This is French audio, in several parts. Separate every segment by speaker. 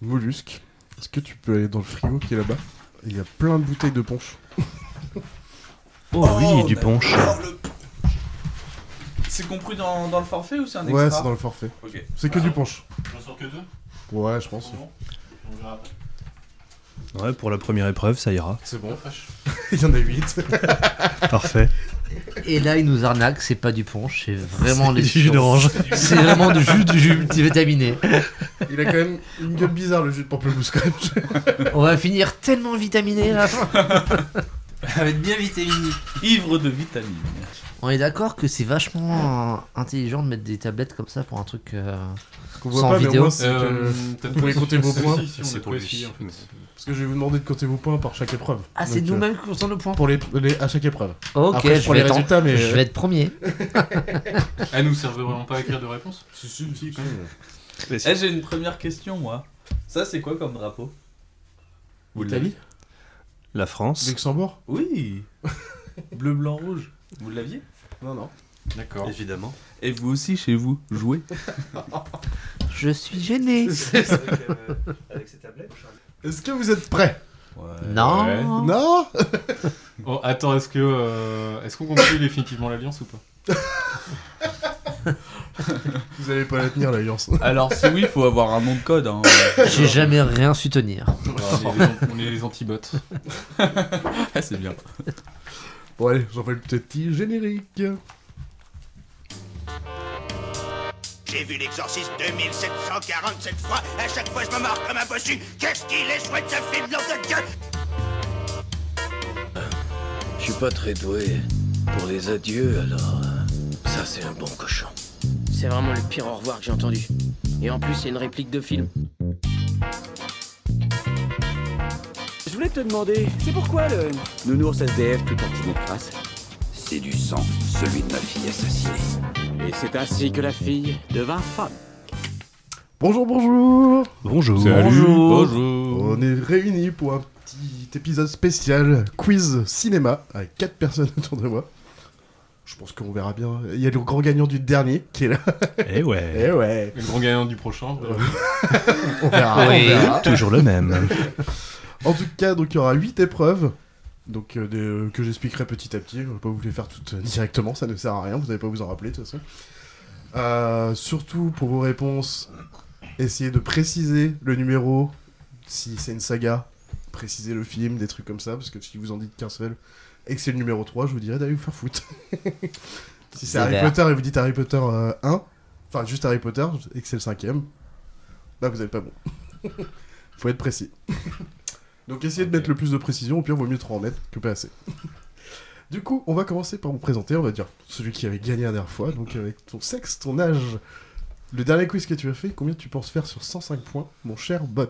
Speaker 1: Mollusque. Est-ce que tu peux aller dans le frigo qui est là-bas Il y a plein de bouteilles de punch.
Speaker 2: Oh, oui, du punch.
Speaker 3: C'est compris dans, dans le forfait ou c'est un
Speaker 1: Ouais, c'est
Speaker 3: extra
Speaker 1: dans le forfait.
Speaker 3: Ok.
Speaker 1: C'est que du punch.
Speaker 4: J'en sors que deux
Speaker 1: Ouais, je pense.
Speaker 4: Bon, On verra après.
Speaker 2: Ouais, pour la première épreuve, ça ira.
Speaker 1: C'est bon. Il y en a 8.
Speaker 2: Parfait.
Speaker 5: Et là, il nous arnaque, c'est pas du punch, c'est vraiment
Speaker 2: Du
Speaker 5: les
Speaker 2: jus d'orange.
Speaker 5: C'est vraiment du jus, du jus multivitaminé.
Speaker 1: Il a quand même une gueule bizarre le jus de pamplemousse quand même.
Speaker 5: On va finir tellement vitaminé là.
Speaker 3: Avec bien vitamine. Ivre de vitamine.
Speaker 5: On est d'accord que c'est vachement intelligent de mettre des tablettes comme ça pour un truc. euh,
Speaker 1: Qu'on voit
Speaker 5: Sans
Speaker 1: pas, mais
Speaker 5: vidéo. Euh,
Speaker 1: au moins, c'est que-
Speaker 4: peut-être
Speaker 1: pouvez
Speaker 4: pas
Speaker 1: compter
Speaker 4: si-
Speaker 1: vos
Speaker 4: si,
Speaker 1: points.
Speaker 4: si, si, on
Speaker 2: C'est
Speaker 4: a
Speaker 2: pour
Speaker 4: pas
Speaker 2: lui.
Speaker 4: essayé, en fait.
Speaker 1: Parce que je vais vous demander de compter vos points par chaque épreuve.
Speaker 5: Ah, c'est
Speaker 1: Donc, euh,
Speaker 5: nous-mêmes qui comptons le point.
Speaker 1: Pour, les, les- à chaque épreuve.
Speaker 5: Ok,
Speaker 1: Après, je
Speaker 5: je,
Speaker 1: prends
Speaker 5: vais
Speaker 1: les
Speaker 5: être en-
Speaker 1: résultats, mais. euh.
Speaker 5: je vais être premier.
Speaker 4: Elles nous servent vraiment pas à écrire de réponse
Speaker 1: Si, si, si, quand même.
Speaker 3: Eh, j'ai une première question, moi. Ça, c'est quoi comme drapeau
Speaker 2: Vous l'avez
Speaker 1: Italie
Speaker 2: La France.
Speaker 1: Luxembourg
Speaker 3: Oui Bleu, blanc, rouge. Vous l'aviez
Speaker 1: Non, non.
Speaker 4: D'accord.
Speaker 2: Évidemment.
Speaker 3: Et vous aussi, chez vous, jouez
Speaker 5: Je suis gêné.
Speaker 6: Avec ses tablettes
Speaker 1: Est-ce que vous êtes prêts
Speaker 5: Non.
Speaker 4: Ouais.
Speaker 1: Non
Speaker 4: Oh, attends, est-ce que euh, est-ce qu'on conclut définitivement l'alliance ou pas
Speaker 1: Vous allez pas la tenir l'alliance.
Speaker 3: Alors, si oui, faut avoir un nom de code. Hein.
Speaker 5: J'ai jamais rien su tenir.
Speaker 4: on, est les, an- on est les antibots.
Speaker 3: Ah, c'est bien.
Speaker 1: Bon, allez, j'en fais le petit générique.
Speaker 7: J'ai vu l'exorciste 2747 fois, à chaque fois je me marre comme un bossu. Qu'est-ce qu'il est chouette ce film, nom de Dieu
Speaker 6: Je suis pas très doué. Pour les adieux, alors. euh, Ça, c'est un bon cochon.
Speaker 8: C'est vraiment le pire au revoir que j'ai entendu. Et en plus, c'est une réplique de film.
Speaker 6: Je voulais te demander, c'est pourquoi le. Nounours SDF tout petit de trace
Speaker 9: C'est du sang, celui de ma fille assassinée.
Speaker 6: Et c'est ainsi que la fille devint femme.
Speaker 1: Bonjour, bonjour
Speaker 2: Bonjour.
Speaker 1: Bonjour.
Speaker 3: Bonjour.
Speaker 1: On est réunis pour un petit épisode spécial quiz cinéma avec quatre personnes autour de moi. Je pense qu'on verra bien. Il y a le grand gagnant du dernier qui est là.
Speaker 2: Eh ouais.
Speaker 1: Eh ouais,
Speaker 4: Le grand gagnant du prochain.
Speaker 1: Ouais. on verra.
Speaker 5: Oui.
Speaker 1: on verra.
Speaker 2: Toujours le même.
Speaker 1: En tout cas, donc il y aura 8 épreuves. Donc euh, des- euh, que j'expliquerai petit à petit. Je vais pas vous les faire toutes euh, directement, ça ne sert à rien. Vous n'allez pas vous en rappeler de toute façon. Euh, surtout pour vos réponses, essayez de préciser le numéro. Si c'est une saga, précisez le film, des trucs comme ça. Parce que si vous en dites qu'un seul et que c'est le numéro 3, je vous dirais d'aller vous faire foutre. si c'est Harry
Speaker 5: Sévère.
Speaker 1: Potter et vous dites Harry Potter euh, 1, enfin juste Harry Potter et que c'est le cinquième, là vous n'êtes pas bon. Faut être précis. Donc essayez de mettre le plus de précision, au pire vaut mieux trop en mettre que pas assez. du coup, on va commencer par vous présenter, on va dire celui qui avait gagné la dernière fois, donc avec ton sexe, ton âge. Le dernier quiz que tu as fait, combien tu penses faire sur 105 points, mon cher bot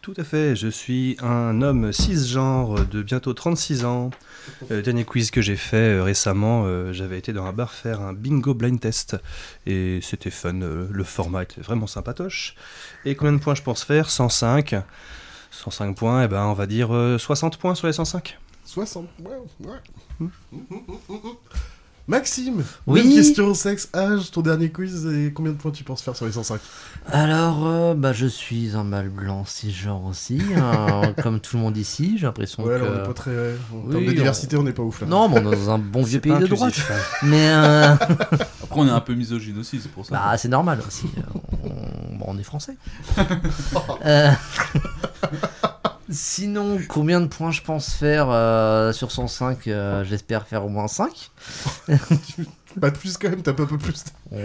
Speaker 2: Tout à fait, je suis un homme cisgenre de bientôt 36 ans. Euh, dernier quiz que j'ai fait euh, récemment, euh, j'avais été dans un bar faire un bingo blind test et c'était fun, euh, le format était vraiment sympatoche. Et combien de points je pense faire 105. 105 points, et ben on va dire euh, 60 points sur les 105.
Speaker 1: 60 points, ouais. Maxime
Speaker 5: Oui.
Speaker 1: Même question, sexe, âge, ton dernier quiz, et combien de points tu penses faire sur les 105
Speaker 5: Alors, euh, bah, je suis un mâle blanc cisgenre aussi, hein, comme tout le monde ici. J'ai l'impression que.
Speaker 1: Ouais, alors on est pas très... En
Speaker 5: Oui,
Speaker 1: termes de
Speaker 5: on-
Speaker 1: diversité, on n'est pas ouf là.
Speaker 5: Non, mais on est dans un bon vieux
Speaker 2: C'est
Speaker 5: pays
Speaker 2: pas
Speaker 5: de droite.
Speaker 2: inclusif.
Speaker 5: Mais euh,
Speaker 3: Après, on est un peu misogyne aussi, c'est pour ça.
Speaker 5: bah, c'est normal aussi. euh, On, bon, on est français. Euh, Sinon, combien de points je pense faire euh, sur 105 euh, J'espère faire au moins 5.
Speaker 1: Pas de plus quand même, t'as pas un peu plus.
Speaker 5: On,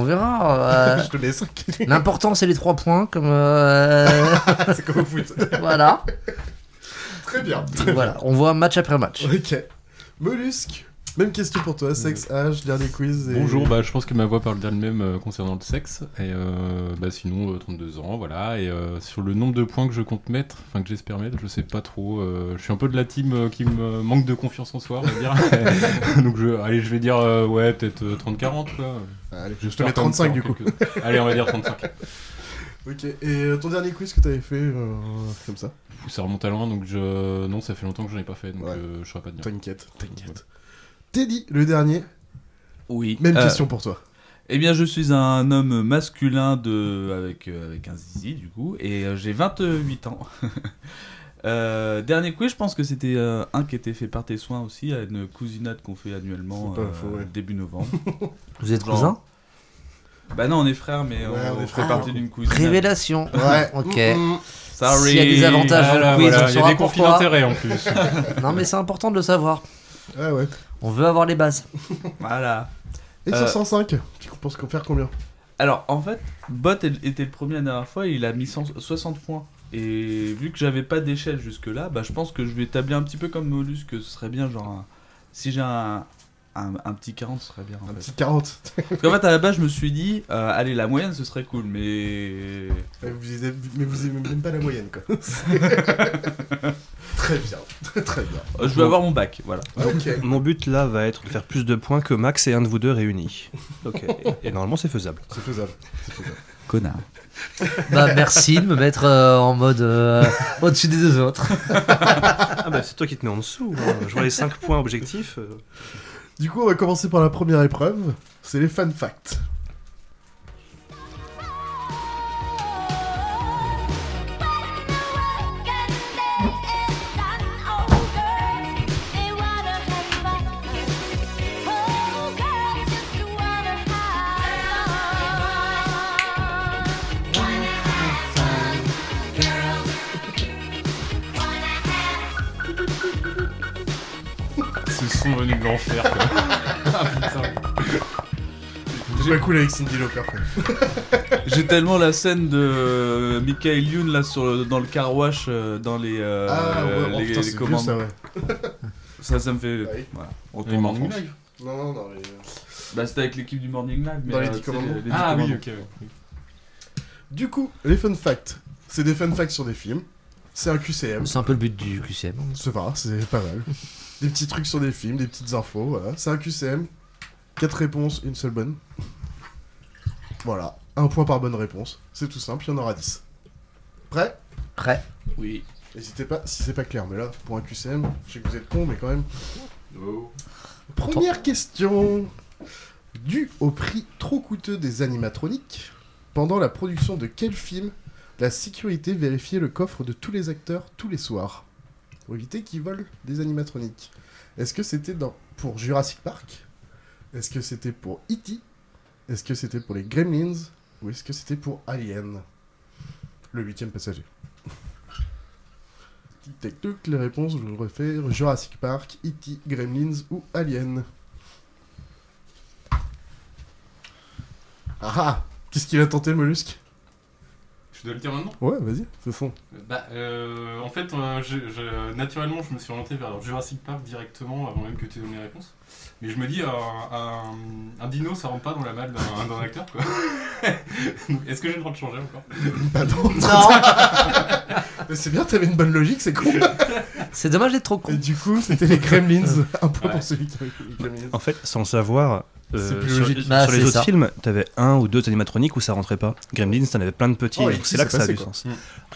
Speaker 5: on verra. euh,
Speaker 1: Je te laisse. c'est
Speaker 5: L'important, c'est les 3 points, comme. euh,
Speaker 1: comme au foot.
Speaker 5: voilà.
Speaker 1: très bien.
Speaker 5: voilà. On voit match après match.
Speaker 1: Ok. Mollusque, même question pour toi, sexe, âge, dernier quiz. Et...
Speaker 4: Bonjour, bah, je pense que ma voix parle d'elle-même euh, concernant le sexe. Et euh, bah, sinon, euh, 32 ans, voilà. Et euh, sur le nombre de points que je compte mettre, enfin que j'espère mettre, je sais pas trop. euh, je suis un peu de la team euh, qui me manque de confiance en soi, on va dire. Donc, je, allez, je vais dire, euh, ouais, peut-être euh, 30-40, quoi.
Speaker 1: Allez, je te
Speaker 4: J'espère
Speaker 1: mets 35 du
Speaker 4: 40,
Speaker 1: coup.
Speaker 4: quelque- Allez, on va dire 35.
Speaker 1: Ok, et euh, ton dernier quiz que t'avais fait euh, comme ça
Speaker 4: Pff, Ça remonte à loin, donc je. Non, ça fait longtemps que j'en ai pas fait, donc
Speaker 1: Ouais.
Speaker 4: euh, je saurais pas te dire.
Speaker 1: T'inquiète, t'inquiète. Teddy, le dernier,
Speaker 3: Oui.
Speaker 1: même
Speaker 3: Euh,
Speaker 1: question pour toi.
Speaker 10: Eh bien, je suis un homme masculin de, avec, euh, avec un zizi, du coup, et euh, j'ai 28 ans. Euh, dernier quiz, je pense que c'était euh, un qui était fait par tes soins aussi, à une cousinade qu'on fait annuellement
Speaker 1: C'est pas
Speaker 10: euh,
Speaker 1: faux, ouais.
Speaker 10: début novembre.
Speaker 5: Vous êtes
Speaker 10: Genre-
Speaker 5: cousins
Speaker 10: Bah non, on est frères, mais
Speaker 1: Ouais,
Speaker 10: on,
Speaker 1: on est
Speaker 10: fait
Speaker 1: frères.
Speaker 10: partie d'une cousinade.
Speaker 5: Révélation.
Speaker 1: Ouais. Mm,
Speaker 5: Ok.
Speaker 1: Mm-mm.
Speaker 10: Sorry. Ah,
Speaker 5: S'il y a des avantages
Speaker 4: Voilà,
Speaker 5: dans le quiz,
Speaker 4: voilà,
Speaker 5: on
Speaker 4: il y a
Speaker 5: saura
Speaker 4: des conflits
Speaker 5: pourquoi.
Speaker 4: d'intérêts, en plus.
Speaker 5: non, mais c'est important de le savoir.
Speaker 1: Ouais, ouais.
Speaker 5: On veut avoir les bases.
Speaker 10: Voilà.
Speaker 1: Et
Speaker 10: Euh,
Speaker 1: sur 105, tu penses qu'on faire combien
Speaker 10: Alors, en fait, Bot était le premier la dernière fois, il a mis 100 60 points. Et vu que j'avais pas d'échelle jusque-là, bah, je pense que je vais établir un petit peu comme Molus, que ce serait bien, genre, un- si j'ai un, un, un petit 40, ce serait bien. En
Speaker 1: Un
Speaker 10: fait.
Speaker 1: petit 40.
Speaker 10: Parce qu'en fait, à la base, je me suis dit, euh, allez, la moyenne, ce serait cool, mais.
Speaker 1: Mais vous aimez, mais vous aimez même pas la moyenne, quoi. très bien, très très bien.
Speaker 10: Euh, je veux avoir mon bac, voilà.
Speaker 1: Ok.
Speaker 2: Mon but là va être de faire plus de points que Max et un de vous deux réunis. Ok. Et normalement c'est faisable.
Speaker 1: C'est faisable. C'est faisable.
Speaker 10: Connard.
Speaker 5: Bah, merci de me mettre euh, en mode euh, au-dessus des deux autres.
Speaker 2: Ah bah c'est toi qui te mets en dessous. hein. Je vois les 5 points objectifs. euh.
Speaker 1: Du coup, on va commencer par la première épreuve. C'est les fan facts.
Speaker 4: Ce son venu de l'enfer, quoi.
Speaker 11: Ah,
Speaker 1: C'est pas cool avec Cindy Lauper. quoi.
Speaker 10: J'ai tellement la scène de euh, Michael Youn là sur le- dans le car wash euh, dans les euh,
Speaker 1: ah ouais, oh,
Speaker 10: les,
Speaker 1: putain,
Speaker 10: les
Speaker 1: c'est vieux,
Speaker 10: commandes.
Speaker 1: ça, ouais.
Speaker 10: ça. ça me fait
Speaker 1: Ouais.
Speaker 10: voilà.
Speaker 4: Les
Speaker 10: Retour en
Speaker 4: Morning
Speaker 10: France.
Speaker 4: Live.
Speaker 1: Non, non, non, mais...
Speaker 10: Bah c'était avec l'équipe du Morning Live mais
Speaker 1: Dans les
Speaker 10: euh,
Speaker 1: dix
Speaker 10: tu sais,
Speaker 1: commandements.
Speaker 10: les dix
Speaker 4: Ah oui,
Speaker 10: commandements.
Speaker 4: ok. oui.
Speaker 1: Du coup, les fun facts. C'est des fun facts sur des films. C'est un QCM.
Speaker 5: C'est un peu le but du QCM.
Speaker 1: C'est pas, c'est pas mal. Des petits trucs sur des films, des petites infos, voilà. C'est un QCM. 4 réponses, une seule bonne. Voilà. Un point par bonne réponse. C'est tout simple, il y en aura 10. Prêt
Speaker 5: Prêt.
Speaker 10: Oui.
Speaker 1: N'hésitez pas si c'est pas clair, mais là, pour un QCM, je sais que vous êtes con, mais quand même.
Speaker 5: Pourtant.
Speaker 1: Première question. Dû au prix trop coûteux des animatroniques, pendant la production de quel film la sécurité vérifiait le coffre de tous les acteurs tous les soirs pour éviter qu'ils volent des animatroniques Est-ce que c'était dans- pour Jurassic Park Est-ce que c'était pour E E.T. Est-ce que c'était pour les Gremlins Ou est-ce que c'était pour Alien Le huitième passager. Tic tac toc, les réponses, je vous le refais Jurassic Park, E.T., Gremlins ou Alien Ah ah Qu'est-ce qu'il a tenté le mollusque
Speaker 4: Je dois le dire maintenant
Speaker 1: Ouais, vas-y, ce son.
Speaker 4: Bah, euh, en fait, euh, je- je- naturellement, je me suis orienté vers Jurassic Park directement avant même que tu aies donné la réponse. Mais je me dis, un, un- un dino, ça rentre pas dans la malle d'un d'un acteur, quoi. Donc, Est-ce que j'ai le droit de changer encore
Speaker 1: Bah non, Mais c'est bien, t'avais une bonne logique, c'est cool
Speaker 5: C'est dommage d'être trop con.
Speaker 1: Et du coup, c'était les Gremlins. Un point
Speaker 4: Ouais.
Speaker 1: pour celui qui avait les Gremlins.
Speaker 2: En fait, sans le savoir, euh,
Speaker 1: C'est plus
Speaker 2: sur,
Speaker 1: logique.
Speaker 2: sur
Speaker 5: Bah,
Speaker 2: les
Speaker 5: c'est
Speaker 2: autres
Speaker 5: ça.
Speaker 2: films, t'avais un ou deux animatroniques où ça rentrait pas. Gremlins, t'en avais plein de petits.
Speaker 1: Oh,
Speaker 2: donc
Speaker 1: et
Speaker 2: c'est là
Speaker 1: qui
Speaker 2: que ça a
Speaker 1: s'est
Speaker 2: du
Speaker 1: passé,
Speaker 2: sens.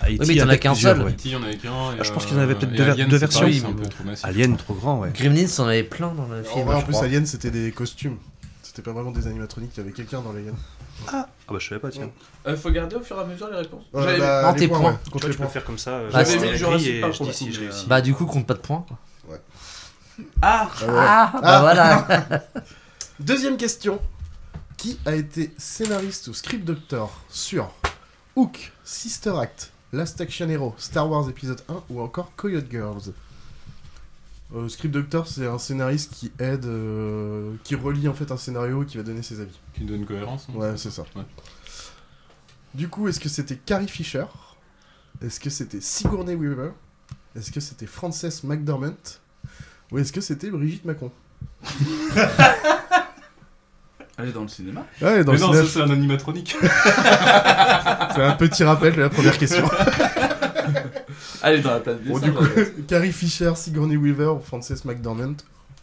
Speaker 2: Ah, E.T.
Speaker 5: mais t'en
Speaker 2: avait
Speaker 5: as qu'un
Speaker 2: plusieurs,
Speaker 5: seul.
Speaker 2: ouais.
Speaker 4: E.T., il y en avait qu'un. et,
Speaker 2: Ah, je pense qu'il y en avait peut-être
Speaker 4: et
Speaker 2: deux ver-
Speaker 4: Alien,
Speaker 2: deux
Speaker 4: c'est pareil,
Speaker 2: versions.
Speaker 4: c'est un peu
Speaker 2: Oui,
Speaker 4: trop massif.
Speaker 2: Alien, trop grand, ouais.
Speaker 5: Gremlins, on en avait plein dans le
Speaker 1: En
Speaker 5: film.
Speaker 1: vrai, en
Speaker 5: je
Speaker 1: plus,
Speaker 5: crois.
Speaker 1: Alien, c'était des costumes. C'était pas vraiment des animatroniques, il y avait quelqu'un dans Alien.
Speaker 2: Ah bah je savais pas, tiens.
Speaker 10: Euh, faut garder au fur et à mesure les réponses.
Speaker 1: Ouais,
Speaker 10: J'avais-
Speaker 1: bah,
Speaker 5: Non,
Speaker 1: les
Speaker 5: tes
Speaker 1: points,
Speaker 5: points.
Speaker 1: ouais, contre les
Speaker 2: je peux
Speaker 1: points.
Speaker 2: faire comme ça. euh,
Speaker 5: Bah,
Speaker 2: je
Speaker 5: c'est-
Speaker 2: mets la grille et je dis
Speaker 10: Park,
Speaker 2: si
Speaker 10: pour
Speaker 2: j'ai
Speaker 10: le coup,
Speaker 2: réussi.
Speaker 5: Bah, du coup, compte pas de points. quoi.
Speaker 10: Ah
Speaker 1: Ah ouais.
Speaker 5: Ah, bah voilà.
Speaker 1: Deuxième question. Qui a été scénariste ou script doctor sur Hook, Sister Act, Last Action Hero, Star Wars épisode 1 ou encore Coyote Girls Euh, Script doctor, c'est un scénariste qui aide, euh, qui relie en fait un scénario et qui va donner ses avis.
Speaker 4: Qui donne cohérence. hein.
Speaker 1: Ouais, c'est ça.
Speaker 4: Ouais.
Speaker 1: Du coup, est-ce que c'était Carrie Fisher Est-ce que c'était Sigourney Weaver Est-ce que c'était Frances McDormand Ou est-ce que c'était Brigitte Macron
Speaker 10: Elle est dans le cinéma.
Speaker 1: Ouais, dans
Speaker 4: Mais
Speaker 1: le
Speaker 4: non, ça
Speaker 1: cinéma,
Speaker 4: c'est un animatronique.
Speaker 1: c'est un petit rappel de la première question.
Speaker 10: Elle est dans la place des euh,
Speaker 1: Bon,
Speaker 10: singes,
Speaker 1: du coup,
Speaker 10: en fait.
Speaker 1: Carrie Fisher, Sigourney Weaver, ou Frances McDormand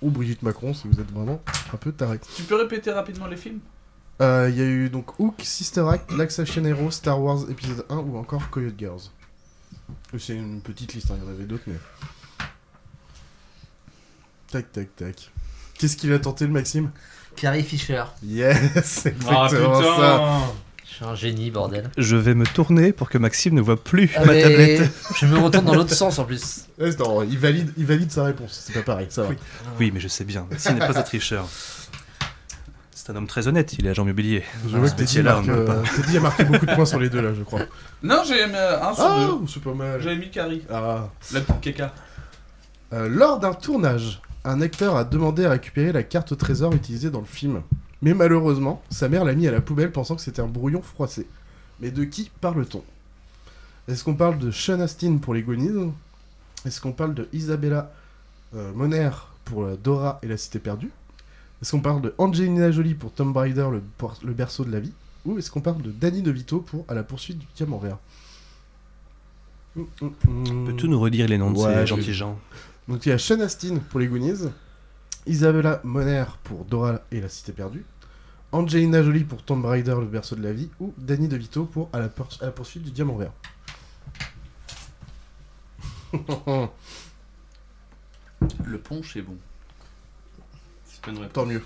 Speaker 1: ou Brigitte Macron, si vous êtes vraiment un peu taré.
Speaker 10: Tu peux répéter rapidement les films
Speaker 1: Euh, Il y a eu donc Hook, Sister Act, Lax Action Hero, Star Wars épisode 1 ou encore Coyote Girls. C'est une petite liste, hein, il y en avait d'autres, mais. Tac, tac, tac. Qu'est-ce qu'il a tenté le Maxime
Speaker 5: Carrie Fisher.
Speaker 4: Ah,
Speaker 1: Yes, exactement
Speaker 5: Ah, putain.
Speaker 1: ça.
Speaker 5: Je suis un génie, bordel.
Speaker 2: Je vais me tourner pour que Maxime ne voit plus
Speaker 5: Ah,
Speaker 2: ma
Speaker 5: mais
Speaker 2: tablette.
Speaker 5: Je me retourne dans l'autre sens en plus.
Speaker 1: Ouais, c'est- non, il valide, il valide sa réponse, c'est pas pareil, ça va.
Speaker 2: Oui. Oui, mais je sais bien. Maxime n'est pas un tricheur. C'est un homme très honnête, il est agent immobilier.
Speaker 1: Je vois que Teddy
Speaker 2: là,
Speaker 1: marque, euh, Teddy a marqué beaucoup de points sur les deux là, je crois.
Speaker 10: Non, j'ai mis euh, un sur
Speaker 1: Ah,
Speaker 10: deux.
Speaker 1: c'est pas mal.
Speaker 10: J'avais mis Carrie.
Speaker 1: Ah.
Speaker 10: La petite caca.
Speaker 1: Euh, lors d'un tournage, un acteur a demandé à récupérer la carte au trésor utilisée dans le film. Mais malheureusement, sa mère l'a mis à la poubelle pensant que c'était un brouillon froissé. Mais de qui parle-t-on Est-ce qu'on parle de Sean Astin pour les Goonies Est-ce qu'on parle de Isabella euh, Moner pour euh, Dora et la Cité Perdue Est-ce qu'on parle de Angelina Jolie pour Tom Brider, le, por- le berceau de la vie Ou est-ce qu'on parle de Danny DeVito pour À la poursuite du diamant vert Mm, mm, mm.
Speaker 2: Peux-tu nous redire les noms de
Speaker 1: Ouais,
Speaker 2: ces
Speaker 1: je-
Speaker 2: gentils gens
Speaker 1: donc il y a Sean Astin pour les Goonies, Isabella Moner pour Dora et la Cité Perdue, Angelina Jolie pour Tomb Raider, le berceau de la vie, ou Danny DeVito pour À la, Por- à la poursuite du diamant vert.
Speaker 10: Le punch est bon.
Speaker 1: Tant mieux.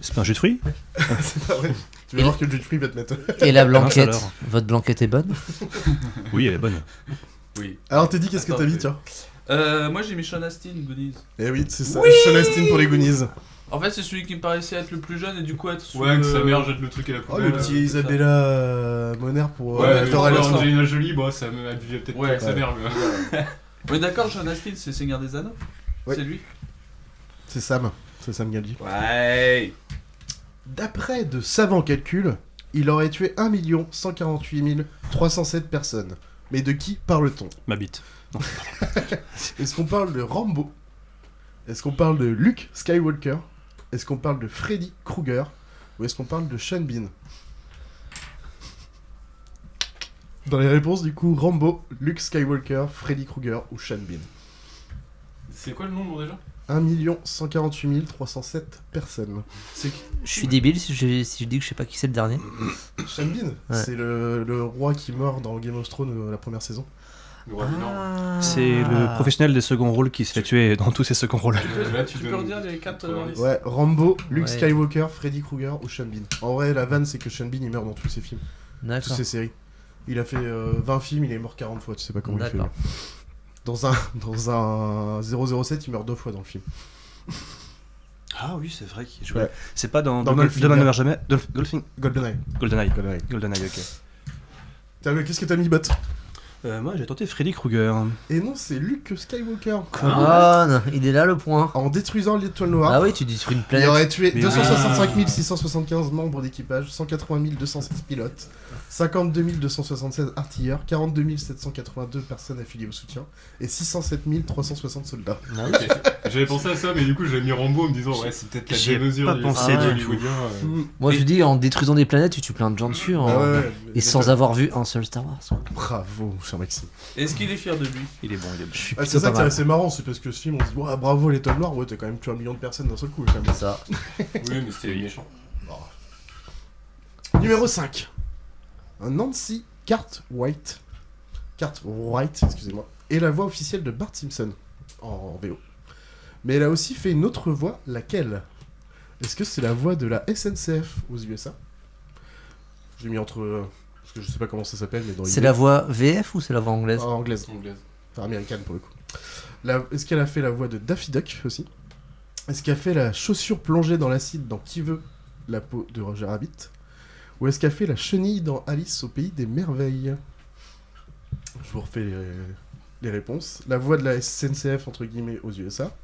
Speaker 2: C'est pas un jus de fruits
Speaker 1: C'est pas vrai. Tu vas voir que le jus de fruits va te mettre.
Speaker 5: Et la
Speaker 2: Ah,
Speaker 5: blanquette
Speaker 2: alors.
Speaker 5: Votre blanquette est bonne
Speaker 2: Oui, elle est bonne.
Speaker 10: Oui.
Speaker 1: Alors t'es dit qu'est-ce que
Speaker 10: Attends,
Speaker 1: t'as mis
Speaker 10: mais-
Speaker 1: tiens
Speaker 10: Euh, moi j'ai mis Sean Astin, Goonies.
Speaker 1: Eh oui, c'est ça.
Speaker 10: Oui
Speaker 1: Sean Astin pour les Goonies.
Speaker 10: En fait, c'est celui qui me paraissait être le plus jeune et du coup être. sous
Speaker 4: Ouais, que
Speaker 10: le-
Speaker 4: sa mère jette le truc à la
Speaker 1: Oh
Speaker 4: poubelle. euh,
Speaker 1: le petit Isabella euh, Moner pour
Speaker 4: Ouais,
Speaker 1: euh,
Speaker 4: mais
Speaker 1: Dora et la
Speaker 4: bon,
Speaker 1: Cité Perdue.
Speaker 4: Angelina Jolie, bon, ça me abusait peut-être
Speaker 10: Ouais.
Speaker 4: ouais. sa
Speaker 1: Ouais.
Speaker 4: mère, mais.
Speaker 10: On est d'accord, Sean Astin, c'est Seigneur des Anneaux
Speaker 1: Oui.
Speaker 10: C'est lui
Speaker 1: C'est Sam. C'est Sam Gadji.
Speaker 10: Ouais.
Speaker 1: D'après de savants calculs, il aurait tué 1 148 307 personnes. Mais de qui parle-t-on
Speaker 2: Ma bite.
Speaker 1: Est-ce qu'on parle de Rambo Est-ce qu'on parle de Luke Skywalker Est-ce qu'on parle de Freddy Krueger Ou est-ce qu'on parle de Sean Bean Dans les réponses, du coup, Rambo, Luke Skywalker, Freddy Krueger ou Sean Bean.
Speaker 4: C'est quoi le nombre déjà
Speaker 1: 1 148 307 personnes. C'est
Speaker 5: Je suis débile si je, si je dis que je sais pas qui c'est le dernier.
Speaker 1: Sean Bean
Speaker 5: Ouais.
Speaker 1: C'est le, le roi qui meurt dans Game of Thrones euh, la première saison.
Speaker 4: Le roi du Nord.
Speaker 2: C'est
Speaker 1: Ah.
Speaker 2: le professionnel des seconds rôles qui se fait tuer dans tous ses seconds rôles.
Speaker 10: Tu peux,
Speaker 4: Euh, Là, tu
Speaker 10: tu peux
Speaker 4: donnes-
Speaker 10: redire les quatre.
Speaker 4: Ouais.
Speaker 10: euh,
Speaker 1: Ouais, Rambo, Luke
Speaker 5: Ouais.
Speaker 1: Skywalker, Freddy Krueger ou Sean Bean. En vrai, la vanne, c'est que Sean Bean, il meurt dans tous ses films. toutes
Speaker 5: D'accord.
Speaker 1: ces séries. Il a fait euh, 20 films, il est mort 40 fois, tu sais pas comment il fait.
Speaker 5: D'accord.
Speaker 1: lui. Dans un, dans un 007, il meurt deux fois dans le film.
Speaker 2: Ah oui, c'est vrai qu'il
Speaker 1: Ouais.
Speaker 2: C'est pas dans,
Speaker 1: Dans
Speaker 2: Demain
Speaker 1: Goldfinger.
Speaker 2: Demain ne meurt jamais. Golf- Golfing-
Speaker 1: GoldenEye.
Speaker 2: GoldenEye.
Speaker 1: GoldenEye.
Speaker 2: GoldenEye, ok.
Speaker 1: T'as vu, qu'est-ce que t'as mis, bot
Speaker 2: Euh, moi, j'ai tenté Freddy Krueger.
Speaker 1: Et non, c'est Luke Skywalker. Ah,
Speaker 5: Common, Ah, il est là le point.
Speaker 1: En détruisant l'étoile noire,
Speaker 5: Ah oui, tu détruis une
Speaker 1: il
Speaker 5: planète.
Speaker 1: aurait tué
Speaker 2: Mais
Speaker 1: 265 675 membres d'équipage, 180 216 pilotes, 52 276 artilleurs, 42 782 personnes affiliées au soutien et 607 360 soldats.
Speaker 5: Ah oui.
Speaker 4: Ok. J'avais pensé à ça, mais du coup, j'avais mis Rambo en me disant, ouais, c'est peut-être la
Speaker 2: J'y ai
Speaker 4: démesure
Speaker 2: pas
Speaker 4: du
Speaker 1: Ah,
Speaker 2: pensé
Speaker 4: cinéma
Speaker 2: du tout.
Speaker 4: hollywoodien, euh.
Speaker 5: Moi je dis en détruisant des planètes, tu tues plein de gens dessus. en-
Speaker 1: Ah ouais, ouais,
Speaker 5: Et
Speaker 1: mais-
Speaker 5: sans avoir vu un seul Star Wars.
Speaker 1: Bravo, cher Maxime.
Speaker 10: Est-ce qu'il est fier de lui
Speaker 2: Il est bon, il est bon.
Speaker 5: Je suis
Speaker 1: Ah,
Speaker 5: plutôt
Speaker 1: c'est ça
Speaker 5: pas
Speaker 1: qui est
Speaker 5: mal.
Speaker 1: assez marrant, c'est parce que ce film, on se dit, Ouah, bravo l'étoile noire, ouais, t'as quand même tué un million de personnes d'un seul coup. quand même.
Speaker 5: C'est ça.
Speaker 4: Oui, mais c'était méchant.
Speaker 1: Numéro 5. Nancy Cartwright. Cartwright, excusez-moi. Est la voix officielle de Bart Simpson en VO. Mais elle a aussi fait une autre voix, laquelle Est-ce que c'est la voix de la SNCF aux USA J'ai mis entre. euh, Parce que je sais pas comment ça s'appelle, mais dans
Speaker 5: C'est
Speaker 1: l'idée-
Speaker 5: la voix VF ou c'est la voix anglaise
Speaker 1: Ah, anglaise.
Speaker 4: Anglaise.
Speaker 1: Enfin, américaine pour le coup. La- Est-ce qu'elle a fait la voix de Daffy Duck aussi Est-ce qu'elle a fait la chaussure plongée dans l'acide dans Qui veut la peau de Roger Rabbit Ou est-ce qu'elle a fait la chenille dans Alice au pays des merveilles Je vous refais les, les réponses. La voix de la SNCF entre guillemets aux USA.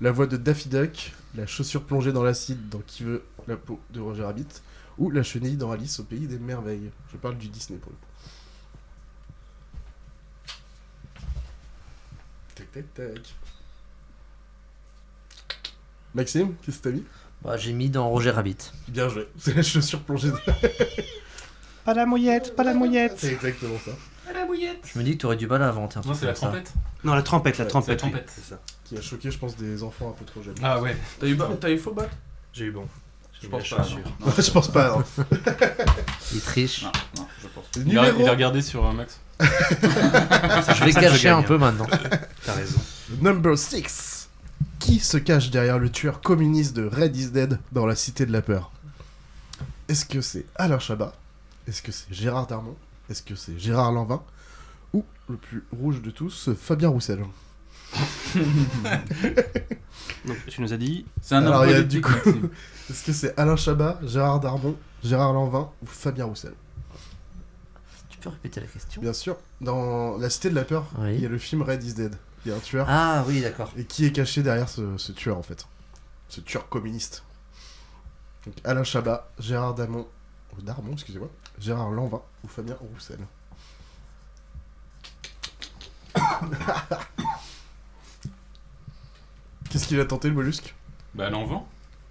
Speaker 1: La voix de Daffy Duck, la chaussure plongée dans l'acide dans Qui veut la peau de Roger Rabbit ou la chenille dans Alice au pays des merveilles. Je parle du Disney pour le coup. Tac tac tac. Maxime, qu'est-ce que t'as mis
Speaker 5: Bah, J'ai mis dans Roger Rabbit.
Speaker 1: Bien joué. C'est la chaussure plongée. Pas la mouillette, pas la mouillette. C'est exactement ça.
Speaker 5: Je me dis que t'aurais du mal à inventer un
Speaker 4: Non,
Speaker 5: truc.
Speaker 4: c'est la
Speaker 5: comme ça.
Speaker 4: trompette
Speaker 2: Non, la trompette, la
Speaker 1: Ouais,
Speaker 2: trompette.
Speaker 4: c'est la
Speaker 2: oui.
Speaker 4: trompette.
Speaker 2: C'est ça.
Speaker 1: Qui a choqué, je pense, des enfants un peu trop jeunes.
Speaker 4: Ah ouais.
Speaker 10: T'as eu, ba- t'as eu faux bat
Speaker 2: J'ai eu bon.
Speaker 10: Je pense pas. non.
Speaker 1: Ouais, je pense pas. non.
Speaker 5: Il triche.
Speaker 10: Non, non, je pense pas.
Speaker 4: Il a, il a
Speaker 1: Numéro
Speaker 4: regardé sur euh, Max.
Speaker 5: Je vais
Speaker 2: ça que je
Speaker 5: cacher un
Speaker 2: gagne.
Speaker 5: peu maintenant.
Speaker 2: T'as raison.
Speaker 1: number 6. Qui qui se cache derrière le tueur communiste de Red is Dead dans la Cité de la Peur Est-ce que c'est Alain Chabat Est-ce que c'est Gérard Darmon Est-ce que c'est Gérard Lanvin Ou, le plus rouge de tous, Fabien Roussel
Speaker 2: Donc, tu nous as dit.
Speaker 1: Alors, il y a du coup, Est-ce que c'est Alain Chabat, Gérard Darmon, Gérard Lanvin ou Fabien Roussel
Speaker 5: Tu peux répéter la question
Speaker 1: Bien sûr. Dans La Cité de la Peur,
Speaker 5: Oui.
Speaker 1: il y a le film Red is Dead. Il y a un tueur.
Speaker 5: Ah oui, d'accord.
Speaker 1: Et qui est caché derrière ce, ce tueur, en fait Ce tueur communiste. Donc Alain Chabat, Gérard Damon, ou Darmon, excusez-moi, Gérard Lanvin ou Fabien Roussel. Qu'est-ce qu'il a tenté, le mollusque
Speaker 4: Bah, l'envent.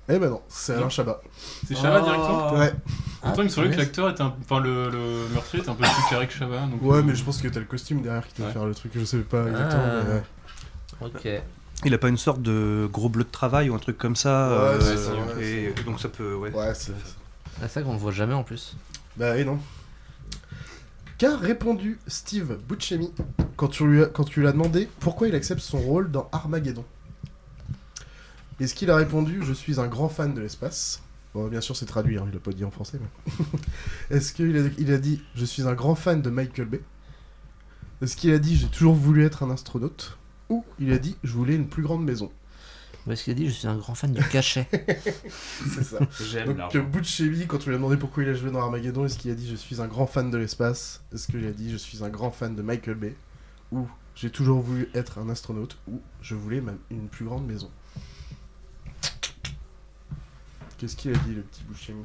Speaker 1: Eh ben non, c'est Alain
Speaker 4: Non.
Speaker 1: Chabat.
Speaker 4: C'est Chabat directement
Speaker 1: Ouais.
Speaker 5: Ah,
Speaker 4: Pourtant, il me semblait que l'acteur était un. Enfin, le, le meurtrier était un peu plus carré que Chabat. donc,
Speaker 1: Ouais,
Speaker 4: euh,
Speaker 1: mais je pense que t'as le costume derrière qui te
Speaker 4: Ouais.
Speaker 1: fait faire le truc, je sais pas exactement.
Speaker 5: Ah,
Speaker 1: mais ouais.
Speaker 5: Ok.
Speaker 2: Il a pas une sorte de gros bleu de travail ou un truc comme ça.
Speaker 1: Ouais,
Speaker 2: euh,
Speaker 1: c'est ça, ouais,
Speaker 2: et donc ça peut. Ouais.
Speaker 1: Ouais, c'est
Speaker 5: Ah, C'est ça qu'on ne voit jamais en plus.
Speaker 1: Bah et non. Qu'a répondu Steve Buscemi quand tu lui as, quand tu lui as demandé pourquoi il accepte son rôle dans Armageddon Est-ce qu'il a répondu Je suis un grand fan de l'espace Bon, bien sûr, c'est traduit, hein, il l'a pas dit en français. Mais... Est-ce qu'il a, il a dit Je suis un grand fan de Michael Bay Est-ce qu'il a dit J'ai toujours voulu être un astronaute Ou il a dit Je voulais une plus grande maison
Speaker 5: Où est-ce qu'il a dit Je suis un grand fan du cachet.
Speaker 1: C'est ça.
Speaker 10: J'aime
Speaker 1: Donc
Speaker 10: l'argent.
Speaker 1: Butchemi, quand on lui a demandé pourquoi il a joué dans Armageddon, est-ce qu'il a dit je suis un grand fan de l'espace Est-ce qu'il a dit je suis un grand fan de Michael Bay Ou j'ai toujours voulu être un astronaute Ou je voulais même une plus grande maison Qu'est-ce qu'il a dit le petit Butchemi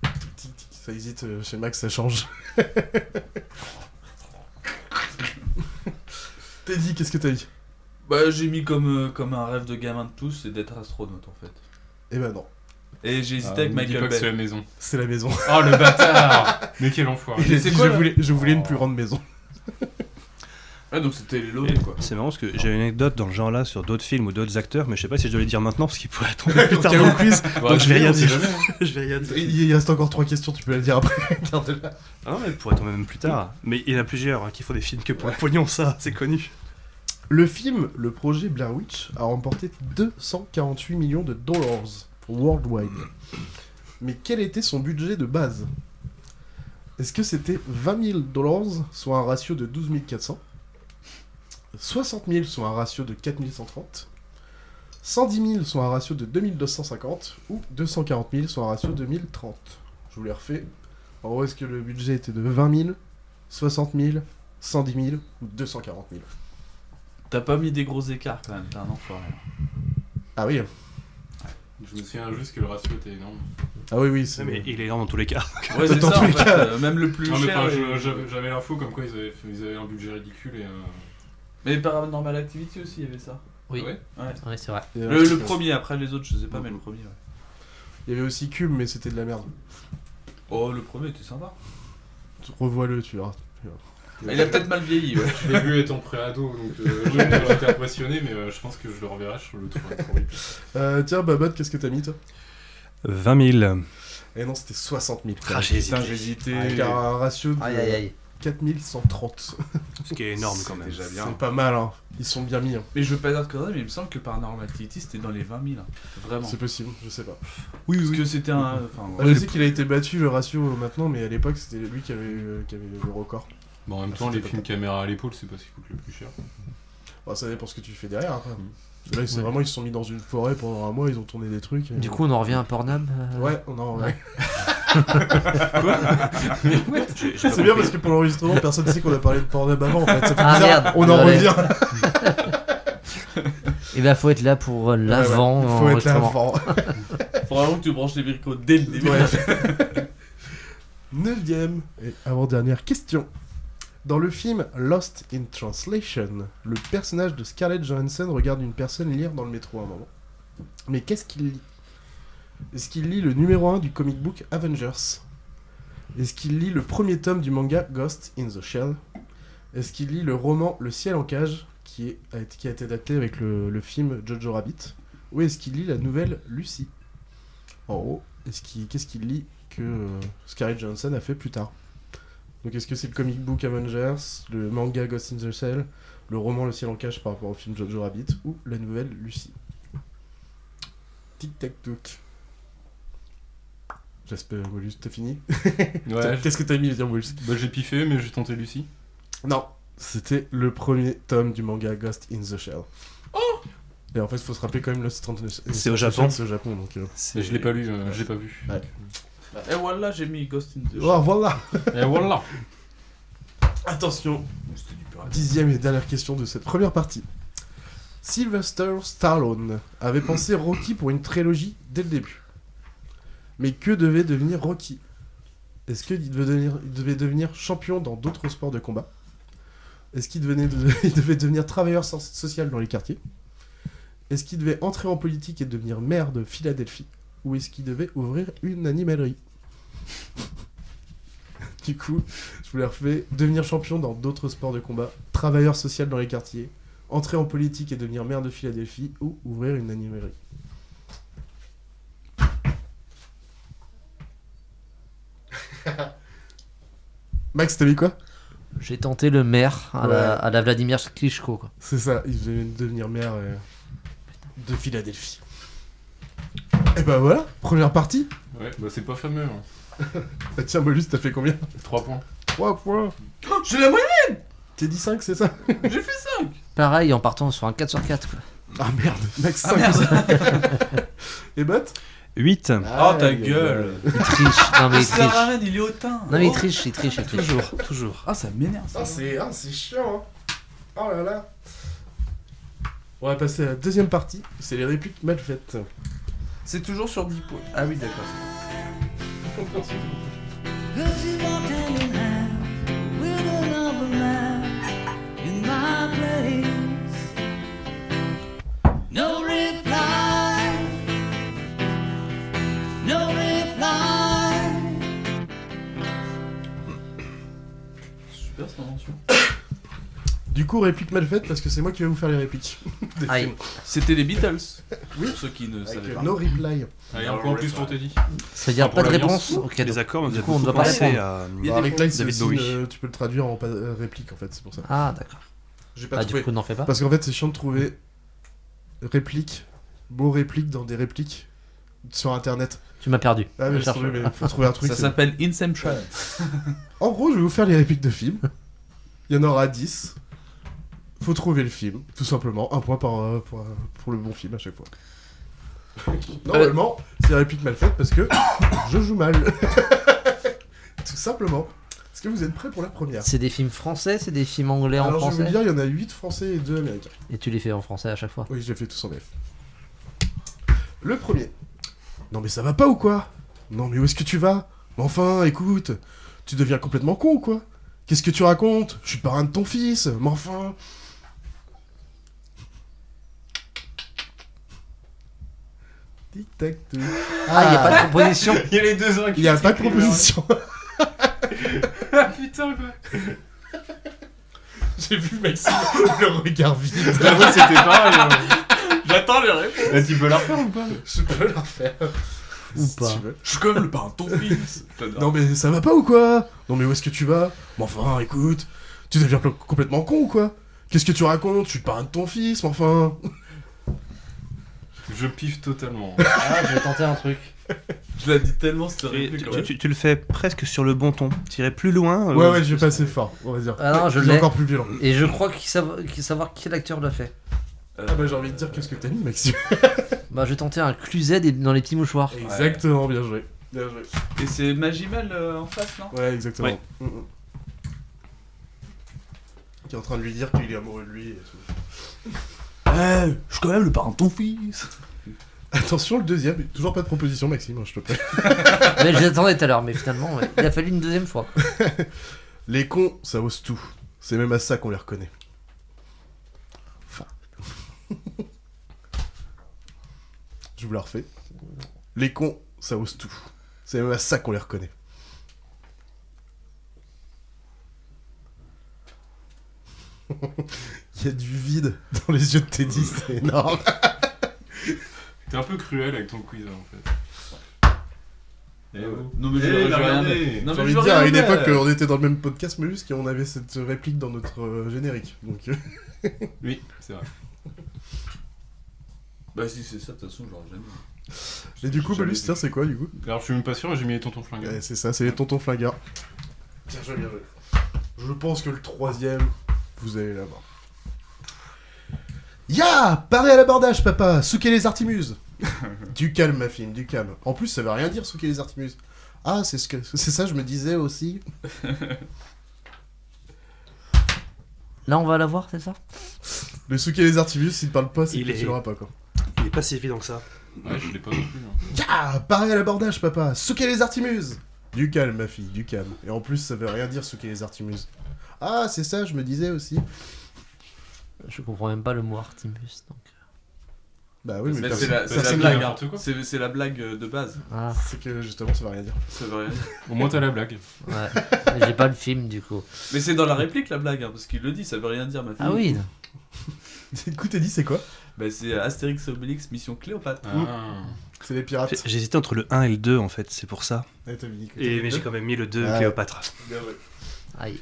Speaker 1: Tic, tic, tic, Ça hésite euh, chez Max, ça change. Teddy, qu'est-ce que t'as dit
Speaker 10: Bah, j'ai mis comme, euh, comme un rêve de gamin de tous, c'est d'être astronaute en fait.
Speaker 1: Eh ben non,
Speaker 10: Et j'ai hésité
Speaker 4: Ah,
Speaker 10: avec
Speaker 4: me dis pas
Speaker 10: Michael
Speaker 4: que c'est la
Speaker 10: Bay.
Speaker 4: maison.
Speaker 1: c'est la maison.
Speaker 4: Oh le bâtard Mais quel enfoiré
Speaker 1: Il a
Speaker 10: c'est
Speaker 1: dit,
Speaker 10: quoi,
Speaker 1: je
Speaker 10: là
Speaker 1: voulais, je voulais une
Speaker 10: Oh.
Speaker 1: plus grande maison.
Speaker 10: Ah, donc c'était les lobbies quoi.
Speaker 2: C'est marrant parce que j'ai une anecdote dans le genre là sur d'autres films ou d'autres acteurs, mais je sais pas si je dois les dire maintenant parce qu'ils pourraient tomber plus tard dans le quiz.
Speaker 4: Bah,
Speaker 2: Donc je vais
Speaker 4: on
Speaker 2: rien
Speaker 4: sait
Speaker 2: dire.
Speaker 4: jamais, hein.
Speaker 2: Je vais rien dire.
Speaker 1: Il il reste encore trois questions, tu peux la dire après.
Speaker 2: Ah non, mais pourrait tomber même plus tard. Mais il y en a plusieurs hein, qui font des films que pour le pognon, ça, c'est connu.
Speaker 1: Le film, le projet Blair Witch, a remporté 248 millions de dollars worldwide. Mais quel était son budget de base Est-ce que c'était 20 000 dollars, soit un ratio de 12 400 60 000, soit un ratio de 4 130 110 000, soit un ratio de 2250 Ou 240 000, soit un ratio de 1030 Je vous les refais. En gros, est-ce que le budget était de 20 000, 60 000, 110 000 ou 240 000
Speaker 10: T'as pas mis des gros écarts quand même, t'es un enfoiré.
Speaker 1: Ah oui,
Speaker 4: Je me souviens juste que le ratio était énorme.
Speaker 1: Ah oui, oui, c'est.
Speaker 2: mais il est énorme dans tous les cas.
Speaker 10: Ouais, c'est
Speaker 1: Dans
Speaker 10: ça
Speaker 1: tous
Speaker 10: en
Speaker 1: les
Speaker 10: fait,
Speaker 1: cas.
Speaker 10: euh, même le plus
Speaker 4: non mais
Speaker 10: cher.
Speaker 4: enfin,
Speaker 10: et-
Speaker 4: je- j'avais- j'avais l'info comme quoi ils avaient, fait- ils avaient un budget ridicule et... euh,
Speaker 10: Mais Paranormal Activity aussi, il y avait ça.
Speaker 5: Oui.
Speaker 4: Ah ouais.
Speaker 5: Ouais, c'est vrai.
Speaker 1: Il y avait
Speaker 10: Le,
Speaker 1: un
Speaker 10: le
Speaker 1: truc,
Speaker 10: premier, après les autres, je sais pas, mais le premier, ouais.
Speaker 1: Il y avait aussi Cube, mais c'était de la merde.
Speaker 10: Oh, le premier était sympa.
Speaker 1: Tu- Revois-le, tu verras.
Speaker 10: Il a peut-être mal vieilli, ouais.
Speaker 4: Je l'ai vu étant pré-ado, donc euh, j'étais j'étais impressionné, mais euh, je pense que je le reverrai, je le trouverai trop vite.
Speaker 1: Euh, tiens, Babot, qu'est-ce que t'as mis, toi
Speaker 2: 20 000.
Speaker 1: Eh non, c'était 60 000.
Speaker 2: Ah, j'ai hésité.
Speaker 10: hésité.
Speaker 1: Avec un ratio de
Speaker 5: Aïe aïe aïe.
Speaker 1: 4130.
Speaker 2: Ce qui est énorme quand même.
Speaker 10: Déjà bien.
Speaker 1: C'est pas mal, hein. Ils sont bien mis, hein.
Speaker 10: Mais je veux pas dire de conneries, mais il me semble que Paranormal Activity c'était dans les 20 000. hein. Vraiment.
Speaker 1: C'est possible, je sais pas.
Speaker 10: Oui, Parce que c'était un. Enfin,
Speaker 1: Ah,
Speaker 10: ouais.
Speaker 1: je sais qu'il a été battu le ratio euh, maintenant, mais à l'époque, c'était lui qui avait, euh, qui avait le record.
Speaker 4: Bon, en même
Speaker 1: Ah,
Speaker 4: temps, les
Speaker 1: c'était
Speaker 4: films caméra à l'épaule, c'est pas ce qui coûte le plus cher.
Speaker 1: Enfin, ça dépend ce que tu fais derrière, hein. après. Là, ils sont vraiment, ils se sont mis dans une forêt pendant un mois, ils ont tourné des trucs. et-
Speaker 5: Du coup, on en revient à Pornhub. euh,
Speaker 1: Ouais, non, ouais.
Speaker 2: J'ai- j'ai pas
Speaker 1: C'est bien
Speaker 2: compris.
Speaker 1: parce que pour l'enregistrement, personne ne sait qu'on a parlé de Pornhub avant, en fait. Ça fait
Speaker 5: Ah,
Speaker 1: bizarre.
Speaker 5: merde.
Speaker 1: On en
Speaker 5: Désolé.
Speaker 1: revient.
Speaker 5: Et ben, faut être là pour euh, l'avant.
Speaker 1: Il faut être là
Speaker 5: enregistrement.
Speaker 1: avant.
Speaker 10: Faudra vraiment que tu branches les bricots dès le début.
Speaker 1: Neuvième et avant-dernière question. Dans le film Lost in Translation, le personnage de Scarlett Johansson regarde une personne lire dans le métro à un moment. Mais qu'est-ce qu'il lit Est-ce qu'il lit le numéro 1 du comic book Avengers Est-ce qu'il lit le premier tome du manga Ghost in the Shell Est-ce qu'il lit le roman Le ciel en cage, qui, est- a, été, qui a été adapté avec le, le film Jojo Rabbit Ou est-ce qu'il lit la nouvelle Lucie En gros, est-ce qu'il- qu'est-ce qu'il lit que euh, Scarlett Johansson a fait plus tard Donc est-ce que c'est le comic book Avengers, le manga Ghost in the Shell, le roman Le ciel en cache par rapport au film Jojo Rabbit ou la nouvelle Lucie Tic tac toc. J'espère, Molus, t'as fini
Speaker 4: Ouais.
Speaker 1: Qu'est-ce que t'as mis à dire, Molus
Speaker 4: Bah, j'ai piffé, mais j'ai tenté Lucie.
Speaker 1: Non, c'était le premier tome du manga Ghost in the Shell. Et en fait, il faut se rappeler quand même le
Speaker 2: C'est au Japon.
Speaker 1: C'est au Japon, donc. euh,
Speaker 4: Mais je l'ai pas lu, euh, je l'ai pas vu.
Speaker 1: Ouais.
Speaker 10: Bah, Et voilà, j'ai mis Ghost in the
Speaker 1: Oh, voilà
Speaker 10: Eh,
Speaker 4: Et voilà
Speaker 1: Attention, dixième et dernière question de cette première partie. Sylvester Stallone avait pensé Rocky pour une trilogie dès le début. Mais que devait devenir Rocky Est-ce qu'il devait devenir, il devait devenir champion dans d'autres sports de combat Est-ce qu'il devenait de- il devait devenir travailleur so- social dans les quartiers Est-ce qu'il devait entrer en politique et devenir maire de Philadelphie Ou est-ce qu'il devait ouvrir une animalerie Du coup, je vous les refais. Devenir champion dans d'autres sports de combat, travailleur social dans les quartiers, entrer en politique et devenir maire de Philadelphie ou ouvrir une animalerie. Max, t'as mis quoi
Speaker 5: J'ai tenté le maire à, la,
Speaker 1: Ouais.
Speaker 5: à la Vladimir Klitschko. Quoi.
Speaker 1: C'est ça, il devait devenir maire euh, de Philadelphie. Et bah voilà, première partie.
Speaker 4: Ouais, bah c'est pas fameux. Hein.
Speaker 1: Bah tiens, Molus, t'as fait combien
Speaker 4: 3 points.
Speaker 1: 3 points.
Speaker 10: Oh, J'ai la moyenne
Speaker 1: T'es dit 5, c'est ça
Speaker 10: J'ai fait 5
Speaker 5: Pareil, en partant sur un 4 sur 4. Quoi.
Speaker 1: Ah merde, Max 5. Et Bot
Speaker 2: 8.
Speaker 5: Ah,
Speaker 10: Oh, ta gueule.
Speaker 5: Il triche. non, mais il
Speaker 10: Ça
Speaker 5: triche.
Speaker 10: ramène, il est hautain
Speaker 5: Non, mais il
Speaker 10: Oh.
Speaker 5: triche, il triche, il triche.
Speaker 2: Toujours, toujours.
Speaker 10: Ah, ça m'énerve ça
Speaker 1: Ah, c'est ah, c'est chiant, hein. Oh là là. On va passer à la deuxième partie, c'est les répliques mal faites.
Speaker 10: C'est toujours sur 10 points. Ah oui, d'accord.
Speaker 12: Cause you walked hand in hand with another man in my place. No reply. No reply.
Speaker 10: Super cette invention.
Speaker 1: Du coup, répliques mal faites parce que c'est moi qui vais vous faire les répliques. Des
Speaker 5: Aïe.
Speaker 1: films.
Speaker 10: C'était les Beatles. Oui. Pour ceux qui ne
Speaker 1: Avec
Speaker 10: savaient
Speaker 1: euh,
Speaker 10: pas. Ah,
Speaker 1: no reply.
Speaker 4: Allez, un point en plus pour Teddy.
Speaker 5: Ça veut dire
Speaker 4: Ah,
Speaker 5: pas
Speaker 4: pour
Speaker 5: de
Speaker 4: l'alliance.
Speaker 5: réponse Ok,
Speaker 2: Les
Speaker 5: donc-
Speaker 2: accords, on
Speaker 5: Du
Speaker 2: a
Speaker 5: coup, on doit pas
Speaker 2: penser
Speaker 5: répondre.
Speaker 2: à.
Speaker 10: Il y a
Speaker 1: Bah,
Speaker 10: des
Speaker 1: reply, c'est
Speaker 2: David
Speaker 1: aussi
Speaker 2: Bowie.
Speaker 1: une- tu peux le traduire en pa- euh, réplique en fait, c'est pour ça.
Speaker 5: Ah, d'accord.
Speaker 1: J'ai pas
Speaker 5: Bah,
Speaker 1: trouvé.
Speaker 5: du coup, n'en fais pas.
Speaker 1: Parce qu'en fait, c'est chiant de trouver réplique, mot réplique dans des répliques sur internet.
Speaker 5: Tu m'as perdu.
Speaker 1: Ah, mais
Speaker 5: Je
Speaker 1: j'ai
Speaker 5: cherche.
Speaker 1: trouvé, mais faut trouver un truc.
Speaker 10: Ça
Speaker 1: c'est-
Speaker 10: s'appelle Inception.
Speaker 1: En gros, je vais vous faire les répliques de films. Il y en aura 10. Faut trouver le film, tout simplement. Un point par, euh, pour, euh, pour le bon film à chaque fois. Normalement, c'est les répliques mal faites parce que je joue mal. tout simplement. Est-ce que vous êtes prêts pour la première
Speaker 5: C'est des films français, c'est des films anglais en
Speaker 1: Alors, je vais
Speaker 5: français.
Speaker 1: vous dire, il y en a 8 français et 2 américains.
Speaker 5: Et tu les fais en français à chaque fois.
Speaker 1: Oui, je l'ai fait tous en F. Le premier. Non mais ça va pas ou quoi Non mais où est-ce que tu vas Mais Enfin, écoute, tu deviens complètement con ou quoi Qu'est-ce que tu racontes Je suis le parrain de ton fils, mais enfin... Tic-tac-toe.
Speaker 5: Ah, il n'y a pas de proposition.
Speaker 4: Il y a les deux uns
Speaker 1: Il n'y a pas de proposition.
Speaker 4: Ah putain, quoi.
Speaker 1: J'ai vu Maxime le regard vide.
Speaker 4: J'avoue, c'était
Speaker 10: euh,
Speaker 4: pareil.
Speaker 10: J'attends les réponses.
Speaker 4: Là, tu peux la refaire ou pas
Speaker 1: Je peux le refaire.
Speaker 5: Ou
Speaker 1: Si tu
Speaker 5: pas.
Speaker 1: veux.
Speaker 10: Je suis comme le parrain de ton fils.
Speaker 1: Non mais ça va pas ou quoi Non mais où est-ce que tu vas Mais enfin, écoute, tu deviens pl- complètement con ou quoi Qu'est-ce que tu racontes Je suis le parrain de ton fils, mais enfin
Speaker 4: Je piffe totalement.
Speaker 5: Ah, je vais tenter un truc.
Speaker 10: Je la dis tellement cette
Speaker 2: Tu,
Speaker 10: réplique.
Speaker 2: tu- tu- tu le fais presque sur le bon ton. Tirer plus loin. euh,
Speaker 1: Ouais ouais, je vais passer fort, on va dire.
Speaker 5: Ah non, je
Speaker 1: C'est
Speaker 5: l'ai.
Speaker 1: encore plus violent.
Speaker 5: Et je crois qu'il savo- qu'il savoir qui l'acteur l'a fait.
Speaker 1: Ah bah j'ai envie de dire qu'est-ce que t'as mis Maxime
Speaker 5: Bah, je vais tenter un Cluzet des- dans les petits mouchoirs.
Speaker 1: Exactement, bien joué. Bien joué.
Speaker 10: Et c'est Magimal euh, en face, non
Speaker 1: Ouais, exactement.
Speaker 2: Ouais.
Speaker 1: Mm, mm. Qui est en train de lui dire qu'il est amoureux de lui. et tout.
Speaker 10: Ouais, je suis quand même le parrain de ton fils.
Speaker 1: Attention, le deuxième, toujours pas de proposition Maxime, hein, je te plaît.
Speaker 5: Mais je l'attendais tout à l'heure, mais finalement, ouais. il a fallu une deuxième fois.
Speaker 1: Les cons, ça hausse tout. C'est même à ça qu'on les reconnaît. Enfin. Je vous la refais. Les cons, ça hausse tout. C'est même à ça qu'on les reconnaît. Il y a du vide dans les yeux de Teddy, c'est énorme.
Speaker 4: T'es un peu cruel avec ton quiz, hein, en fait.
Speaker 10: Eh ouais. Non, mais je-
Speaker 1: Eh,
Speaker 10: je
Speaker 1: la
Speaker 10: rien
Speaker 1: regardez.
Speaker 10: mettre. Non, mais
Speaker 1: J'ai envie
Speaker 10: je
Speaker 1: de dire, à une
Speaker 10: rien
Speaker 1: époque, euh,
Speaker 10: mettre.
Speaker 1: on était dans le même podcast, mais juste qu'on avait cette réplique dans notre euh, générique. Donc, euh,
Speaker 4: Oui, c'est vrai.
Speaker 10: Bah si c'est ça, de toute façon, j'aurais jamais.
Speaker 1: Et du coup,
Speaker 4: J'avais
Speaker 1: Belus,
Speaker 4: dit.
Speaker 1: tiens, c'est quoi du coup
Speaker 4: Alors, je suis même pas sûr, j'ai mis les tontons flingards.
Speaker 1: Ouais, C'est ça, c'est les tontons flingards. Bien joué, bien joué. Je pense que le troisième, vous allez l'avoir. Ya Paré à l'abordage, papa Souquez les artimuses Du calme, ma fille, du calme. En plus, ça veut rien dire, souquez les artimuses. Ah, c'est ce que... c'est ça, je me disais aussi.
Speaker 5: Là, on va la voir, c'est ça
Speaker 1: Le souquet les artimuses, s'il ne parle pas, c'est
Speaker 2: Il
Speaker 1: que
Speaker 2: est-
Speaker 1: tu l'auras pas, quoi.
Speaker 2: Il est pas si évident que ça.
Speaker 4: Ouais, je l'ai pas non plus. hein.
Speaker 1: Ya Paré Ah, à l'abordage, papa Souquez les artimuses Du calme, ma fille, du calme. Et en plus, ça veut rien dire, souquez les artimuses. Ah, c'est ça, je me disais aussi.
Speaker 5: Je comprends même pas le mot Artimus. Donc...
Speaker 1: Bah oui, mais
Speaker 10: Là,
Speaker 1: personne-
Speaker 10: c'est la, c'est la
Speaker 1: personne
Speaker 10: blague,
Speaker 1: ne-
Speaker 10: hein. c'est c'est la blague euh, de base.
Speaker 5: Ah.
Speaker 1: C'est que justement, ça veut rien dire.
Speaker 10: Ça veut rien dire.
Speaker 4: Au moins, t'as la blague.
Speaker 5: Ouais, mais j'ai pas le film du coup.
Speaker 10: Mais c'est dans la réplique la blague, hein, parce qu'il le dit, ça veut rien dire ma fille.
Speaker 5: Ah oui
Speaker 1: Du coup, t'as dit, c'est quoi
Speaker 10: Bah c'est Astérix Obélix Mission Cléopâtre.
Speaker 4: Ah.
Speaker 1: C'est les pirates.
Speaker 2: J'ai- J'hésitais entre le 1 et le 2 en fait, c'est pour ça.
Speaker 1: Ouais, t'as mis que
Speaker 2: Et
Speaker 1: t'as
Speaker 2: mais
Speaker 1: mis
Speaker 2: j'ai
Speaker 1: le
Speaker 2: quand même mis le 2
Speaker 1: Ah.
Speaker 2: Cléopâtre.
Speaker 10: Bien ouais.
Speaker 5: Aïe.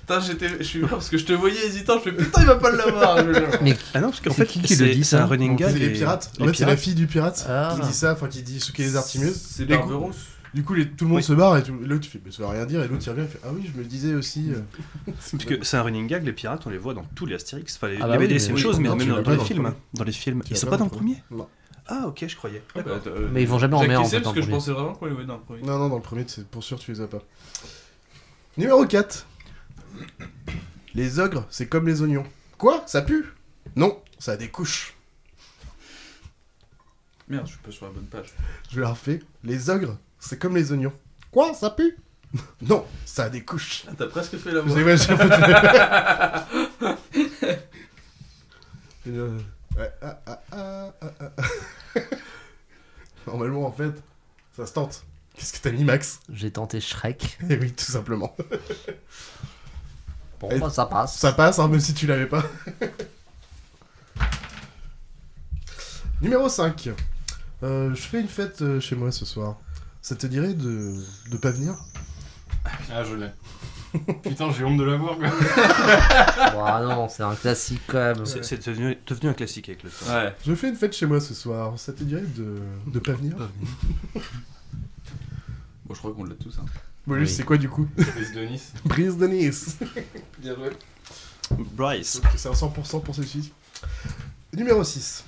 Speaker 10: Putain, j'étais, je suis mort parce que je te voyais hésitant, je fais putain, il va pas l'avoir. je le jure.
Speaker 2: Ah non, parce qu'en fait, c'est c'est
Speaker 10: Hein,
Speaker 2: un running gag.
Speaker 1: C'est les
Speaker 2: et-
Speaker 1: pirates. En
Speaker 2: les
Speaker 1: fait, c'est la
Speaker 2: pirates.
Speaker 1: fille du pirate
Speaker 5: Ah.
Speaker 1: qui dit ça, enfin qui dit Souquet les Artimuses.
Speaker 10: C'est
Speaker 1: Et du coup-
Speaker 10: Barberousse.
Speaker 1: Du coup, les- tout le monde se barre et tout- l'autre tu fais, mais ça veut rien dire. Et l'autre il revient, il fait, ah oui, je me le disais aussi.
Speaker 2: Parce que c'est un running gag, les pirates, on les voit dans tous les Astérix. Enfin, les,
Speaker 1: Ah
Speaker 2: les
Speaker 1: bah oui,
Speaker 2: BD,
Speaker 1: mais-
Speaker 2: c'est une
Speaker 1: oui,
Speaker 2: chose, mais
Speaker 1: non,
Speaker 2: même
Speaker 1: tu
Speaker 2: dans,
Speaker 1: l'as
Speaker 2: dans
Speaker 1: pas
Speaker 2: les
Speaker 1: dans le
Speaker 2: films.
Speaker 1: premier.
Speaker 2: Dans les films.
Speaker 1: Tu
Speaker 2: Ils
Speaker 1: l'as
Speaker 2: sont
Speaker 1: pas
Speaker 2: pas
Speaker 1: dans
Speaker 2: dans
Speaker 1: le
Speaker 2: le premier
Speaker 1: Non.
Speaker 2: Ah, ok, je croyais.
Speaker 10: Ah, bah,
Speaker 2: D'accord.
Speaker 10: euh,
Speaker 5: Mais ils vont jamais en
Speaker 10: Jacques
Speaker 5: mer, en
Speaker 10: Kessel,
Speaker 5: fait,
Speaker 10: parce
Speaker 5: en
Speaker 10: que je
Speaker 5: premier.
Speaker 10: pensais vraiment qu'on les voyait dans le premier.
Speaker 1: Non, non, dans le premier, c'est pour sûr tu les as pas. Numéro 4. Les ogres, c'est comme les oignons. Quoi Ça pue Non, ça a des couches.
Speaker 10: Merde, je suis pas sur la bonne page.
Speaker 1: Je la refais. Les ogres, c'est comme les oignons. Quoi Ça pue Non, ça a des couches.
Speaker 10: Ah, t'as presque fait la
Speaker 1: Vous
Speaker 10: voix.
Speaker 1: avez- ouais, j'ai foutu- Et, euh, ouais, ah, ah, ah, ah, ah. Normalement, en fait, ça se tente. Qu'est-ce que t'as mis, Max
Speaker 5: J'ai tenté Shrek.
Speaker 1: Eh oui, tout simplement.
Speaker 5: Bon,
Speaker 1: Et
Speaker 5: bah, ça passe.
Speaker 1: Ça passe, hein, même si tu l'avais pas. Numéro 5. je fais une fête euh, chez moi ce soir. Ça te dirait de, de pas venir
Speaker 4: Ah, je l'ai. Putain, j'ai honte de l'avoir, quoi.
Speaker 5: Ouah, non, c'est un classique quand même.
Speaker 2: C'est- C'est devenu, devenu un classique avec le temps.
Speaker 10: Ouais.
Speaker 1: Je fais une fête chez moi ce soir. Ça te dirait de, de pas venir
Speaker 10: Bon, je crois qu'on l'a tous. Hein.
Speaker 1: Bolus, c'est quoi du coup
Speaker 4: Brise de Nice.
Speaker 1: Brise de Nice.
Speaker 10: Bien joué.
Speaker 2: Bryce.
Speaker 1: Donc, C'est un 100% pour celui-ci. Numéro 6.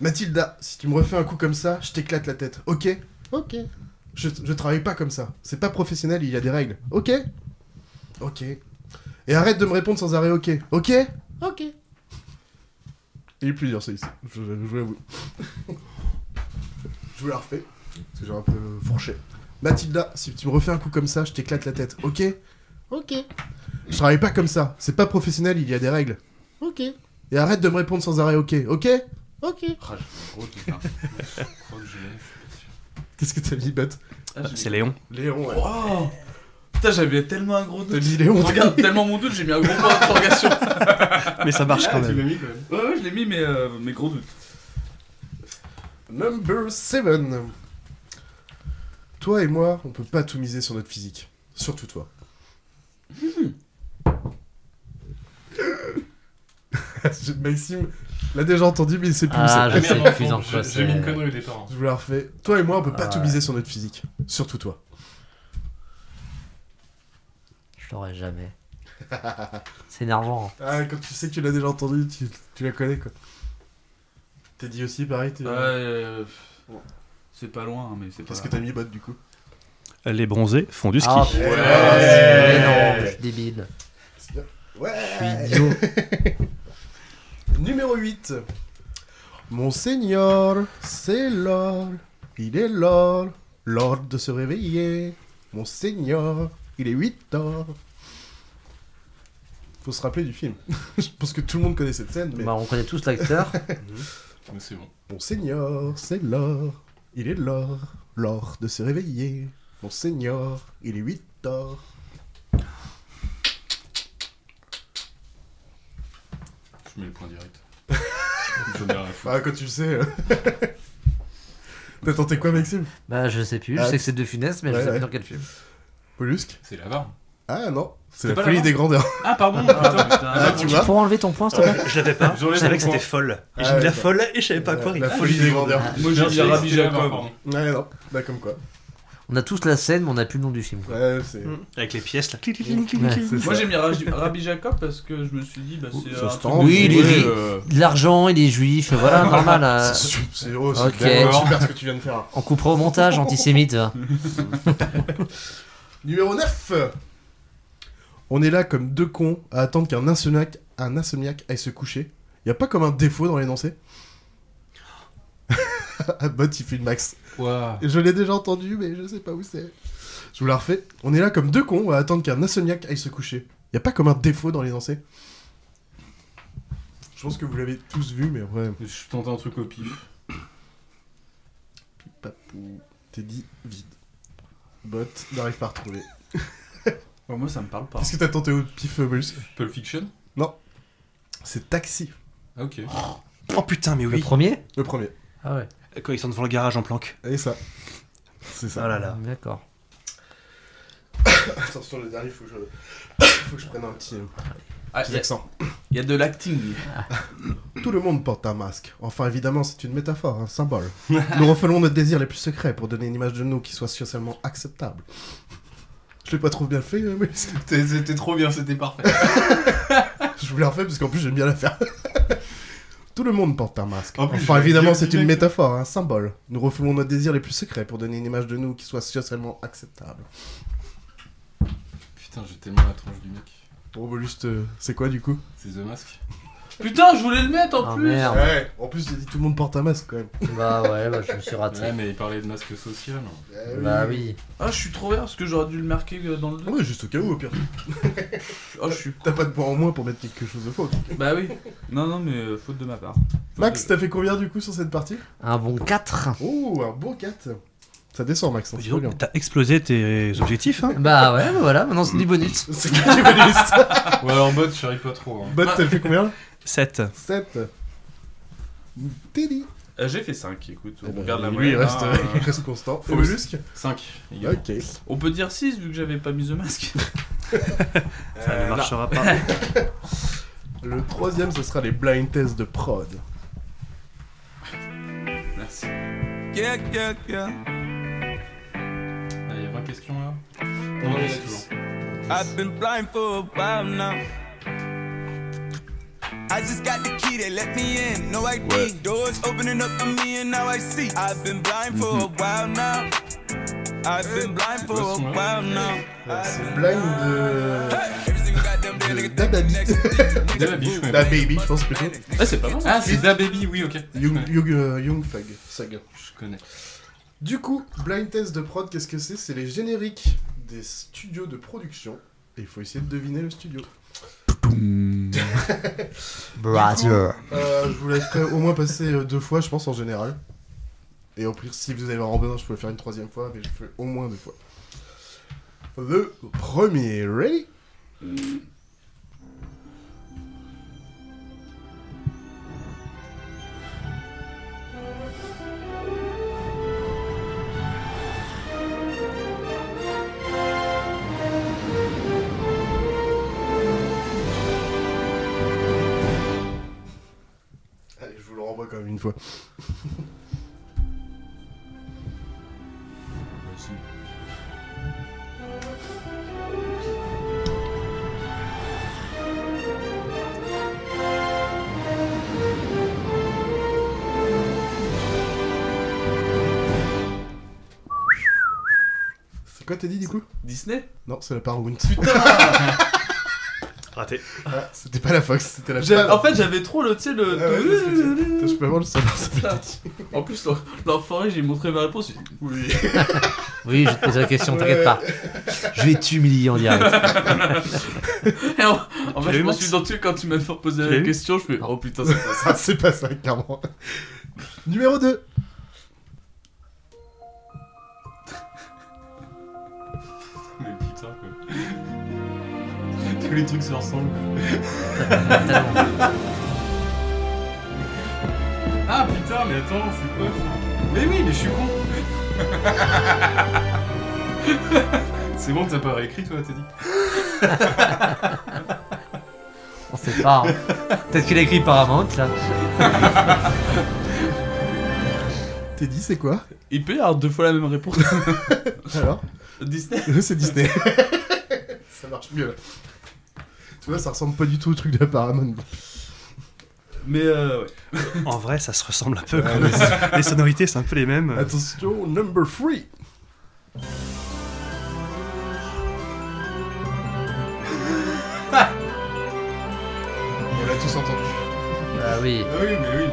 Speaker 1: Mathilda, si tu me refais un coup comme ça, je t'éclate la tête. Ok Ok. Je, je travaille pas comme ça. C'est pas professionnel, il y a des règles. Ok Ok. Et arrête de me répondre sans arrêt ok. Ok
Speaker 5: Ok.
Speaker 1: Il est plus dur celui-ci. Je, je, je l'avoue. je vous la refais. Parce que j'ai un peu fourché. Mathilda, si tu me refais un coup comme ça, je t'éclate la tête. Ok
Speaker 5: Ok.
Speaker 1: Je travaille pas comme ça. C'est pas professionnel, il y a des règles.
Speaker 5: Ok.
Speaker 1: Et arrête de me répondre sans arrêt, ok, ok
Speaker 5: Ok.
Speaker 10: Ah, j'ai fait un gros tout, hein.
Speaker 4: Je crois que je l'ai, je suis pas sûr.
Speaker 1: Qu'est-ce que t'as mis, Bot
Speaker 10: Ah, j'ai-
Speaker 2: C'est Léon.
Speaker 1: Léon, ouais.
Speaker 10: Wow Putain, j'avais tellement un gros
Speaker 1: T'as
Speaker 10: doute.
Speaker 1: mis Léon.
Speaker 10: Regarde, tellement mon doute, j'ai mis un gros point d'interrogation.
Speaker 2: Mais ça marche quand
Speaker 4: Ah, tu
Speaker 2: même.
Speaker 4: l'as mis, quand même.
Speaker 10: Ouais, ouais, je l'ai mis, mais, euh, mais gros doute.
Speaker 1: Number 7. Toi et moi, on peut pas tout miser sur notre physique. Surtout toi. Maxime l'a déjà entendu, mais il sait plus où
Speaker 5: Ah,
Speaker 1: c'est.
Speaker 5: je
Speaker 4: merde,
Speaker 5: sais
Speaker 4: pardon,
Speaker 5: plus en
Speaker 4: j'ai-
Speaker 5: quoi
Speaker 4: J'ai mis une
Speaker 5: c'est.
Speaker 4: connerie au départ. hein.
Speaker 1: Je vous la refais. Toi et moi, on peut pas
Speaker 5: Ah
Speaker 1: tout
Speaker 5: ouais.
Speaker 1: miser sur notre physique. Surtout toi.
Speaker 5: Je l'aurais jamais. C'est énervant. hein.
Speaker 1: Ah, quand tu sais que tu l'as déjà entendu, tu, tu la connais, quoi. T'es dit aussi, pareil t'es-
Speaker 10: Ouais, euh, c'est pas loin, hein, mais c'est pas.
Speaker 1: Qu'est-ce que t'as mis, Bot, du coup
Speaker 2: Les bronzés font du ski.
Speaker 5: Ah, putain, c'est- mais non, je suis débile.
Speaker 1: Ouais
Speaker 5: Je suis idiot.
Speaker 1: Numéro 8. Monseigneur, c'est l'or. Il est l'or. L'ordre de se réveiller. Monseigneur, il est 8 heures. Faut se rappeler du film. Je pense que tout le monde connaît cette scène. Mais...
Speaker 5: Bah, on connaît tous l'acteur.
Speaker 4: Mais c'est bon.
Speaker 1: Monseigneur, c'est l'or. Il est l'or. L'or de se réveiller. Monseigneur, il est 8 heures.
Speaker 4: Je mets le point direct. J'en ai rien à foutre.
Speaker 1: Ah, quand tu le sais. euh. T'as tenté quoi, Maxime
Speaker 5: Bah, je sais plus, je
Speaker 1: Ah,
Speaker 5: sais que c'est de Funès, mais je
Speaker 1: ouais,
Speaker 5: sais plus
Speaker 1: ouais.
Speaker 5: dans quel film.
Speaker 1: Mollusque
Speaker 4: C'est l'avare.
Speaker 1: Ah non, c'est
Speaker 5: C'est
Speaker 1: la
Speaker 5: pas
Speaker 1: folie
Speaker 5: l'avare
Speaker 1: des grandeurs.
Speaker 5: Ah, pardon, putain, putain.
Speaker 1: Ah,
Speaker 5: Tu
Speaker 1: tu vois
Speaker 5: pourras enlever ton point, s'il te plaît
Speaker 2: Je l'avais pas,
Speaker 1: J'enlève
Speaker 2: Ah, je savais que
Speaker 1: mon
Speaker 2: c'était
Speaker 1: point.
Speaker 2: folle. Et j'ai
Speaker 1: Ah,
Speaker 2: mis la
Speaker 1: d'accord.
Speaker 2: folle et je savais pas à quoi
Speaker 1: La
Speaker 2: rire.
Speaker 1: folie des grandeurs.
Speaker 2: Moi, j'ai mis Rabbi Jacob.
Speaker 1: Ouais, non, bah comme quoi.
Speaker 5: On a tous la scène, mais on a plus le nom du film. quoi.
Speaker 1: Bah, Ouais, c'est.
Speaker 2: Avec les pièces là.
Speaker 5: Ouais, c'est ça.
Speaker 10: Moi j'ai mis Rabi- Rabbi Jacob parce que je me suis dit, bah c'est
Speaker 1: Oh, ça
Speaker 10: un
Speaker 1: se
Speaker 10: truc
Speaker 1: tente.
Speaker 10: de-
Speaker 5: Oui, il est
Speaker 10: Ouais,
Speaker 5: riche.
Speaker 10: euh,
Speaker 5: De l'argent, il est juif, voilà, normal. euh.
Speaker 1: C'est su- c'est- oh, c'est
Speaker 5: Ok.
Speaker 1: d'accord, super ce que tu viens de faire.
Speaker 5: On coupera au montage, antisémite. hein. va.
Speaker 1: Numéro 9 On est là comme deux cons à attendre qu'un insomniaque, un insomniaque aille se coucher. Y a pas comme un défaut dans l'énoncé Ah, Bot, il fait une max.
Speaker 4: Ouah.
Speaker 1: Je l'ai déjà entendu, mais je sais pas où c'est. Je vous la refais. On est là comme deux cons à attendre qu'un insomniaque aille se coucher. Y a pas comme un défaut dans l'énoncé Je pense que vous l'avez tous vu, mais ouais.
Speaker 4: Je tente un truc au pif.
Speaker 1: Papou. T'es dit vide. Bot n'arrive pas à retrouver.
Speaker 10: Bon, moi ça me parle pas.
Speaker 1: Qu'est-ce que t'as tenté au pif, euh, Mollusque
Speaker 4: Pulp Fiction
Speaker 1: Non. C'est Taxi.
Speaker 4: Ah, ok.
Speaker 2: Oh putain, mais oui.
Speaker 5: Le premier
Speaker 1: Le premier.
Speaker 5: Ah ouais.
Speaker 2: Quand ils sont devant le garage en planque.
Speaker 1: Et ça. C'est ça.
Speaker 2: Ah là là.
Speaker 5: D'accord.
Speaker 1: Attention, le dernier, faut que je, faut que je prenne un petit,
Speaker 10: Ah,
Speaker 1: petit
Speaker 10: y a-
Speaker 1: accent.
Speaker 10: Il y a de l'acting.
Speaker 1: Tout le monde porte un masque. Enfin, évidemment, c'est une métaphore, un symbole. Nous refelons nos désirs les plus secrets pour donner une image de nous qui soit socialement acceptable. Je l'ai pas trop bien fait, euh, mais
Speaker 3: C'était c'était trop bien, c'était parfait.
Speaker 1: je vous la refais parce qu'en plus j'aime bien la faire. Tout le monde porte un masque.
Speaker 3: En plus,
Speaker 1: enfin,
Speaker 3: je-
Speaker 1: évidemment,
Speaker 3: je-
Speaker 1: c'est
Speaker 3: je-
Speaker 1: une métaphore, un symbole. Nous refoulons nos désirs les plus secrets pour donner une image de nous qui soit socialement acceptable.
Speaker 4: Putain, j'ai tellement la tronche du mec.
Speaker 1: Bon, bah, juste, euh, c'est quoi du coup
Speaker 4: C'est The Mask.
Speaker 10: Putain, je voulais le mettre en
Speaker 5: Ah,
Speaker 10: plus.
Speaker 5: merde.
Speaker 1: Ouais, en plus, j'ai dit tout le monde porte un masque quand même.
Speaker 5: Bah ouais, bah, je me suis raté.
Speaker 4: Ouais, mais il parlait de masque social.
Speaker 1: Eh
Speaker 5: Bah oui.
Speaker 10: Ah, je suis trop vert parce que j'aurais dû le marquer euh, dans le.
Speaker 1: Ouais, juste au cas où, au pire.
Speaker 10: Ah, je suis.
Speaker 1: T'as pas de point en moins pour mettre quelque chose de faux.
Speaker 10: Bah oui. Non, non, mais euh, faute de ma part.
Speaker 1: Max, t'as fait combien du coup sur cette partie
Speaker 5: Un
Speaker 2: Bah,
Speaker 5: bon 4.
Speaker 1: Oh, un bon 4. Ça descend, Max. hein,
Speaker 2: Dis
Speaker 1: c'est
Speaker 2: donc,
Speaker 1: trop bien.
Speaker 2: T'as explosé tes objectifs, hein
Speaker 5: Bah ouais, bah voilà, maintenant c'est du bonus.
Speaker 1: C'est que du bonus.
Speaker 4: Ou alors, bot, je arrive pas trop. Hein.
Speaker 1: Bot, t'as fait combien
Speaker 2: 7.
Speaker 1: 7. Teddy.
Speaker 10: Euh, J'ai fait 5, écoute. On
Speaker 1: Eh ben,
Speaker 10: regarde la
Speaker 1: lui,
Speaker 10: moyenne,
Speaker 1: il reste,
Speaker 10: hein,
Speaker 1: il reste constant.
Speaker 4: Faut
Speaker 1: Et
Speaker 4: le-
Speaker 1: Mollusque
Speaker 4: 5.
Speaker 1: Ok.
Speaker 10: On peut dire 6 vu que j'avais pas mis The Mask.
Speaker 2: Ça ne marchera pas.
Speaker 1: Euh, Le troisième, ce sera les blind tests de prod.
Speaker 10: Merci.
Speaker 4: Il y a 20 questions là Non, non, il y en a toujours.
Speaker 12: I've been blind for a while now. I just got the key, they let me in, no ID. Doors opening up for me, and now I see. I've been blind for a while now. I've been blind for a
Speaker 4: Boisson, là.
Speaker 12: while now.
Speaker 1: C'est blind de.
Speaker 12: Every single goddamn day,
Speaker 1: de
Speaker 12: nigga,
Speaker 1: Dababy.
Speaker 4: Da Baby, je connais pas.
Speaker 1: Da Baby, je pense plutôt.
Speaker 10: Ah, c'est pas mal.
Speaker 4: Ah, c'est Da Baby, oui, ok.
Speaker 1: Young, Young, euh, Young Thug. Thug.
Speaker 4: Je connais.
Speaker 1: Du coup, blind test de prod, qu'est-ce que c'est C'est les génériques des studios de production. Et il faut essayer de deviner le studio.
Speaker 10: Hmm.
Speaker 1: Brother. Euh, je vous laisserai au moins passer euh, deux fois, je pense, en général. Et au pire, si vous avez vraiment besoin, je peux le faire une troisième fois, mais je fais au moins deux fois. Le premier, ready
Speaker 13: Mm.
Speaker 1: Allez, je vous le renvoie quand même une fois. C'est quoi t'as dit du coup
Speaker 10: Disney
Speaker 1: Non, c'est la Paramount.
Speaker 2: Raté.
Speaker 1: Ah, c'était pas la Fox, c'était la
Speaker 10: J'avais-
Speaker 1: Paramount.
Speaker 10: En fait, j'avais trop le. Tu sais, le.
Speaker 1: Ah ouais, c'est ce que tu- Putain, Je peux avoir le savoir, ça peut
Speaker 10: Ça.
Speaker 1: être
Speaker 10: En plus, l'en- l'enfoiré, j'ai montré ma réponse. j'ai dit, Oui.
Speaker 5: Oui, je vais te poser la question, t'inquiète pas. Je vais t'humilier en direct.
Speaker 10: Et en en
Speaker 2: Tu l'as
Speaker 10: fait, je
Speaker 2: eu,
Speaker 10: me
Speaker 2: Max
Speaker 10: suis senti quand tu m'as fait
Speaker 2: Tu
Speaker 10: poser
Speaker 2: l'as
Speaker 10: la
Speaker 2: eu
Speaker 10: question, je fais oh putain, c'est pas ça.
Speaker 1: Ah, c'est pas ça, clairement. Numéro 2.
Speaker 4: Mais putain, quoi. Tous les trucs se ressemblent.
Speaker 10: Ah
Speaker 4: Ah, Putain, mais attends, c'est quoi ça Mais oui, mais je suis con. C'est bon, t'as pas réécrit toi, t'as dit
Speaker 5: On sait pas. hein. Peut-être qu'il a écrit Paramount là.
Speaker 1: Teddy, c'est quoi
Speaker 10: Il peut y avoir deux fois la même réponse.
Speaker 1: Alors
Speaker 10: Disney
Speaker 1: C'est Disney. ça marche mieux là. Tu vois, ça ressemble pas du tout au truc de Paramount.
Speaker 10: Mais euh, ouais.
Speaker 2: En vrai, ça se ressemble un peu.
Speaker 1: Ouais,
Speaker 2: quand
Speaker 1: mais
Speaker 2: même.
Speaker 1: c'est-
Speaker 2: Euh, les sonorités, c'est un peu les mêmes.
Speaker 1: Attention, number 3 On l'a tous entendu.
Speaker 5: Ah oui.
Speaker 4: Ah oui, mais oui.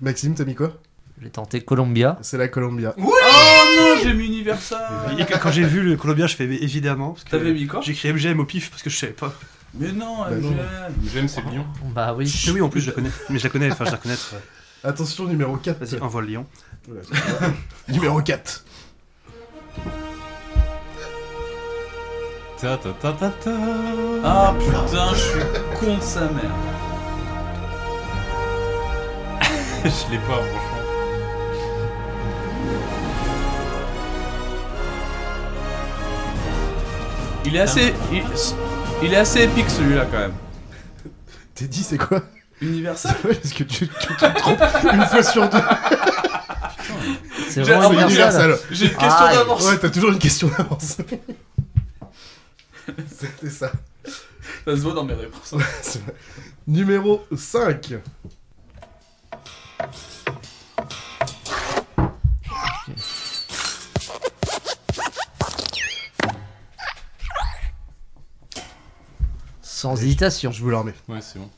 Speaker 1: Maxime, t'as mis quoi
Speaker 5: J'ai tenté Columbia.
Speaker 1: C'est la Columbia.
Speaker 10: Oh non, j'ai mis Universal
Speaker 2: Et quand quand j'ai vu le Colombien, je fais mais évidemment. parce que
Speaker 10: T'avais mis quoi
Speaker 2: J'ai écrit MGM au pif parce que je savais pas.
Speaker 10: Mais non,
Speaker 1: Bah non.
Speaker 10: MGM.
Speaker 4: J'aime, c'est Lyon.
Speaker 5: Bah oui.
Speaker 2: Mais oui, en plus, je la connais. Mais je la connais, enfin, je la connais.
Speaker 1: Attention, numéro 4.
Speaker 2: Vas-y, envoie le lion.
Speaker 1: numéro 4.
Speaker 4: Ta ta ta ta ta.
Speaker 10: Ah putain, je suis con de sa mère.
Speaker 4: je l'ai pas, franchement.
Speaker 10: Il est
Speaker 2: Ah
Speaker 10: assez. Il, il est assez épique celui-là quand même.
Speaker 1: Teddy, c'est quoi
Speaker 10: Universal
Speaker 1: Ouais, Parce que tu, tu te trompes une fois sur deux.
Speaker 5: C'est
Speaker 10: J'ai-
Speaker 5: vraiment
Speaker 10: ah,
Speaker 5: Universal.
Speaker 1: Universal.
Speaker 10: J'ai une question
Speaker 5: Aïe.
Speaker 10: d'avance.
Speaker 1: Ouais, t'as toujours une question d'avance. C'était ça.
Speaker 10: Ça se voit dans mes réponses.
Speaker 1: C'est vrai. Numéro 5.
Speaker 5: Sans hésitation.
Speaker 1: Je vous le remets.
Speaker 4: Ouais, c'est bon.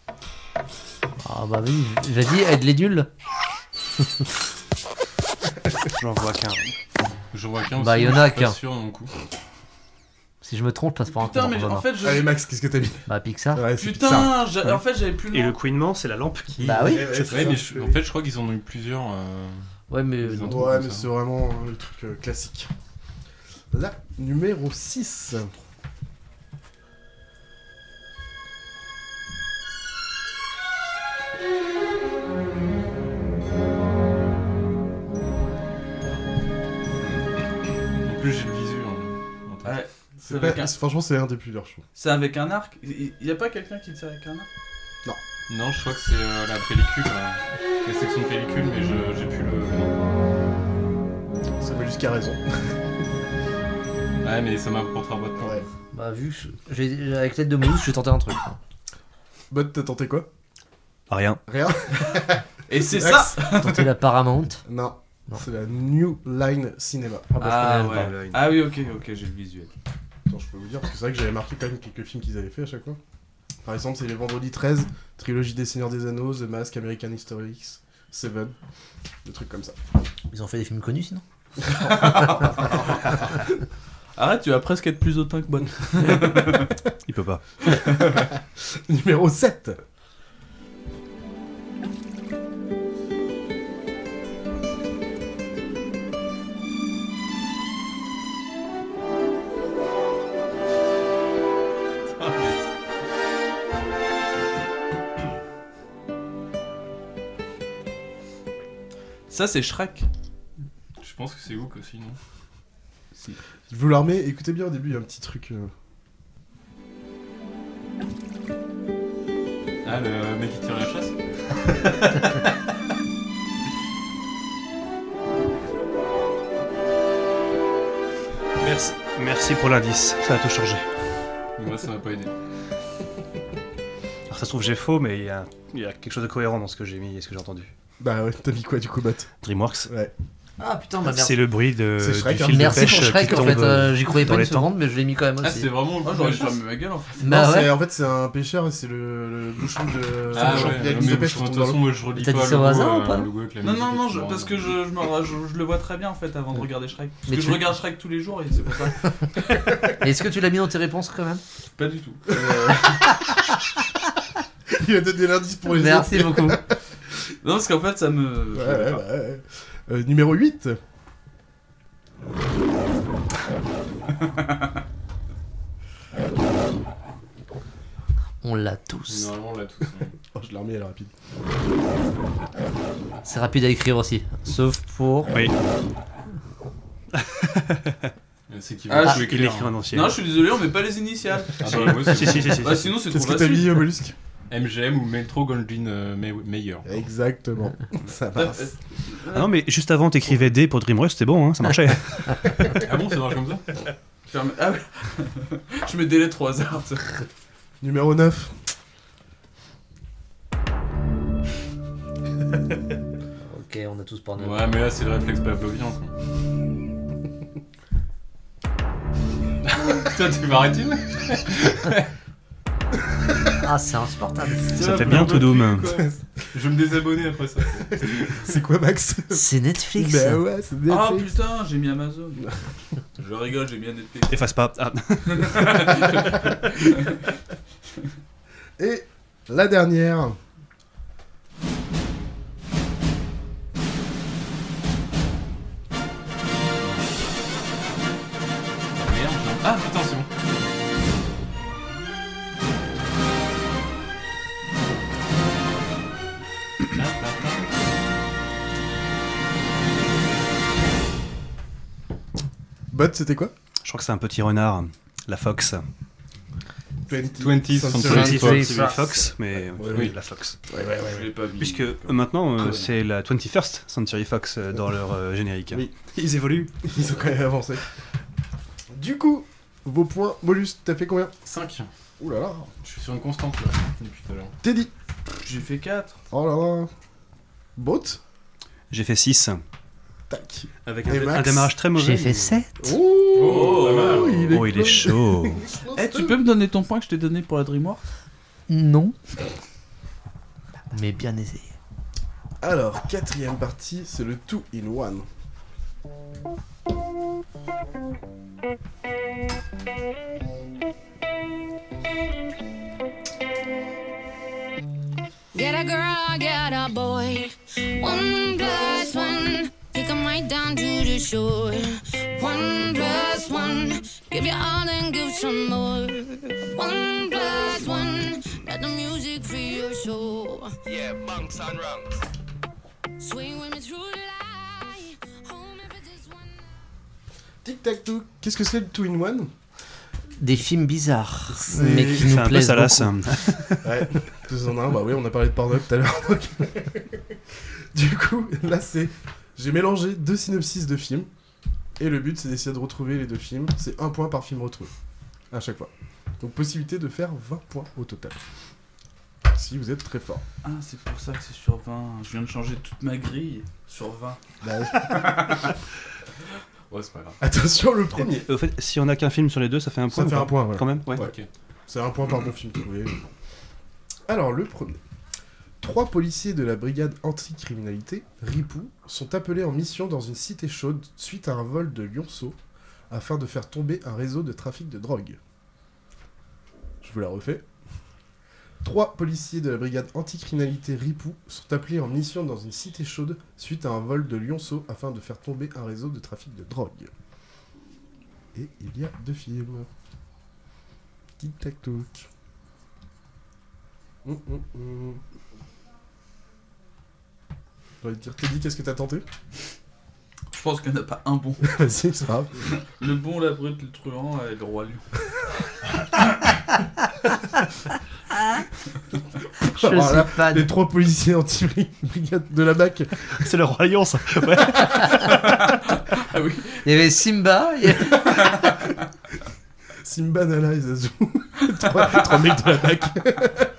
Speaker 5: Ah bah oui, vas-y, aide les nuls.
Speaker 2: J'en vois qu'un.
Speaker 4: Je vois qu'un.
Speaker 5: Bah,
Speaker 4: aussi,
Speaker 5: y en
Speaker 4: mais
Speaker 5: a
Speaker 4: je suis pas
Speaker 5: qu'un.
Speaker 4: sûr, dans mon coup.
Speaker 5: Si je me trompe, je passe pour un
Speaker 10: Putain,
Speaker 5: con,
Speaker 10: mais
Speaker 5: on va
Speaker 10: en
Speaker 5: voir.
Speaker 10: fait, je.
Speaker 1: Allez, Max, qu'est-ce que t'as mis
Speaker 5: Bah Pixar.
Speaker 1: Ouais, c'est
Speaker 10: Putain,
Speaker 1: Pixar.
Speaker 10: j'a- en fait, j'avais plus le
Speaker 2: Et
Speaker 10: nom.
Speaker 2: le couinement, c'est la lampe qui.
Speaker 5: Bah oui.
Speaker 1: Ouais, ouais,
Speaker 2: Je
Speaker 1: Eh, c'est
Speaker 4: Ouais,
Speaker 1: ça.
Speaker 4: mais je- en fait, je crois qu'ils en ont eu plusieurs. euh,
Speaker 5: Ouais, mais
Speaker 4: ils en trouvent
Speaker 1: Ouais,
Speaker 4: comme
Speaker 1: mais
Speaker 4: ça.
Speaker 1: c'est vraiment euh, le truc euh, classique. La numéro 6.
Speaker 4: En plus, j'ai le visu. hein, en tête.
Speaker 10: Ouais, c'est avec, un...
Speaker 1: Franchement, c'est un des plus durs, je trouve.
Speaker 10: c'est avec un arc. Il il y a pas quelqu'un qui le tire avec un arc
Speaker 4: Non, je crois que c'est euh, la pellicule, euh, la section de pellicule, mais je- j'ai plus le. le nom.
Speaker 1: Ça va jusqu'à raison.
Speaker 4: Ouais, mais ça m'apportera pas de temps.
Speaker 1: Ouais.
Speaker 5: Bah vu, que j'ai- avec l'aide de Mousse, j'ai tenté un truc.
Speaker 1: Bot, Bah, t'as tenté quoi
Speaker 2: Rien.
Speaker 1: Rien
Speaker 10: Et c'est ça
Speaker 1: Max
Speaker 5: Tenter la Paramount.
Speaker 1: Non.
Speaker 5: Non.
Speaker 1: C'est la New Line Cinema.
Speaker 5: Ah bah je connais
Speaker 10: ouais.
Speaker 5: pas.
Speaker 10: Ah oui, ok, ok, j'ai le visuel.
Speaker 1: Attends, je peux vous dire, parce que c'est vrai que j'avais marqué quand même quelques films qu'ils avaient fait à chaque fois. Par exemple, c'est les Vendredis 13, Trilogie des Seigneurs des Anneaux, The Mask, American History X, Seven, des trucs comme ça.
Speaker 5: Ils ont fait des films connus sinon
Speaker 10: Arrête, tu vas presque être plus autant que bonne.
Speaker 2: Il peut pas.
Speaker 1: Numéro 7
Speaker 10: Ça, c'est Shrek.
Speaker 4: Je pense que c'est Hook aussi, non
Speaker 1: Je vous le remets, écoutez bien au début, il y a un petit truc. euh,
Speaker 4: Ah, le mec qui tire la chasse
Speaker 2: Merci, merci pour l'indice. Ça va tout changer.
Speaker 4: Mais Moi, ça m'a pas aidé.
Speaker 2: Alors, ça se trouve, j'ai faux, mais il y, a- il y a quelque chose de cohérent dans ce que j'ai mis et ce que j'ai entendu.
Speaker 1: Bah ouais, t'as mis quoi du coup, Matt
Speaker 2: Dreamworks.
Speaker 1: Ouais.
Speaker 5: Ah putain, bah
Speaker 2: C'est
Speaker 5: merci.
Speaker 2: le bruit de,
Speaker 1: C'est Shrek,
Speaker 2: du
Speaker 1: hein.
Speaker 2: fil de
Speaker 5: Merci
Speaker 2: pêche
Speaker 5: pour Shrek
Speaker 2: qui
Speaker 5: en
Speaker 2: tombe
Speaker 5: fait, euh, j'y croyais
Speaker 2: dans
Speaker 5: pas une
Speaker 2: les temps.
Speaker 5: seconde, mais je l'ai mis quand même
Speaker 4: Ah,
Speaker 5: aussi.
Speaker 4: c'est vraiment le
Speaker 10: Ah,
Speaker 4: coup
Speaker 10: j'aurais
Speaker 4: de la
Speaker 10: fermé
Speaker 4: chasse.
Speaker 10: ma gueule en fait.
Speaker 5: bah
Speaker 1: Non, c'est-
Speaker 5: ouais.
Speaker 1: En fait, c'est un pêcheur et c'est le, le bouchon
Speaker 4: Ah,
Speaker 1: de. c'est
Speaker 4: ouais,
Speaker 1: le
Speaker 4: mais
Speaker 1: champignonniste
Speaker 4: bon,
Speaker 1: de pêche
Speaker 4: de
Speaker 1: qui
Speaker 4: toute
Speaker 1: tombe dans
Speaker 4: façon,
Speaker 1: l'eau.
Speaker 4: moi, je relis
Speaker 5: T'as
Speaker 4: pas
Speaker 5: dit ça
Speaker 4: le
Speaker 5: au
Speaker 4: logo,
Speaker 5: hasard ou
Speaker 4: euh,
Speaker 5: pas
Speaker 4: le logo avec la
Speaker 10: Non,
Speaker 4: musique
Speaker 10: non,
Speaker 4: et
Speaker 10: non,
Speaker 4: tout,
Speaker 10: je-
Speaker 4: hein,
Speaker 10: parce que
Speaker 4: donc,
Speaker 10: je, je, me ra- je- je le vois très bien en fait avant de regarder Shrek. Parce
Speaker 5: Mais
Speaker 10: que
Speaker 5: tu-
Speaker 10: je regarde Shrek tous les jours et c'est pour ça.
Speaker 5: Est-ce que tu l'as mis dans tes réponses quand même Euh,
Speaker 10: Pas du tout.
Speaker 1: Euh. Il a donné l'indice pour les
Speaker 5: Merci beaucoup.
Speaker 10: Non, parce qu'en fait, ça me.
Speaker 1: autres. Ouais, ouais, bah ouais. Euh, numéro 8
Speaker 5: On l'a tous.
Speaker 4: Normalement, on l'a tous. hein.
Speaker 1: Oh, je l'ai remis, elle est rapide.
Speaker 5: C'est rapide à écrire aussi. Sauf pour.
Speaker 2: Oui.
Speaker 4: C'est qui
Speaker 10: Ah, je- Non, je suis désolé, on met pas les initiales.
Speaker 4: Ah,
Speaker 10: Bah, sinon, c'est trop facile.
Speaker 1: euh, Mollusque
Speaker 4: MGM ou Metro Goldwyn euh, May- Mayer.
Speaker 1: Exactement. Ça passe.
Speaker 2: Ah
Speaker 4: euh,
Speaker 2: non, mais juste avant, t'écrivais D pour DreamWorks, c'était bon, hein, ça marchait.
Speaker 4: Ah bon, ça marche comme ça
Speaker 10: Ferme- Ah ouais. Je me délai trop hasard.
Speaker 1: Numéro 9.
Speaker 5: Ok, on a tous porno.
Speaker 4: Ouais, mais là, c'est le réflexe pavlovien. Toi, tu vas arrêter
Speaker 5: Ah, c'est insupportable.
Speaker 2: Ça fait bien tout doom.
Speaker 4: Je vais me désabonner après ça.
Speaker 1: C'est quoi, Max
Speaker 5: C'est Netflix.
Speaker 1: Bah ouais, c'est Netflix.
Speaker 10: Ah putain, j'ai mis Amazon. Je rigole, j'ai mis Netflix.
Speaker 2: Efface pas. Ah.
Speaker 1: Et la dernière.
Speaker 4: Merde, j'ai- Ah putain, c'est bon.
Speaker 1: Bot, c'était quoi
Speaker 2: Je crois que c'est un petit renard, la fox.
Speaker 4: 20th Century
Speaker 2: Fox.
Speaker 4: Fox.
Speaker 2: Fox, mais
Speaker 4: Ouais,
Speaker 2: oui,
Speaker 4: oui.
Speaker 2: la Fox.
Speaker 4: Ouais, ouais, ouais, ouais. Je l'ai pas mis.
Speaker 2: Puisque euh, maintenant, euh,
Speaker 4: Cool.
Speaker 2: c'est la 21st Century Fox euh, dans leur euh, générique.
Speaker 1: Oui.
Speaker 2: Ils évoluent.
Speaker 1: Ils ont quand même avancé. Du coup, vos points, Mollusque, t'as fait combien
Speaker 4: 5.
Speaker 1: Ouh là là.
Speaker 4: Je suis sur une constante là, depuis tout à l'heure.
Speaker 1: Teddy.
Speaker 10: J'ai fait 4.
Speaker 1: Oh là là. Bot.
Speaker 2: J'ai fait 6.
Speaker 1: Tac.
Speaker 2: Avec
Speaker 1: Et
Speaker 2: un,
Speaker 1: Max
Speaker 2: un démarrage très mauvais.
Speaker 5: J'ai fait 7.
Speaker 1: Ouh,
Speaker 2: Oh,
Speaker 1: il est,
Speaker 2: il est chaud.
Speaker 10: Eh, tu peux me donner ton point que je t'ai donné pour la Dreamworks
Speaker 5: Non. Mais bien essayé.
Speaker 1: Alors, quatrième partie, c'est le two in one.
Speaker 13: Get a girl, get a boy. One plus one, take 'em right down to the shore. One plus one, give your all and give some more. One plus one, let the music free your soul. Yeah, bunks on rungs. Swing with me through the light. Home if it's just one.
Speaker 1: Tic tac toe. Qu'est-ce que c'est le two in one
Speaker 5: Des films bizarres,
Speaker 1: C'est-
Speaker 5: mais qui
Speaker 2: C'est
Speaker 5: nous
Speaker 2: un peu
Speaker 5: plaisent
Speaker 2: salace.
Speaker 5: beaucoup.
Speaker 1: Ouais, deux en un, bah oui, on a parlé de Pornhub tout à l'heure. donc. du coup, là, c'est. J'ai mélangé deux synopsis de films. Et le but, c'est d'essayer de retrouver les deux films. C'est un point par film retrouvé. À chaque fois. Donc, possibilité de faire 20 points au total. Si vous êtes très fort.
Speaker 10: Ah, c'est pour ça que c'est sur 20. Je viens de changer toute ma grille sur 20.
Speaker 1: Bah
Speaker 4: Ouais, c'est pas grave.
Speaker 1: Attention, le premier.
Speaker 2: Au Euh, fait, si on a qu'un film sur les deux, ça fait un point.
Speaker 1: Ça fait
Speaker 2: ou
Speaker 1: un
Speaker 2: pas
Speaker 1: point, voilà.
Speaker 2: Quand même, ouais.
Speaker 1: Ouais. C'est un point par bon film trouvé. Alors, le premier. Trois policiers de la brigade anticriminalité, Ripou, sont appelés en mission dans une cité chaude suite à un vol de lionceaux afin de faire tomber un réseau de trafic de drogue. Je vous la refais. Trois policiers de la brigade anticriminalité Ripou sont appelés en mission dans une cité chaude suite à un vol de lionceaux afin de faire tomber un réseau de trafic de drogue. Et il y a deux films. Tic tac toc. Hum, hum, hum. J'ai envie de dire Teddy, qu'est-ce que t'as tenté
Speaker 10: Je pense qu'il n'y en a pas un bon.
Speaker 1: Vas-y, c'est pas grave.
Speaker 10: Le bon, la brute, le truand et le roi lion.
Speaker 5: Je
Speaker 1: Alors
Speaker 5: suis
Speaker 1: là,
Speaker 5: fan.
Speaker 1: Les trois policiers anti-brigade de la BAC.
Speaker 2: C'est leur alliance. Ouais.
Speaker 1: Ah
Speaker 5: Il y avait Simba. il y avait-
Speaker 1: Simba, Nala et Zazu. trois, trois mecs de la BAC.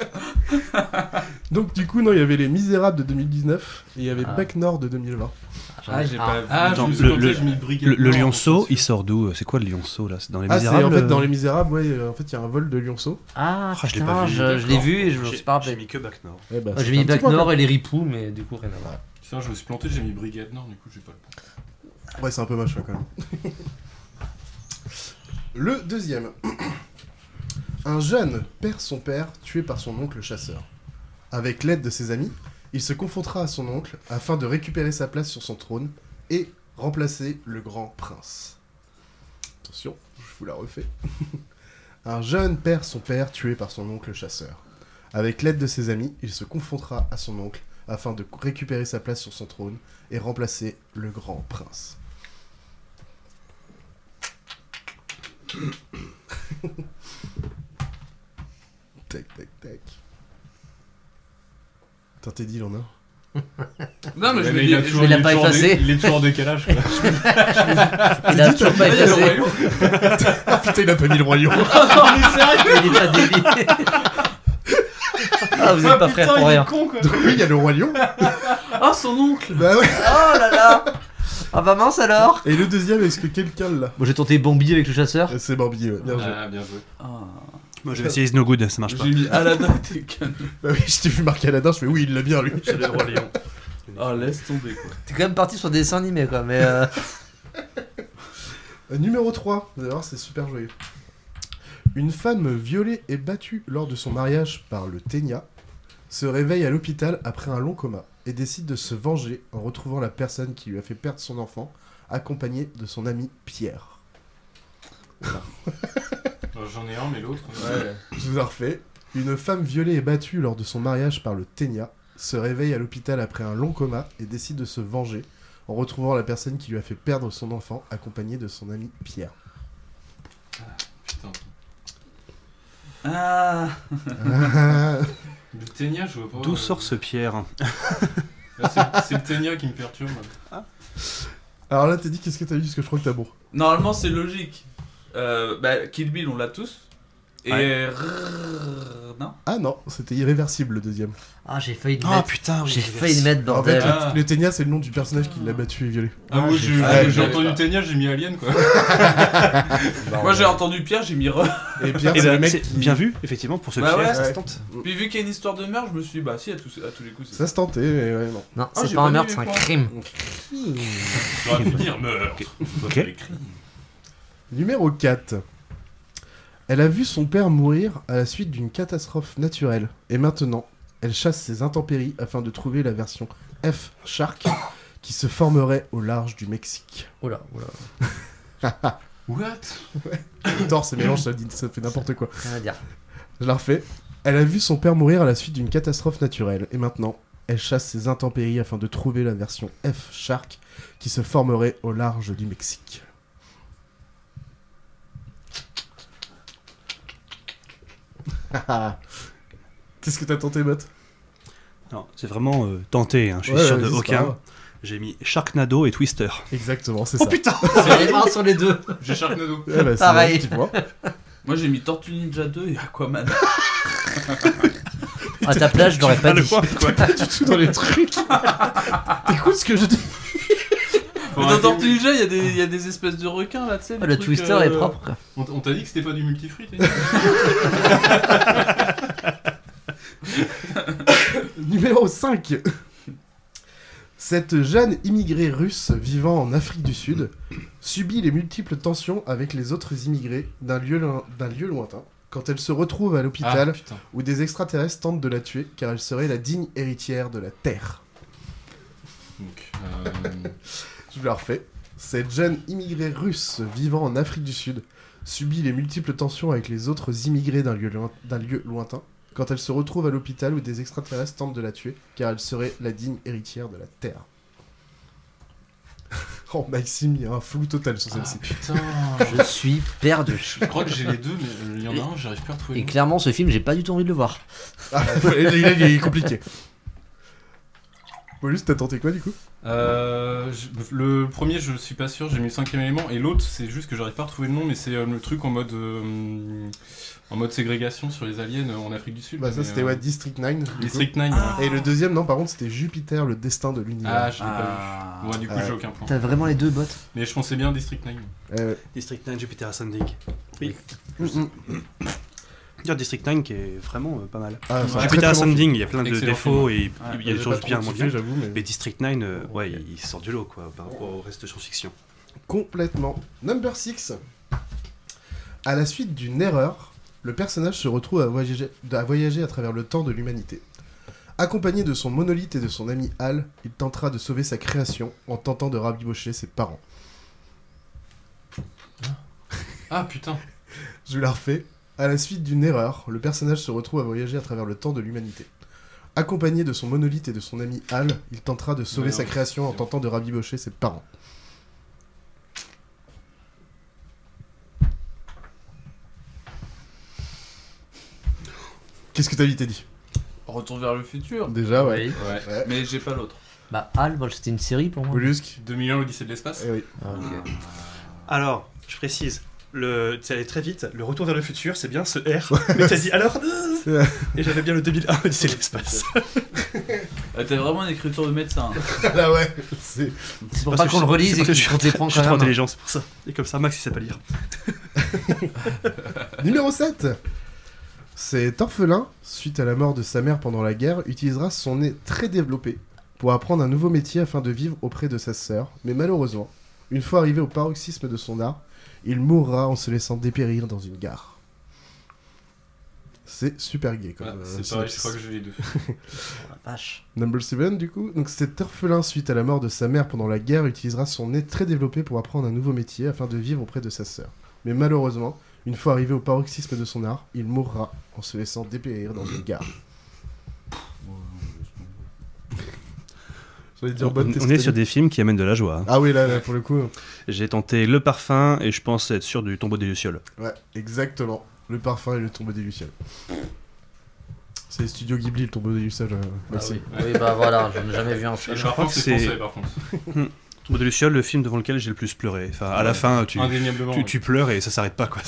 Speaker 1: Donc, du coup, non, il y avait Les Misérables de 2019 et il y avait
Speaker 5: Ah.
Speaker 1: Bac Nord de 2020.
Speaker 10: Ah, j'ai
Speaker 5: Ah.
Speaker 10: pas vu.
Speaker 4: Ah,
Speaker 2: Attends,
Speaker 4: je me suis
Speaker 2: le,
Speaker 4: planté,
Speaker 2: le-
Speaker 4: j'ai mis Brigade
Speaker 2: le- le
Speaker 4: Nord, en
Speaker 2: lionceau, il sort d'où C'est quoi le lionceau là C'est dans les
Speaker 1: Ah, c'est
Speaker 2: Misérables
Speaker 1: en fait dans
Speaker 2: euh
Speaker 1: Les Misérables, ouais, euh, en fait, il y a un vol de lionceaux.
Speaker 5: Ah,
Speaker 2: Ah, je l'ai
Speaker 5: putain,
Speaker 2: pas vu. bah,
Speaker 5: je je l'ai vu et je me
Speaker 2: J'ai-
Speaker 5: suis pas rappelé.
Speaker 2: J'ai mis que Bac Nord.
Speaker 1: Eh ben,
Speaker 5: Moi,
Speaker 1: ça
Speaker 5: J'ai
Speaker 1: fait un
Speaker 5: mis
Speaker 1: petit
Speaker 5: Bac
Speaker 1: point,
Speaker 5: Nord
Speaker 1: quoi.
Speaker 5: et les ripoux, mais du coup, rien à voir.
Speaker 4: Putain, je me suis planté, j'ai mis Brigade Nord, du coup, j'ai pas le point.
Speaker 1: Ouais, c'est un peu moche, ouais, quand même. Le deuxième. Un jeune perd son père tué par son oncle chasseur. Avec l'aide de ses amis, il se confrontera à son oncle afin de récupérer sa place sur son trône et remplacer le grand prince. Attention, je vous la refais. Un jeune perd son père tué par son oncle chasseur. Avec l'aide de ses amis, il se confrontera à son oncle afin de récupérer sa place sur son trône et remplacer le grand prince. tac, tac, tac. Putain, t'es dit, il en a
Speaker 10: Non, mais je me dis-
Speaker 4: il a
Speaker 10: je
Speaker 4: toujours-
Speaker 10: me
Speaker 4: il
Speaker 10: l'ai
Speaker 4: est
Speaker 10: pas
Speaker 4: toujours
Speaker 10: effacé.
Speaker 4: dé- Il est toujours en décalage. quoi.
Speaker 5: Il a toujours pas effacé.
Speaker 1: Ah, putain, il a pas mis le royaume.
Speaker 5: mais sérieux Il est pas débile. Ah, vous êtes
Speaker 10: Ah,
Speaker 5: pas
Speaker 10: putain,
Speaker 5: frères pour
Speaker 10: il est
Speaker 5: rien.
Speaker 10: con, quoi.
Speaker 1: Donc oui, il y a le royaume.
Speaker 10: Ah, son oncle
Speaker 1: Bah ouais
Speaker 5: Oh là là Ah bah mince alors
Speaker 1: Et le deuxième, est-ce que quelqu'un l'a
Speaker 5: Moi j'ai tenté Bambi avec le chasseur.
Speaker 1: C'est Bambi, ouais, bien joué.
Speaker 4: Ah, bien joué.
Speaker 2: Moi j'avais essayé No Good, ça marche pas.
Speaker 10: J'ai mis Aladdin et Ken.
Speaker 1: Bah oui, je t'ai vu marquer Aladdin, je fais oui, il l'a bien lui.
Speaker 10: Ah, laisse tomber quoi.
Speaker 5: T'es quand même parti sur des dessins animés quoi, mais euh,
Speaker 1: Euh, Numéro 3, d'ailleurs, c'est super joyeux. Une femme violée et battue lors de son mariage par le Ténia se réveille à l'hôpital après un long coma et décide de se venger en retrouvant la personne qui lui a fait perdre son enfant, accompagnée de son ami Pierre.
Speaker 4: Euh, J'en ai un, mais l'autre. euh,
Speaker 1: Je vous en refais. Une femme violée et battue lors de son mariage par le Ténia se réveille à l'hôpital après un long coma et décide de se venger en retrouvant la personne qui lui a fait perdre son enfant, accompagnée de son ami Pierre.
Speaker 4: Putain.
Speaker 10: Ah
Speaker 4: Le Ténia, je vois pas.
Speaker 2: D'où
Speaker 4: euh,
Speaker 2: sort ce Pierre
Speaker 4: là, c'est- C'est le Ténia qui me perturbe.
Speaker 2: Ah.
Speaker 1: Alors là, t'as dit qu'est-ce que t'as vu Parce que je crois que t'as bon.
Speaker 10: Normalement, c'est logique. Euh, bah, Kill Bill, on l'a tous. Et.
Speaker 1: Ouais.
Speaker 10: Rrrr, Non
Speaker 1: Ah non, c'était irréversible le deuxième.
Speaker 5: Ah, j'ai failli le
Speaker 10: Ah,
Speaker 5: mettre.
Speaker 10: putain, oui,
Speaker 5: j'ai
Speaker 10: j'ai
Speaker 5: failli le
Speaker 10: versé.
Speaker 5: mettre, bordel.
Speaker 1: En fait, le- le Ténia, c'est le nom du personnage qui l'a battu et violé.
Speaker 4: Ah, moi, j'ai
Speaker 1: Ah,
Speaker 4: j'ai
Speaker 1: j'ai-
Speaker 4: entendu Ténia, j'ai mis Alien, quoi.
Speaker 1: Bah,
Speaker 10: Moi, j'ai entendu Pierre, j'ai mis Re.
Speaker 1: Et
Speaker 2: Bah,
Speaker 1: Pierre,
Speaker 2: Eh
Speaker 1: c'est
Speaker 2: ben,
Speaker 1: le mec
Speaker 2: c'est
Speaker 1: qui-
Speaker 2: bien vu, effectivement, pour ce
Speaker 10: Bah
Speaker 2: Pierre,
Speaker 10: ouais.
Speaker 2: ça se tente.
Speaker 10: Puis, vu qu'il y a une histoire de meurtre, je me suis dit, bah, si, à tous, à tous les coups. c'est-
Speaker 1: Ça se tentait, mais ouais, non.
Speaker 5: Non,
Speaker 10: Ah,
Speaker 5: c'est
Speaker 10: j'ai
Speaker 5: pas un
Speaker 10: pas
Speaker 5: meurtre,
Speaker 10: mis
Speaker 5: c'est
Speaker 10: mes
Speaker 5: un
Speaker 10: points.
Speaker 5: crime.
Speaker 4: J'aurais pu dire meurtre.
Speaker 2: Ok.
Speaker 4: Les cris.
Speaker 1: Numéro 4. Elle a vu son père mourir à la suite d'une catastrophe naturelle. Et maintenant, elle chasse ses intempéries afin de trouver la version F Shark qui se formerait au large du Mexique.
Speaker 5: Oula, oula.
Speaker 4: What
Speaker 1: Thor, c'est mélange, ça, dit- ça fait n'importe quoi.
Speaker 5: Rien à dire.
Speaker 1: Je la refais. Elle a vu son père mourir à la suite d'une catastrophe naturelle. Et maintenant, elle chasse ses intempéries afin de trouver la version F Shark qui se formerait au large du Mexique. Qu'est-ce que t'as tenté, Bot
Speaker 2: Non, c'est vraiment euh, tenté, hein, je suis
Speaker 1: Ouais,
Speaker 2: sûr
Speaker 1: ouais,
Speaker 2: de
Speaker 1: c'est pas
Speaker 2: aucun.
Speaker 1: grave.
Speaker 2: J'ai mis Sharknado et Twister.
Speaker 1: Exactement, c'est
Speaker 2: oh
Speaker 1: ça.
Speaker 2: putain
Speaker 5: C'est les mains sur les deux.
Speaker 4: J'ai Sharknado.
Speaker 1: Eh ben, c'est
Speaker 5: Pareil.
Speaker 1: un petit point.
Speaker 10: Moi, j'ai mis Tortue Ninja 2 et Aquaman.
Speaker 5: À ta place, je l'aurais pas
Speaker 2: le
Speaker 5: dit.
Speaker 2: point, quoi.
Speaker 1: Pas du tout dans les trucs. T'écoutes ce que je dis
Speaker 10: Mais dans Tortue Ninja, il y, a des- il y a des espèces de requins là, tu sais.
Speaker 5: Ah,
Speaker 10: des
Speaker 5: Le
Speaker 10: trucs,
Speaker 5: twister
Speaker 10: euh,
Speaker 5: est propre quoi.
Speaker 4: On t- on t'a dit que c'était pas du multifruit, t'as dit
Speaker 1: Numéro 5 Cette jeune immigrée russe vivant en Afrique du Sud subit les multiples tensions avec les autres immigrés d'un lieu, loin- d'un lieu lointain quand elle se retrouve à l'hôpital
Speaker 4: Ah, putain.
Speaker 1: où des extraterrestres tentent de la tuer car elle serait la digne héritière de la Terre.
Speaker 4: Donc, euh,
Speaker 1: Je vous la refais. Cette jeune immigrée russe vivant en Afrique du Sud subit les multiples tensions avec les autres immigrés d'un lieu, loin- d'un lieu lointain quand elle se retrouve à l'hôpital où des extraterrestres tentent de la tuer car elle serait la digne héritière de la Terre. oh Maxime, il y a un flou total sur celle-ci.
Speaker 4: Ah,
Speaker 5: Je
Speaker 4: putain.
Speaker 5: suis perdu.
Speaker 4: Je crois que j'ai les deux, mais euh, il y en a un, j'arrive plus à retrouver.
Speaker 5: Et
Speaker 4: le nom.
Speaker 5: clairement, ce film, j'ai pas du tout envie de le voir.
Speaker 1: Ah, il est- il est compliqué. Paulus, t'as tenté quoi du coup
Speaker 4: Euh, je- le premier, je suis pas sûr, j'ai mis le cinquième élément, et l'autre, c'est juste que j'arrive pas à retrouver le nom, mais c'est euh, le truc en mode euh, en mode ségrégation sur les aliens euh, en Afrique du Sud.
Speaker 1: Bah ça
Speaker 4: mais,
Speaker 1: c'était
Speaker 4: euh,
Speaker 1: ouais, District 9. du coup. Ah.
Speaker 4: District 9. ouais.
Speaker 1: Et le deuxième, non, par contre, c'était Jupiter, le destin de
Speaker 4: Ah,
Speaker 1: l'univers.
Speaker 4: je l'ai pas vu. Ouais, du coup, j'ai aucun point.
Speaker 5: T'as vraiment les deux bottes
Speaker 4: Mais je pensais bien District 9.
Speaker 1: Euh,
Speaker 2: District 9, Jupiter Ascending. Oui. Dire District 9 qui est vraiment euh, pas mal.
Speaker 1: Ah, c'est un très, très
Speaker 2: Jupiter
Speaker 1: bon
Speaker 2: Ascending, il y a plein de
Speaker 4: Excellent
Speaker 2: défauts
Speaker 4: film.
Speaker 2: et il y a
Speaker 1: j'ai
Speaker 2: des choses
Speaker 1: pas
Speaker 2: bien
Speaker 1: trop
Speaker 2: moins
Speaker 1: kiffé,
Speaker 2: bien.
Speaker 1: j'avoue, mais-
Speaker 2: Mais District 9, euh, ouais, il il sort du lot quoi par rapport au reste de science-fiction.
Speaker 1: Complètement. Number 6. À la suite d'une erreur, le personnage se retrouve à voyager, à voyager à travers le temps de l'humanité. Accompagné de son monolithe et de son ami Hal, il tentera de sauver sa création en tentant de rabibocher ses parents.
Speaker 4: Ah putain.
Speaker 1: Je la refais. À la suite d'une erreur, le personnage se retrouve à voyager à travers le temps de l'humanité. Accompagné de son monolithe et de son ami Hal, il tentera de sauver
Speaker 4: Ouais,
Speaker 1: sa
Speaker 4: ouais,
Speaker 1: création en tentant de rabibocher ses parents. Qu'est-ce que t'as vite dit
Speaker 10: Retour vers le futur.
Speaker 1: Déjà, ouais.
Speaker 10: Oui.
Speaker 1: Ouais.
Speaker 10: Mais j'ai pas l'autre.
Speaker 5: Bah, Hal, moi, c'était une série pour moi.
Speaker 1: Mollusque.
Speaker 4: 2001 l'Odyssée de l'espace
Speaker 1: Eh oui.
Speaker 2: Alors, je précise, le... c'est allé très vite, le retour vers le futur, c'est bien ce R, mais t'as dit alors euh, Et j'avais bien le 2001, c'est l'espace.
Speaker 10: Ah, T'as vraiment une écriture de médecin.
Speaker 1: Là, ouais. C'est
Speaker 2: Parce que je- c'est parce que je- Je suis
Speaker 1: hein.
Speaker 2: trop intelligent, c'est pour ça. Et comme ça, Max, il sait pas lire.
Speaker 1: Numéro 7 Cet orphelin, suite à la mort de sa mère pendant la guerre, utilisera son nez très développé pour apprendre un nouveau métier afin de vivre auprès de sa sœur. Mais malheureusement, une fois arrivé au paroxysme de son art, il mourra en se laissant dépérir dans une gare. C'est super gay comme
Speaker 4: Ah,
Speaker 1: euh,
Speaker 4: c'est pareil,
Speaker 1: synopsis.
Speaker 4: je crois que j'ai les deux.
Speaker 1: Number 7 du coup. Donc cet orphelin suite à la mort de sa mère pendant la guerre utilisera son nez très développé pour apprendre un nouveau métier afin de vivre auprès de sa sœur. Mais malheureusement, une fois arrivé au paroxysme de son art, il mourra en se laissant dépérir dans une gare. J'allais dire
Speaker 2: on,
Speaker 1: bonne
Speaker 2: on est
Speaker 1: testabilité.
Speaker 2: sur des films qui amènent de la joie. hein.
Speaker 1: Ah oui, là, là, pour le coup.
Speaker 2: J'ai tenté Le Parfum et je pense être sûr du Tombeau des Lucioles.
Speaker 1: Ouais, exactement. Le parfum et le tombeau des lucioles. C'est les studios Ghibli, le tombeau des lucioles. euh,
Speaker 10: Ah
Speaker 1: Maxime.
Speaker 5: oui. Oui, bah voilà, j'en ai jamais vu un film.
Speaker 2: Je crois que c'est. Hmm. Tombeau des Lucioles, le film devant lequel j'ai le plus pleuré. Enfin, à la
Speaker 5: Ouais.
Speaker 2: fin, tu,
Speaker 5: Indéniablement,
Speaker 2: tu,
Speaker 5: ouais.
Speaker 2: tu pleures et ça s'arrête pas, quoi.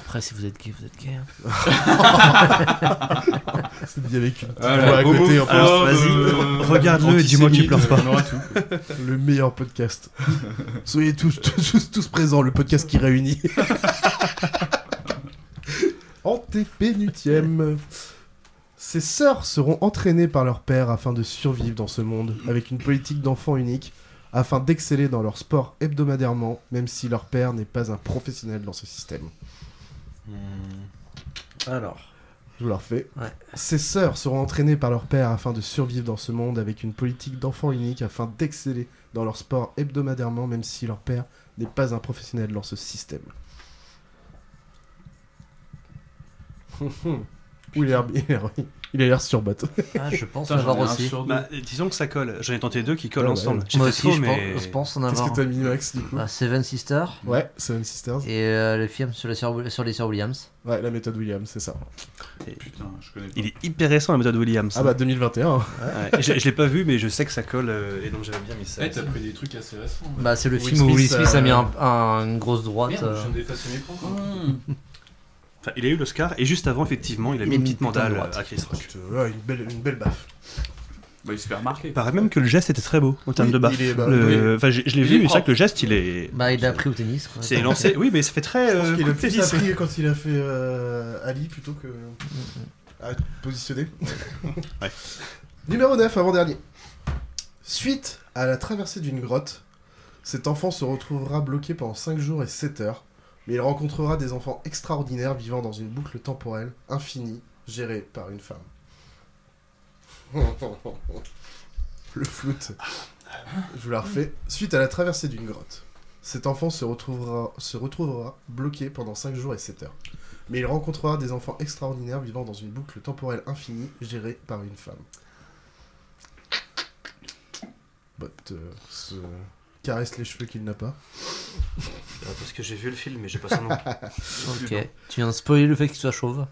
Speaker 5: Après, si vous êtes gay, vous êtes gay. hein.
Speaker 1: C'est dit avec une petite
Speaker 2: Ah,
Speaker 1: voix
Speaker 2: la
Speaker 1: à côté
Speaker 2: homo-
Speaker 1: en plus.
Speaker 2: Alors, vas-y, euh, regarde-le et dis-moi que tu pleures pas.
Speaker 1: antisémite, euh, on aura tout. le meilleur podcast. Soyez tous, tous, tous- tous présents, le podcast qui réunit. Antépénutième. Ses sœurs seront entraînées par leur père afin de survivre dans ce monde, avec une politique d'enfant unique, afin d'exceller dans leur sport hebdomadairement, même si leur père n'est pas un professionnel dans ce système.
Speaker 5: Alors.
Speaker 1: Je vous la refais. Ses sœurs seront entraînées par leur père afin de survivre dans ce monde avec une politique d'enfant unique afin d'exceller dans leur sport hebdomadairement même si leur père n'est pas un professionnel dans ce système. Ou il a l'air il a l'air- il a l'air surbot.
Speaker 5: Ah, je pense
Speaker 2: Putain, j'en
Speaker 5: l'avoir
Speaker 2: ai un
Speaker 5: aussi.
Speaker 2: sur deux. Bah, disons que ça colle. J'en ai tenté deux qui collent
Speaker 1: Ouais, ouais.
Speaker 2: ensemble.
Speaker 1: Moi
Speaker 2: J'ai fait
Speaker 1: aussi,
Speaker 2: faux,
Speaker 1: je pense-
Speaker 2: mais-
Speaker 5: Je pense en
Speaker 1: Qu'est-ce
Speaker 5: avoir.
Speaker 1: que t'as mis, Max, du coup
Speaker 5: Bah, Seven Sisters.
Speaker 1: Ouais, Seven Sisters.
Speaker 5: Et euh, le film sur, le sur, sur les sœurs Williams.
Speaker 1: Ouais, la méthode Williams, c'est ça.
Speaker 10: Putain, je connais
Speaker 2: Il est hyper récent, la méthode Williams.
Speaker 1: Ah bah, 2021.
Speaker 2: Ouais, je je l'ai pas vu, mais je sais que ça colle euh, et donc j'avais bien mis ça.
Speaker 4: Eh, t'as pris des trucs assez récents.
Speaker 5: Bah, c'est le film où Will Smith
Speaker 1: euh,
Speaker 5: a mis un- un- une grosse droite.
Speaker 4: Merde,
Speaker 5: euh.
Speaker 4: je viens d'effacer mes hein. points, quoi.
Speaker 2: Enfin, il a eu l'Oscar et juste avant, effectivement, il a mis une petite
Speaker 1: putain de
Speaker 2: mandale euh,
Speaker 1: droite.
Speaker 2: à Chris Rock.
Speaker 1: Ouais, une belle, une belle baffe.
Speaker 10: Bah, il se fait remarquer.
Speaker 2: Il paraît même que le geste était très beau en termes
Speaker 1: Oui,
Speaker 2: de baffe.
Speaker 1: il est- bah,
Speaker 2: Le-
Speaker 1: oui.
Speaker 2: Enfin, j'ai- je l'ai
Speaker 1: Il
Speaker 2: vu,
Speaker 1: est
Speaker 2: mais c'est vrai
Speaker 1: propre.
Speaker 2: que le geste, il est.
Speaker 5: Bah, il a appris au tennis. quoi.
Speaker 2: C'est lancé. Oui, mais ça fait très. euh,
Speaker 1: Il
Speaker 2: coup
Speaker 1: a
Speaker 2: de
Speaker 1: plus
Speaker 2: tennis.
Speaker 1: appris quand il a fait euh, Ali plutôt
Speaker 2: Mm,
Speaker 1: que à être positionné.
Speaker 2: Ouais.
Speaker 1: Numéro 9, avant-dernier. Suite à la traversée d'une grotte, cet enfant se retrouvera bloqué pendant 5 jours et 7 heures, mais il rencontrera des enfants extraordinaires vivant dans une boucle temporelle infinie, gérée par une femme. Le flout. Je vous la refais. Suite à la traversée d'une grotte, cet enfant se retrouvera, se retrouvera bloqué pendant 5 jours et 7 heures. Mais il rencontrera des enfants extraordinaires vivant dans une boucle temporelle infinie gérée par une femme. Bot euh, se caresse les cheveux qu'il n'a pas.
Speaker 2: Ah, Parce que j'ai vu le film, mais j'ai pas son nom.
Speaker 5: Ok. Tu viens de spoiler le fait qu'il soit chauve.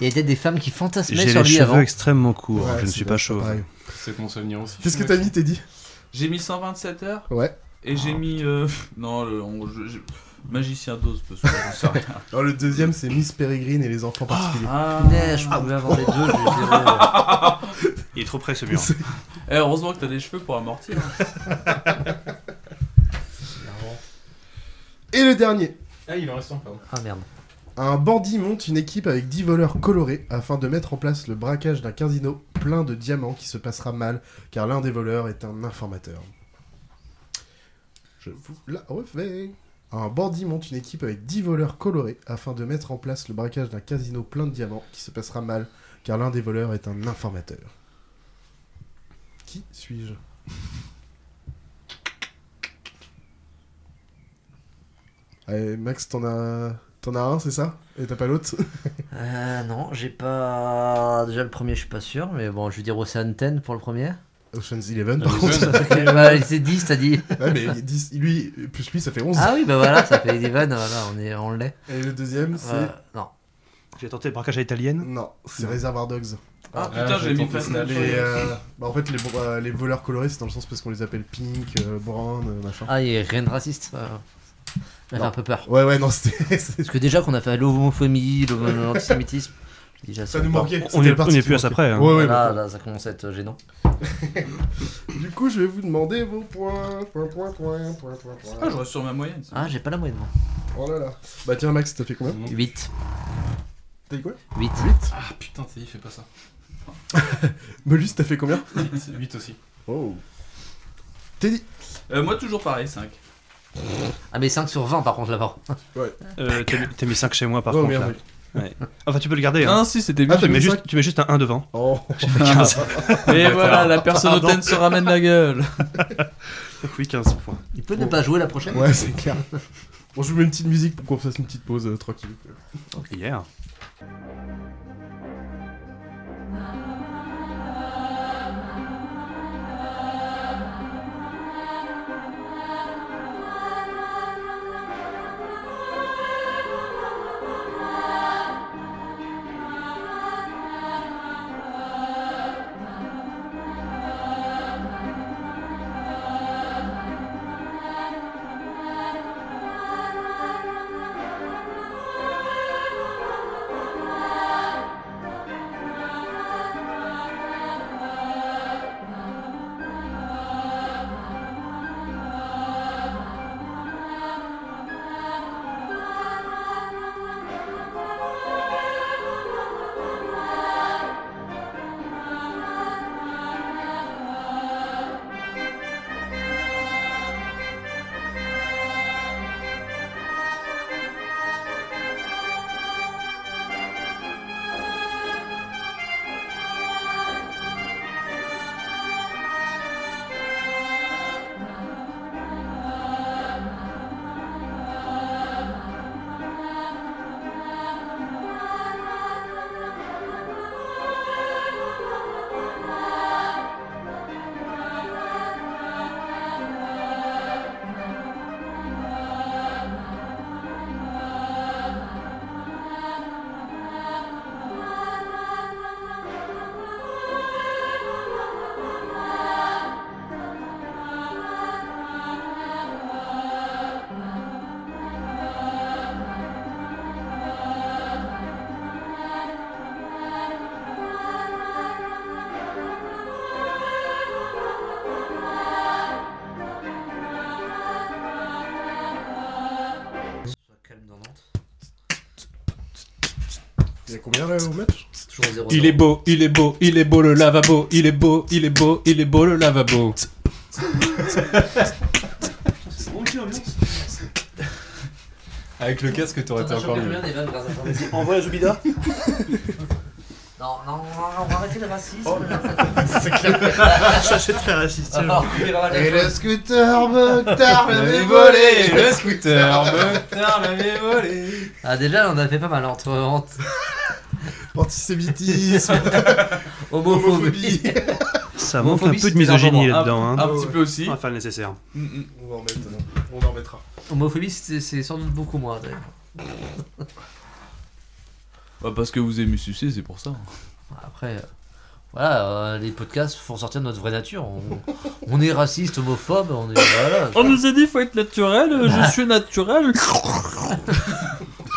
Speaker 5: Il y a peut-être des femmes qui fantasmaient
Speaker 2: J'ai
Speaker 5: sur
Speaker 2: les
Speaker 5: lui
Speaker 2: cheveux
Speaker 5: avant.
Speaker 2: extrêmement courts.
Speaker 5: Ouais,
Speaker 2: je ne
Speaker 5: c'est
Speaker 2: suis
Speaker 5: bien,
Speaker 2: pas chauve.
Speaker 1: pareil.
Speaker 4: C'est mon souvenir aussi.
Speaker 1: Qu'est-ce que t'as mis, Teddy
Speaker 10: J'ai mis 127 heures.
Speaker 1: Ouais.
Speaker 10: Et j'ai mis. euh, Non, le, on- je- je- magicien d'ose, parce que j'en sais rien.
Speaker 1: Alors, le deuxième, c'est Miss Peregrine et les enfants particuliers.
Speaker 10: Ah.
Speaker 5: Punaise, je pouvais avoir les deux, j'ai zéro.
Speaker 2: Il est trop près ce mur.
Speaker 10: Eh, heureusement que t'as des cheveux pour amortir. hein.
Speaker 1: Et le dernier
Speaker 4: Ah, il en reste un, pardon.
Speaker 5: Ah merde.
Speaker 1: Un bandit monte une équipe avec 10 voleurs colorés afin de mettre en place le braquage d'un casino plein de diamants qui se passera mal car l'un des voleurs est un informateur. Je vous la refais. Un bandit monte une équipe avec 10 voleurs colorés afin de mettre en place le braquage d'un casino plein de diamants qui se passera mal car l'un des voleurs est un informateur. Qui suis-je Allez, Eh, Max, t'en as... t'en as un, c'est ça Et t'as pas l'autre
Speaker 5: Euh, non, j'ai pas. Déjà, le premier, je suis pas sûr, mais bon, je vais dire Ocean 10 pour le premier.
Speaker 1: Ocean's Eleven,
Speaker 5: par contre. bah, c'est 10, t'as dit.
Speaker 1: Ouais, mais 10, lui, plus lui, ça fait 11.
Speaker 5: Ah oui, bah voilà, ça fait 11, voilà, on est- on l'est.
Speaker 1: Et le deuxième, c'est.
Speaker 5: Euh, non.
Speaker 2: J'ai tenté le braquage à l'italienne
Speaker 1: Non, c'est Reservoir Dogs.
Speaker 10: Ah, putain, j'ai mis Fast and
Speaker 1: les,
Speaker 10: Furious.
Speaker 1: euh, bah, En fait, les, bah, les voleurs colorés, c'est dans le sens parce qu'on les appelle pink, euh, brown, euh, machin.
Speaker 5: Ah, et rien de raciste. Ça ça fait
Speaker 1: Non.
Speaker 5: un peu peur.
Speaker 1: Ouais, ouais, non, c'était.
Speaker 5: Parce que déjà qu'on a fait l'homophobie, l'homo- l'antisémitisme. Déjà,
Speaker 1: Ça
Speaker 5: fait
Speaker 1: nous
Speaker 5: peur.
Speaker 1: manquait, On c'était est- la partie on est qui plus à ça manquait. près, hein. Ouais, ouais,
Speaker 5: Voilà,
Speaker 1: mais-
Speaker 5: là, ça commence à être euh, gênant.
Speaker 1: Du coup, je vais vous demander vos points. Point, point, point, point, point, point.
Speaker 10: Ah, je reste sur ma moyenne.
Speaker 5: Ah, j'ai pas la moyenne, moi.
Speaker 1: Oh là là. Bah, tiens, Max, t'as fait combien
Speaker 5: 8.
Speaker 1: T'as dit quoi
Speaker 5: 8.
Speaker 4: Ah putain, t'as dit, fais pas ça.
Speaker 1: Melus, t'as fait combien
Speaker 4: 8 aussi.
Speaker 1: Oh. Teddy
Speaker 10: Euh, moi, toujours pareil, 5.
Speaker 5: Ah, mais 5 sur 20, par contre, là-bas.
Speaker 1: Ouais. Oh,
Speaker 2: Euh, t'as mis- T'as mis 5 chez moi par
Speaker 5: Ouais,
Speaker 2: contre.
Speaker 5: merde,
Speaker 2: là.
Speaker 5: oui.
Speaker 2: Ouais. Enfin, tu peux le garder.
Speaker 10: Non,
Speaker 2: hein.
Speaker 10: non, si, c'était
Speaker 2: Ah,
Speaker 10: bien,
Speaker 2: tu,
Speaker 10: j'ai
Speaker 2: mets
Speaker 10: mis
Speaker 2: juste,
Speaker 10: cinq.
Speaker 2: tu mets juste un 1 devant.
Speaker 1: Oh.
Speaker 2: J'ai fait 15.
Speaker 10: Ah. Et
Speaker 2: Ah,
Speaker 10: voilà, la
Speaker 1: Ah,
Speaker 10: personne
Speaker 2: Pardon.
Speaker 10: hautaine se ramène la gueule.
Speaker 2: oui, 15 points.
Speaker 5: Il peut ne pas jouer la prochaine
Speaker 1: Ouais, c'est clair. Bon, je vous mets une petite musique pour qu'on fasse une petite pause euh, tranquille.
Speaker 2: Hier.
Speaker 1: Il y a combien là au match
Speaker 5: Toujours 0
Speaker 4: Il est beau, il est beau, il est beau le lavabo, il est beau, il est beau, il est beau le lavabo. Avec le casque, t'aurais été encore mieux.
Speaker 2: Envoie à Zoubida.
Speaker 5: Non, non, non, on va arrêter le racisme.
Speaker 1: Oh, c'est clair.
Speaker 2: Ça, c'est très raciste.
Speaker 5: Alors, on verra la
Speaker 1: Et le
Speaker 5: chose.
Speaker 1: scooter, Mokhtar l'avait volé
Speaker 5: Le scooter,
Speaker 10: Mokhtar l'avait volé
Speaker 5: Ah, déjà, on a fait pas mal entre entre-
Speaker 1: Antisémitisme
Speaker 5: Homophobie.
Speaker 2: Ça manque un peu de misogynie là-dedans. hein.
Speaker 10: aussi.
Speaker 2: On va faire le nécessaire.
Speaker 1: Mm, On va en mettre, euh, on en remettra.
Speaker 5: Homophobie, c'est c'est sans doute beaucoup moins. d'ailleurs.
Speaker 10: Bah, parce que vous aimez sucer, c'est pour ça.
Speaker 5: Après, euh, voilà, euh, les podcasts font sortir notre vraie nature. On, on est raciste, homophobe, on est. voilà. Bah.
Speaker 10: On nous a dit faut être naturel, euh, je suis naturel.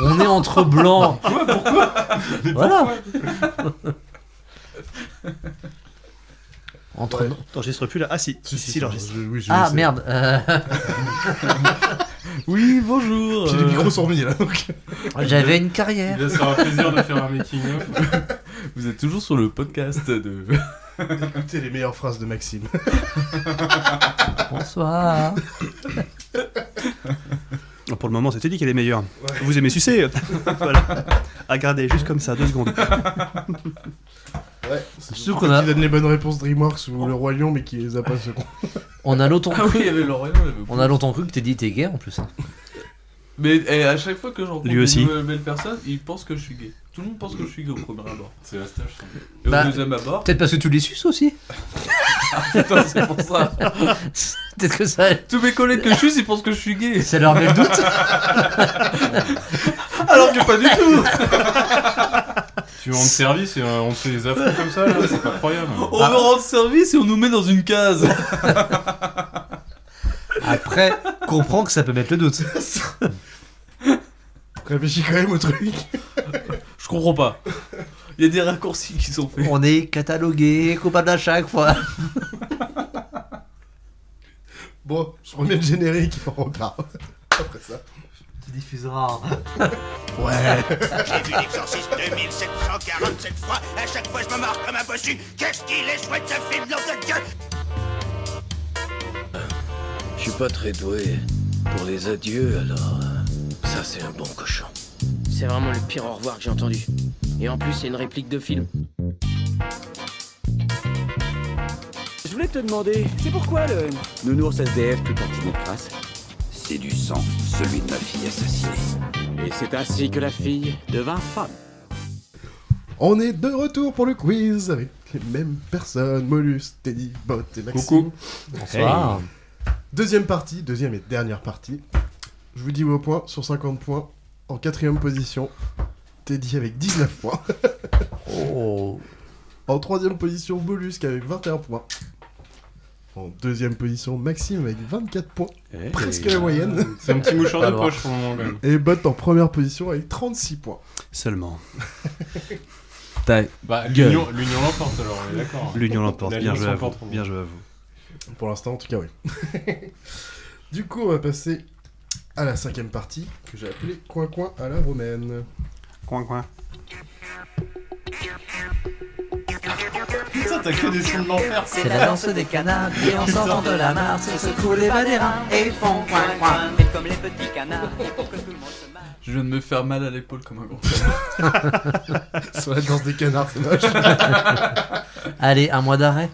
Speaker 5: On est entre blancs.
Speaker 10: Quoi, pourquoi Mais
Speaker 5: Voilà.
Speaker 10: pourquoi
Speaker 5: Entre
Speaker 2: Ouais. T'enregistres plus là Ah si, si, si, l'enregistre.
Speaker 5: Ah merde. euh,
Speaker 10: Oui, bonjour.
Speaker 1: Puis les micros hein, sont remis là.
Speaker 10: hein,
Speaker 5: J'avais une carrière.
Speaker 4: Il va se faire un plaisir de faire un making-of.
Speaker 10: Vous êtes toujours sur le podcast de.
Speaker 1: Écoutez les meilleures phrases de Maxime.
Speaker 5: Bonsoir.
Speaker 2: Pour le moment, c'était dit qu'elle est meilleure. Vous aimez sucer Voilà. À garder juste comme ça, deux secondes.
Speaker 1: Ouais.
Speaker 5: Surtout
Speaker 1: Surtout
Speaker 5: qu'on a-
Speaker 1: Qui donne les bonnes réponses DreamWorks ou le Roi Lion, mais qui les a pas ce con.
Speaker 5: On a longtemps
Speaker 10: Ah oui,
Speaker 5: cru.
Speaker 10: il y avait Lorient, il y avait
Speaker 5: On a longtemps cru que t'es dit t'es gay en plus. hein.
Speaker 10: Mais eh, à chaque fois que je rencontre
Speaker 2: Lui aussi.
Speaker 10: une nouvelle personne, ils pensent que je suis gay. Tout le monde pense que je suis gay au premier abord.
Speaker 4: C'est la stage.
Speaker 10: Et au
Speaker 5: Bah,
Speaker 10: deuxième abord.
Speaker 5: Peut-être parce que tu les suces aussi.
Speaker 10: Ah, putain, c'est pour ça.
Speaker 5: Peut-être que ça.
Speaker 10: Tous mes collègues que je suis, ils pensent que je suis gay.
Speaker 5: Ça leur met le doute.
Speaker 10: Alors que pas du tout.
Speaker 4: Tu rends service et euh, on te fait des affronts comme ça, là, c'est pas incroyable.
Speaker 10: On
Speaker 5: Ah.
Speaker 10: me rend service et on nous met dans une case.
Speaker 5: Après, comprends que ça peut mettre le doute.
Speaker 1: Réfléchis quand même au truc.
Speaker 10: je comprends pas. Il y a des raccourcis qui sont faits.
Speaker 5: On est catalogué, coupable à chaque fois.
Speaker 1: Bon, je remets le générique et on repart. Après ça.
Speaker 5: Tu diffuseras.
Speaker 7: J'ai vu l'exorciste 2747 fois, à chaque fois je me marre comme un bossu. Qu'est-ce qu'il est chouette ce film, nom de Dieu
Speaker 6: Je suis pas très doué pour les adieux, alors euh, ça c'est un bon cochon.
Speaker 8: C'est vraiment le pire au revoir que j'ai entendu. Et en plus, c'est une réplique de film.
Speaker 9: Je voulais te demander, c'est pourquoi le. Nounours SDF tout tartiné de crasse C'est du sang, celui de ma fille assassinée. Et c'est ainsi que la fille devint femme.
Speaker 1: On est de retour pour le quiz avec les mêmes personnes, Molus, Teddy, Bot et Maxime.
Speaker 4: Coucou. Bonsoir.
Speaker 1: Deuxième partie, deuxième et dernière partie. Je vous dis vos points sur 50 points. En quatrième position, Teddy avec 19 points.
Speaker 4: Oh.
Speaker 1: En troisième position, Molus avec 21 points. En deuxième position, Maxime avec 24 points.
Speaker 4: Eh.
Speaker 1: presque la moyenne.
Speaker 4: C'est un petit mouchoir de Pas loin. poche pour le moment, quand même.
Speaker 1: Et Bot en première position avec 36 points.
Speaker 2: Seulement.
Speaker 5: Ta
Speaker 4: Bah,
Speaker 2: gueule.
Speaker 4: l'union l'Union l'emporte alors, on est d'accord.
Speaker 2: L'union l'emporte,
Speaker 4: La
Speaker 2: bien
Speaker 4: Ligue
Speaker 2: joué à vous.
Speaker 4: s'emporte pour
Speaker 2: Bien joué à vous.
Speaker 1: Pour l'instant, en tout cas, oui. du coup, on va passer à la cinquième partie que j'ai appelée Coin Coin à la romaine.
Speaker 4: Coin Coin. Putain, t'as que des sons de l'enfer, ça.
Speaker 14: C'est la danse des canards qui en sortant de la mare se secouent les badérins et font coin coin. Mais comme les petits canards, il faut que tout le monde se marre.
Speaker 10: Je viens de me faire mal à l'épaule comme un gros.
Speaker 1: Sur la danse des canards, c'est moche.
Speaker 5: Allez, un mois d'arrêt.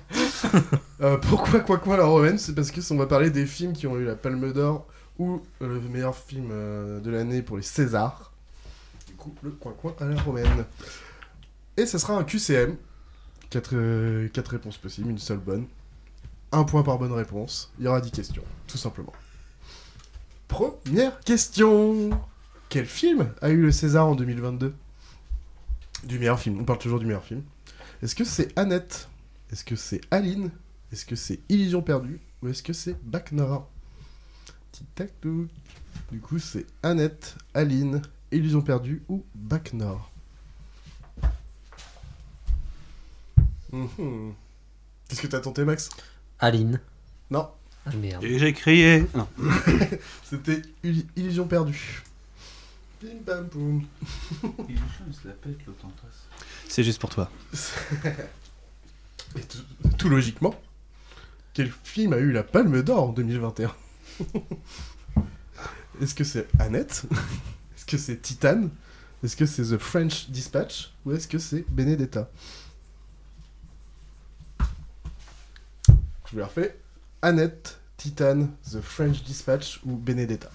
Speaker 1: Euh, pourquoi Coin Coin à la romaine C'est parce que on va parler des films qui ont eu la Palme d'Or ou euh, le meilleur film euh, de l'année pour les Césars. Du coup, le Coin Coin à la romaine. Et ça sera un QCM. 4, euh, réponses possibles, une seule bonne. Un point par bonne réponse. Il y aura 10 questions, tout simplement. Première question. Quel film a eu le César en 2022 Du meilleur film, on parle toujours du meilleur film. Est-ce que c'est Annette Est-ce que c'est Aline Est-ce que c'est Illusion perdue Ou est-ce que c'est Bac Nora Tic tac toe. Du coup, c'est Annette, Aline, Illusion perdue ou Bac Nora. Mhm. Qu'est-ce que t'as tenté, Max
Speaker 5: Aline.
Speaker 1: Non.
Speaker 5: Ah, merde.
Speaker 2: Et j'ai crié. Non.
Speaker 1: C'était Illi- Illusion perdue. Bim bam boum.
Speaker 10: Il se la pète, l'autre en face.
Speaker 2: C'est juste pour toi.
Speaker 1: Et tout, tout logiquement, quel film a eu la Palme d'Or en 2021 Est-ce que c'est Annette Est-ce que c'est Titan Est-ce que c'est The French Dispatch Ou est-ce que c'est Benedetta Je vous la refais. Annette, Titan, The French Dispatch ou Benedetta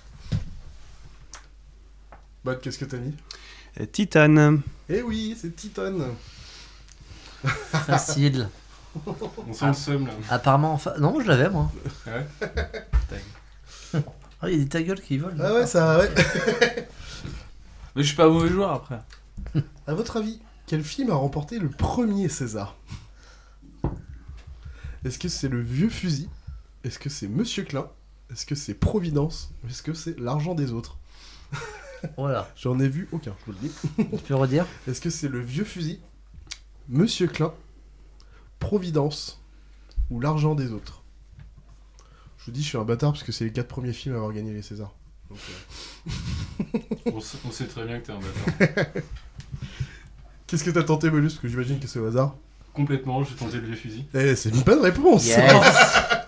Speaker 1: Bot, qu'est-ce que t'as mis
Speaker 2: Euh, Titane.
Speaker 1: Eh oui, c'est Titan
Speaker 5: Facile.
Speaker 4: On sent le seum, là.
Speaker 5: Apparemment, enfin. Non, je l'avais moi.
Speaker 4: Ouais.
Speaker 5: Ah, il y a des ta gueule qui volent.
Speaker 1: Ah ouais, ça, ouais.
Speaker 10: Mais je suis pas mauvais joueur après.
Speaker 1: À votre avis, quel film a remporté le premier César Est-ce que c'est Le Vieux Fusil Est-ce que c'est Monsieur Klein Est-ce que c'est Providence Ou est-ce que c'est L'Argent des Autres
Speaker 5: Voilà.
Speaker 1: J'en ai vu aucun, je vous le dis.
Speaker 5: Oh Tu peux redire
Speaker 1: Est-ce que c'est Le Vieux Fusil Monsieur Klein Providence Ou L'Argent des Autres Je vous dis, je suis un bâtard parce que c'est les quatre premiers films à avoir gagné les Césars. Donc, euh,
Speaker 4: On sait, on sait très bien que t'es un bâtard.
Speaker 1: Qu'est-ce que t'as tenté, Bolus Parce que j'imagine que c'est au hasard.
Speaker 4: Complètement, j'ai tenté le vieux fusil.
Speaker 1: Eh, c'est une bonne réponse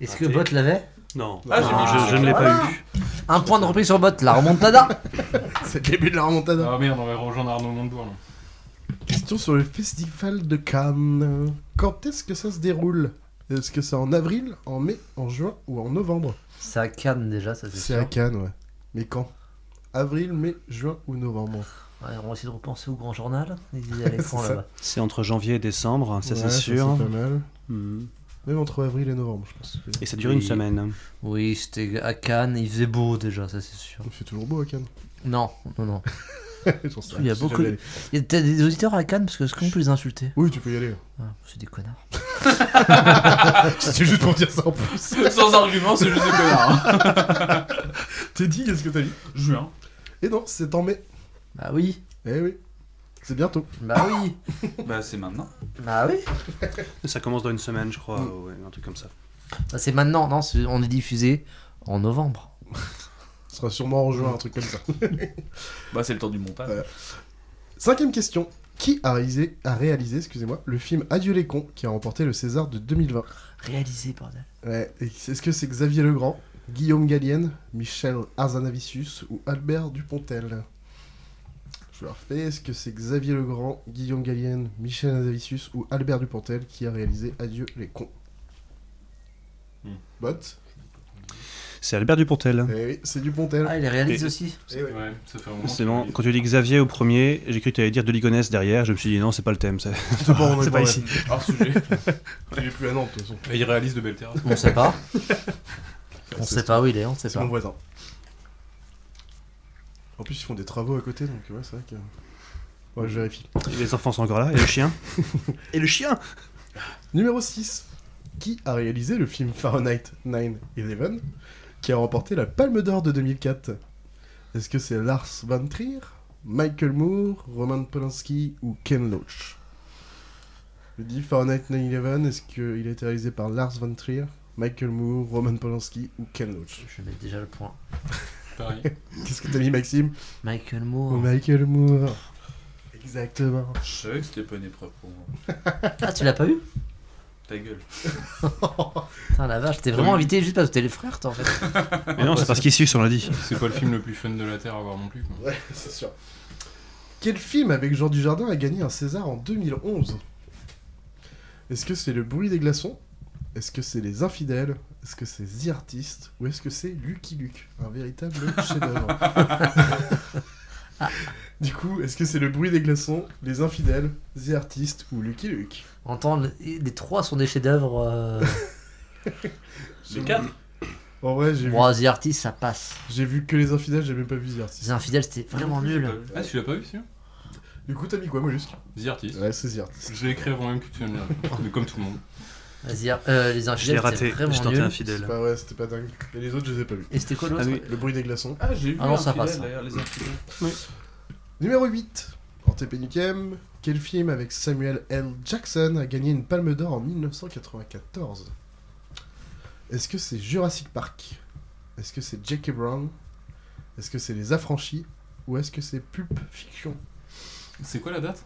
Speaker 5: Est-ce que Bot l'avait
Speaker 2: Non.
Speaker 1: Ah, j'ai mis-
Speaker 2: je, je ne l'ai pas
Speaker 5: eu. Un point de reprise sur Bot, la remontada.
Speaker 1: C'est le début de la remontada.
Speaker 4: Ah merde, on va rejoindre Arnaud Montebourg là.
Speaker 1: Question sur le festival de Cannes. Quand est-ce que ça se déroule Est-ce que c'est en avril, en mai, en juin ou en novembre
Speaker 5: C'est à Cannes déjà, ça c'est
Speaker 1: C'est
Speaker 5: sûr.
Speaker 1: à Cannes, ouais. Mais quand Avril, mai, juin ou novembre
Speaker 5: Ouais, on va essayer de repenser au grand journal. Il y a l'écran
Speaker 1: C'est ça.
Speaker 5: là-bas.
Speaker 15: C'est entre janvier et décembre, ça
Speaker 1: Ouais,
Speaker 15: c'est sûr.
Speaker 1: C'est pas mal.
Speaker 15: Mhm.
Speaker 1: Même entre avril et novembre, je pense.
Speaker 15: Et ça dure une semaine.
Speaker 5: Oui, c'était à Cannes, il faisait beau déjà, ça c'est sûr.
Speaker 1: Il fait toujours beau à Cannes
Speaker 5: Non, non, non.
Speaker 1: J'en sais
Speaker 5: il y a
Speaker 1: rien, je sais
Speaker 5: beaucoup.
Speaker 1: jamais allé.
Speaker 5: Il y a t'as des auditeurs à Cannes parce que est-ce qu'on peut les insulter Ah,
Speaker 1: Oui, tu peux y aller.
Speaker 5: c'est des connards.
Speaker 1: C'était juste pour dire ça en plus.
Speaker 10: Sans argument, c'est juste des connards.
Speaker 1: T'es dit, qu'est-ce que t'as dit
Speaker 10: Juin.
Speaker 1: Et non, c'est en mai.
Speaker 5: Bah oui.
Speaker 1: Eh oui. C'est bientôt.
Speaker 5: Bah oui.
Speaker 10: Bah c'est maintenant.
Speaker 5: Bah oui. Mm.
Speaker 15: Ça commence dans une semaine, je crois, ouais, un truc comme ça.
Speaker 5: Bah, c'est maintenant, non c'est- On est diffusé en novembre.
Speaker 1: Ce sera sûrement en juin, un truc comme ça.
Speaker 10: Bah c'est le temps du montage.
Speaker 1: Voilà. Cinquième question. Qui a réalisé, a réalisé excusez-moi, le film Adieu les cons qui a remporté le César de 2020
Speaker 5: Réalisé, bordel.
Speaker 1: Ouais, et Est-ce que c'est Xavier Legrand, Guillaume Gallienne, Michel Arzanavicius ou Albert Dupontel Je leur fais, est-ce que c'est Xavier Legrand, Guillaume Gallienne, Michel Arzanavicius ou Albert Dupontel qui a réalisé Adieu les cons
Speaker 15: Hmm.
Speaker 1: Bot
Speaker 15: C'est Albert
Speaker 4: Ah.
Speaker 15: Dupontel.
Speaker 1: Eh oui, c'est Dupontel.
Speaker 5: Ah, il les réalise aussi.
Speaker 1: Eh oui.
Speaker 15: C'est bon, quand tu dis Xavier au premier, j'ai cru que tu allais dire de l'igonesse derrière, je me suis dit non, c'est pas le thème, c'est
Speaker 1: C'est pas,
Speaker 4: Ah,
Speaker 1: on est
Speaker 15: c'est
Speaker 1: pas
Speaker 15: pas
Speaker 1: là.
Speaker 15: ici.
Speaker 1: Hors sujet. Il est plus à Nantes, de toute façon.
Speaker 4: Et il réalise de belles terres.
Speaker 5: On sait pas. on sait pas où il est, on sait
Speaker 1: C'est
Speaker 5: pas.
Speaker 1: mon voisin. En plus, ils font des travaux à côté, donc ouais, c'est vrai que. Ouais, je vérifie.
Speaker 15: Et les enfants sont encore là, et le chien Et le chien
Speaker 1: Numéro 6. Qui a réalisé le film Fahrenheit 9-11 qui a remporté la Palme d'Or de 2004 Est-ce que c'est Lars Van Trier, Michael Moore, Roman Polanski ou Ken Loach Je dis Fahrenheit 9-11, est-ce qu'il a été réalisé par Lars Van Trier, Michael Moore, Roman Polanski ou Ken Loach
Speaker 5: Je vais mettre déjà le point.
Speaker 4: Pareil.
Speaker 1: Qu'est-ce que t'as mis, Maxime
Speaker 5: Michael Moore.
Speaker 1: Oh, Michael Moore. Exactement.
Speaker 10: Je savais que c'était pas une épreuve pour moi.
Speaker 5: Ah, tu l'as pas eu
Speaker 10: Ta gueule.
Speaker 5: Putain, la vache, t'es vraiment
Speaker 10: Oui.
Speaker 5: invité juste parce que t'es le frère, toi, en fait.
Speaker 15: Mais non, c'est parce qu'ici, on l'a dit.
Speaker 4: C'est pas le film le plus fun de la Terre à voir non plus. quoi.
Speaker 1: Ouais, c'est sûr. Quel film avec Jean Dujardin a gagné un César en 2011 Est-ce que c'est Le bruit des glaçons Est-ce que c'est Les infidèles Est-ce que c'est The Artist Ou est-ce que c'est Lucky Luke Un véritable chef-d'œuvre. du coup, est-ce que c'est Le bruit des glaçons, Les infidèles, The Artist ou Lucky Luke
Speaker 5: Entendre, les trois sont des chefs-d'œuvre. euh,
Speaker 1: J'ai- En vrai, j'ai vu,
Speaker 5: Bon, The Artist, ça passe.
Speaker 1: j'ai vu que Les infidèles, j'ai même pas vu The Artist.
Speaker 5: Les Infidèles, c'était vraiment nul.
Speaker 4: Ah, tu l'as pas vu, celui
Speaker 1: Du coup, t'as mis quoi, Mollusque
Speaker 4: The Artist.
Speaker 1: Ouais, c'est The Artist.
Speaker 4: Je l'ai écrit avant même que tu me le dises. Mais comme tout le monde.
Speaker 5: The Ar- euh, les Infidèles, c'était vraiment nul.
Speaker 1: C'est pas, ouais, c'était pas dingue. Et les autres, je les ai pas vus.
Speaker 5: Et c'était quoi l'autre
Speaker 1: Ah oui, Le bruit des glaçons.
Speaker 10: Ah, j'ai vu
Speaker 5: Ah non, ça
Speaker 10: Infidèles,
Speaker 5: passe.
Speaker 10: d'ailleurs, les infidèles.
Speaker 1: Numéro 8. Antépéniquem. Quel film avec Samuel L. Jackson a gagné une palme d'or en 1994 Est-ce que c'est Jurassic Park Est-ce que c'est Jackie Brown Est-ce que c'est Les Affranchis Ou est-ce que c'est Pulp Fiction
Speaker 4: C'est quoi la date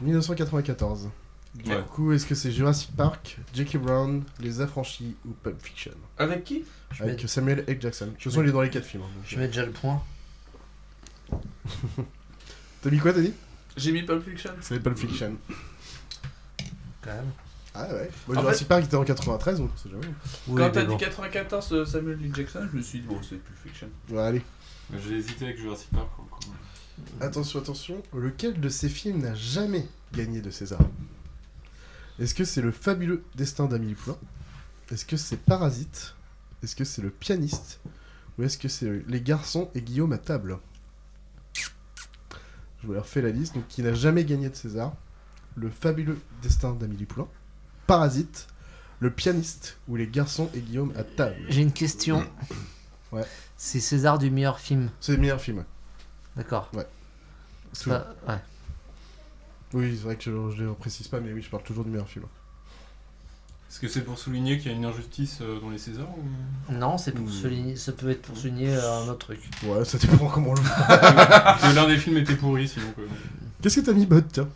Speaker 1: 1994. Du
Speaker 4: Ouais.
Speaker 1: coup, est-ce que c'est Jurassic Park, Jackie Brown, Les Affranchis ou Pulp Fiction
Speaker 10: Avec qui
Speaker 5: Je
Speaker 1: Avec
Speaker 5: mets-
Speaker 1: Samuel L. Jackson. De toute
Speaker 5: je
Speaker 1: façon,
Speaker 5: mets-
Speaker 1: il est dans les 4 films. hein, donc,
Speaker 5: Je
Speaker 1: euh.
Speaker 5: mets déjà le point.
Speaker 1: T'as mis quoi, t'as dit
Speaker 10: J'ai mis Pulp Fiction.
Speaker 1: C'est Pulp Fiction.
Speaker 5: Quand même.
Speaker 1: Ah ouais. Bon,
Speaker 10: En
Speaker 1: Jurassic Park était en 93, donc c'est jamais.
Speaker 10: Quand t'as dit 94 euh, Samuel L. Jackson, je me suis dit, bon, c'est Pulp Fiction.
Speaker 1: Ouais, allez.
Speaker 4: J'ai hésité avec Jurassic Park. pour le coup.
Speaker 1: Attention, attention. Lequel de ces films n'a jamais gagné de César Est-ce que c'est le fabuleux destin d'Amélie Poulain Est-ce que c'est Parasite Est-ce que c'est le pianiste Ou est-ce que c'est les garçons et Guillaume à table Je vous leur fais la liste. Donc, qui n'a jamais gagné de César Le fabuleux destin d'Amélie Poulain, Parasite, le pianiste ou les garçons et Guillaume à table.
Speaker 5: J'ai une question.
Speaker 1: Ouais.
Speaker 5: C'est César du meilleur film.
Speaker 1: C'est le meilleur film.
Speaker 5: D'accord.
Speaker 1: Ouais.
Speaker 5: C'est pas- Ouais.
Speaker 1: Oui, c'est vrai que je ne le précise pas, mais oui, je parle toujours du meilleur film.
Speaker 4: Est-ce que c'est pour souligner qu'il y a une injustice euh, dans les Césars ou...
Speaker 5: Non, c'est
Speaker 15: Mmh.
Speaker 1: Hmm.
Speaker 5: pour
Speaker 4: Ou-
Speaker 5: souligner- ça peut être pour souligner euh, un autre truc.
Speaker 1: Ouais, ça dépend comment on le voit.
Speaker 4: Parce que L'un des films était pourri sinon. Quoi.
Speaker 1: Qu'est-ce que t'as mis, Bot tiens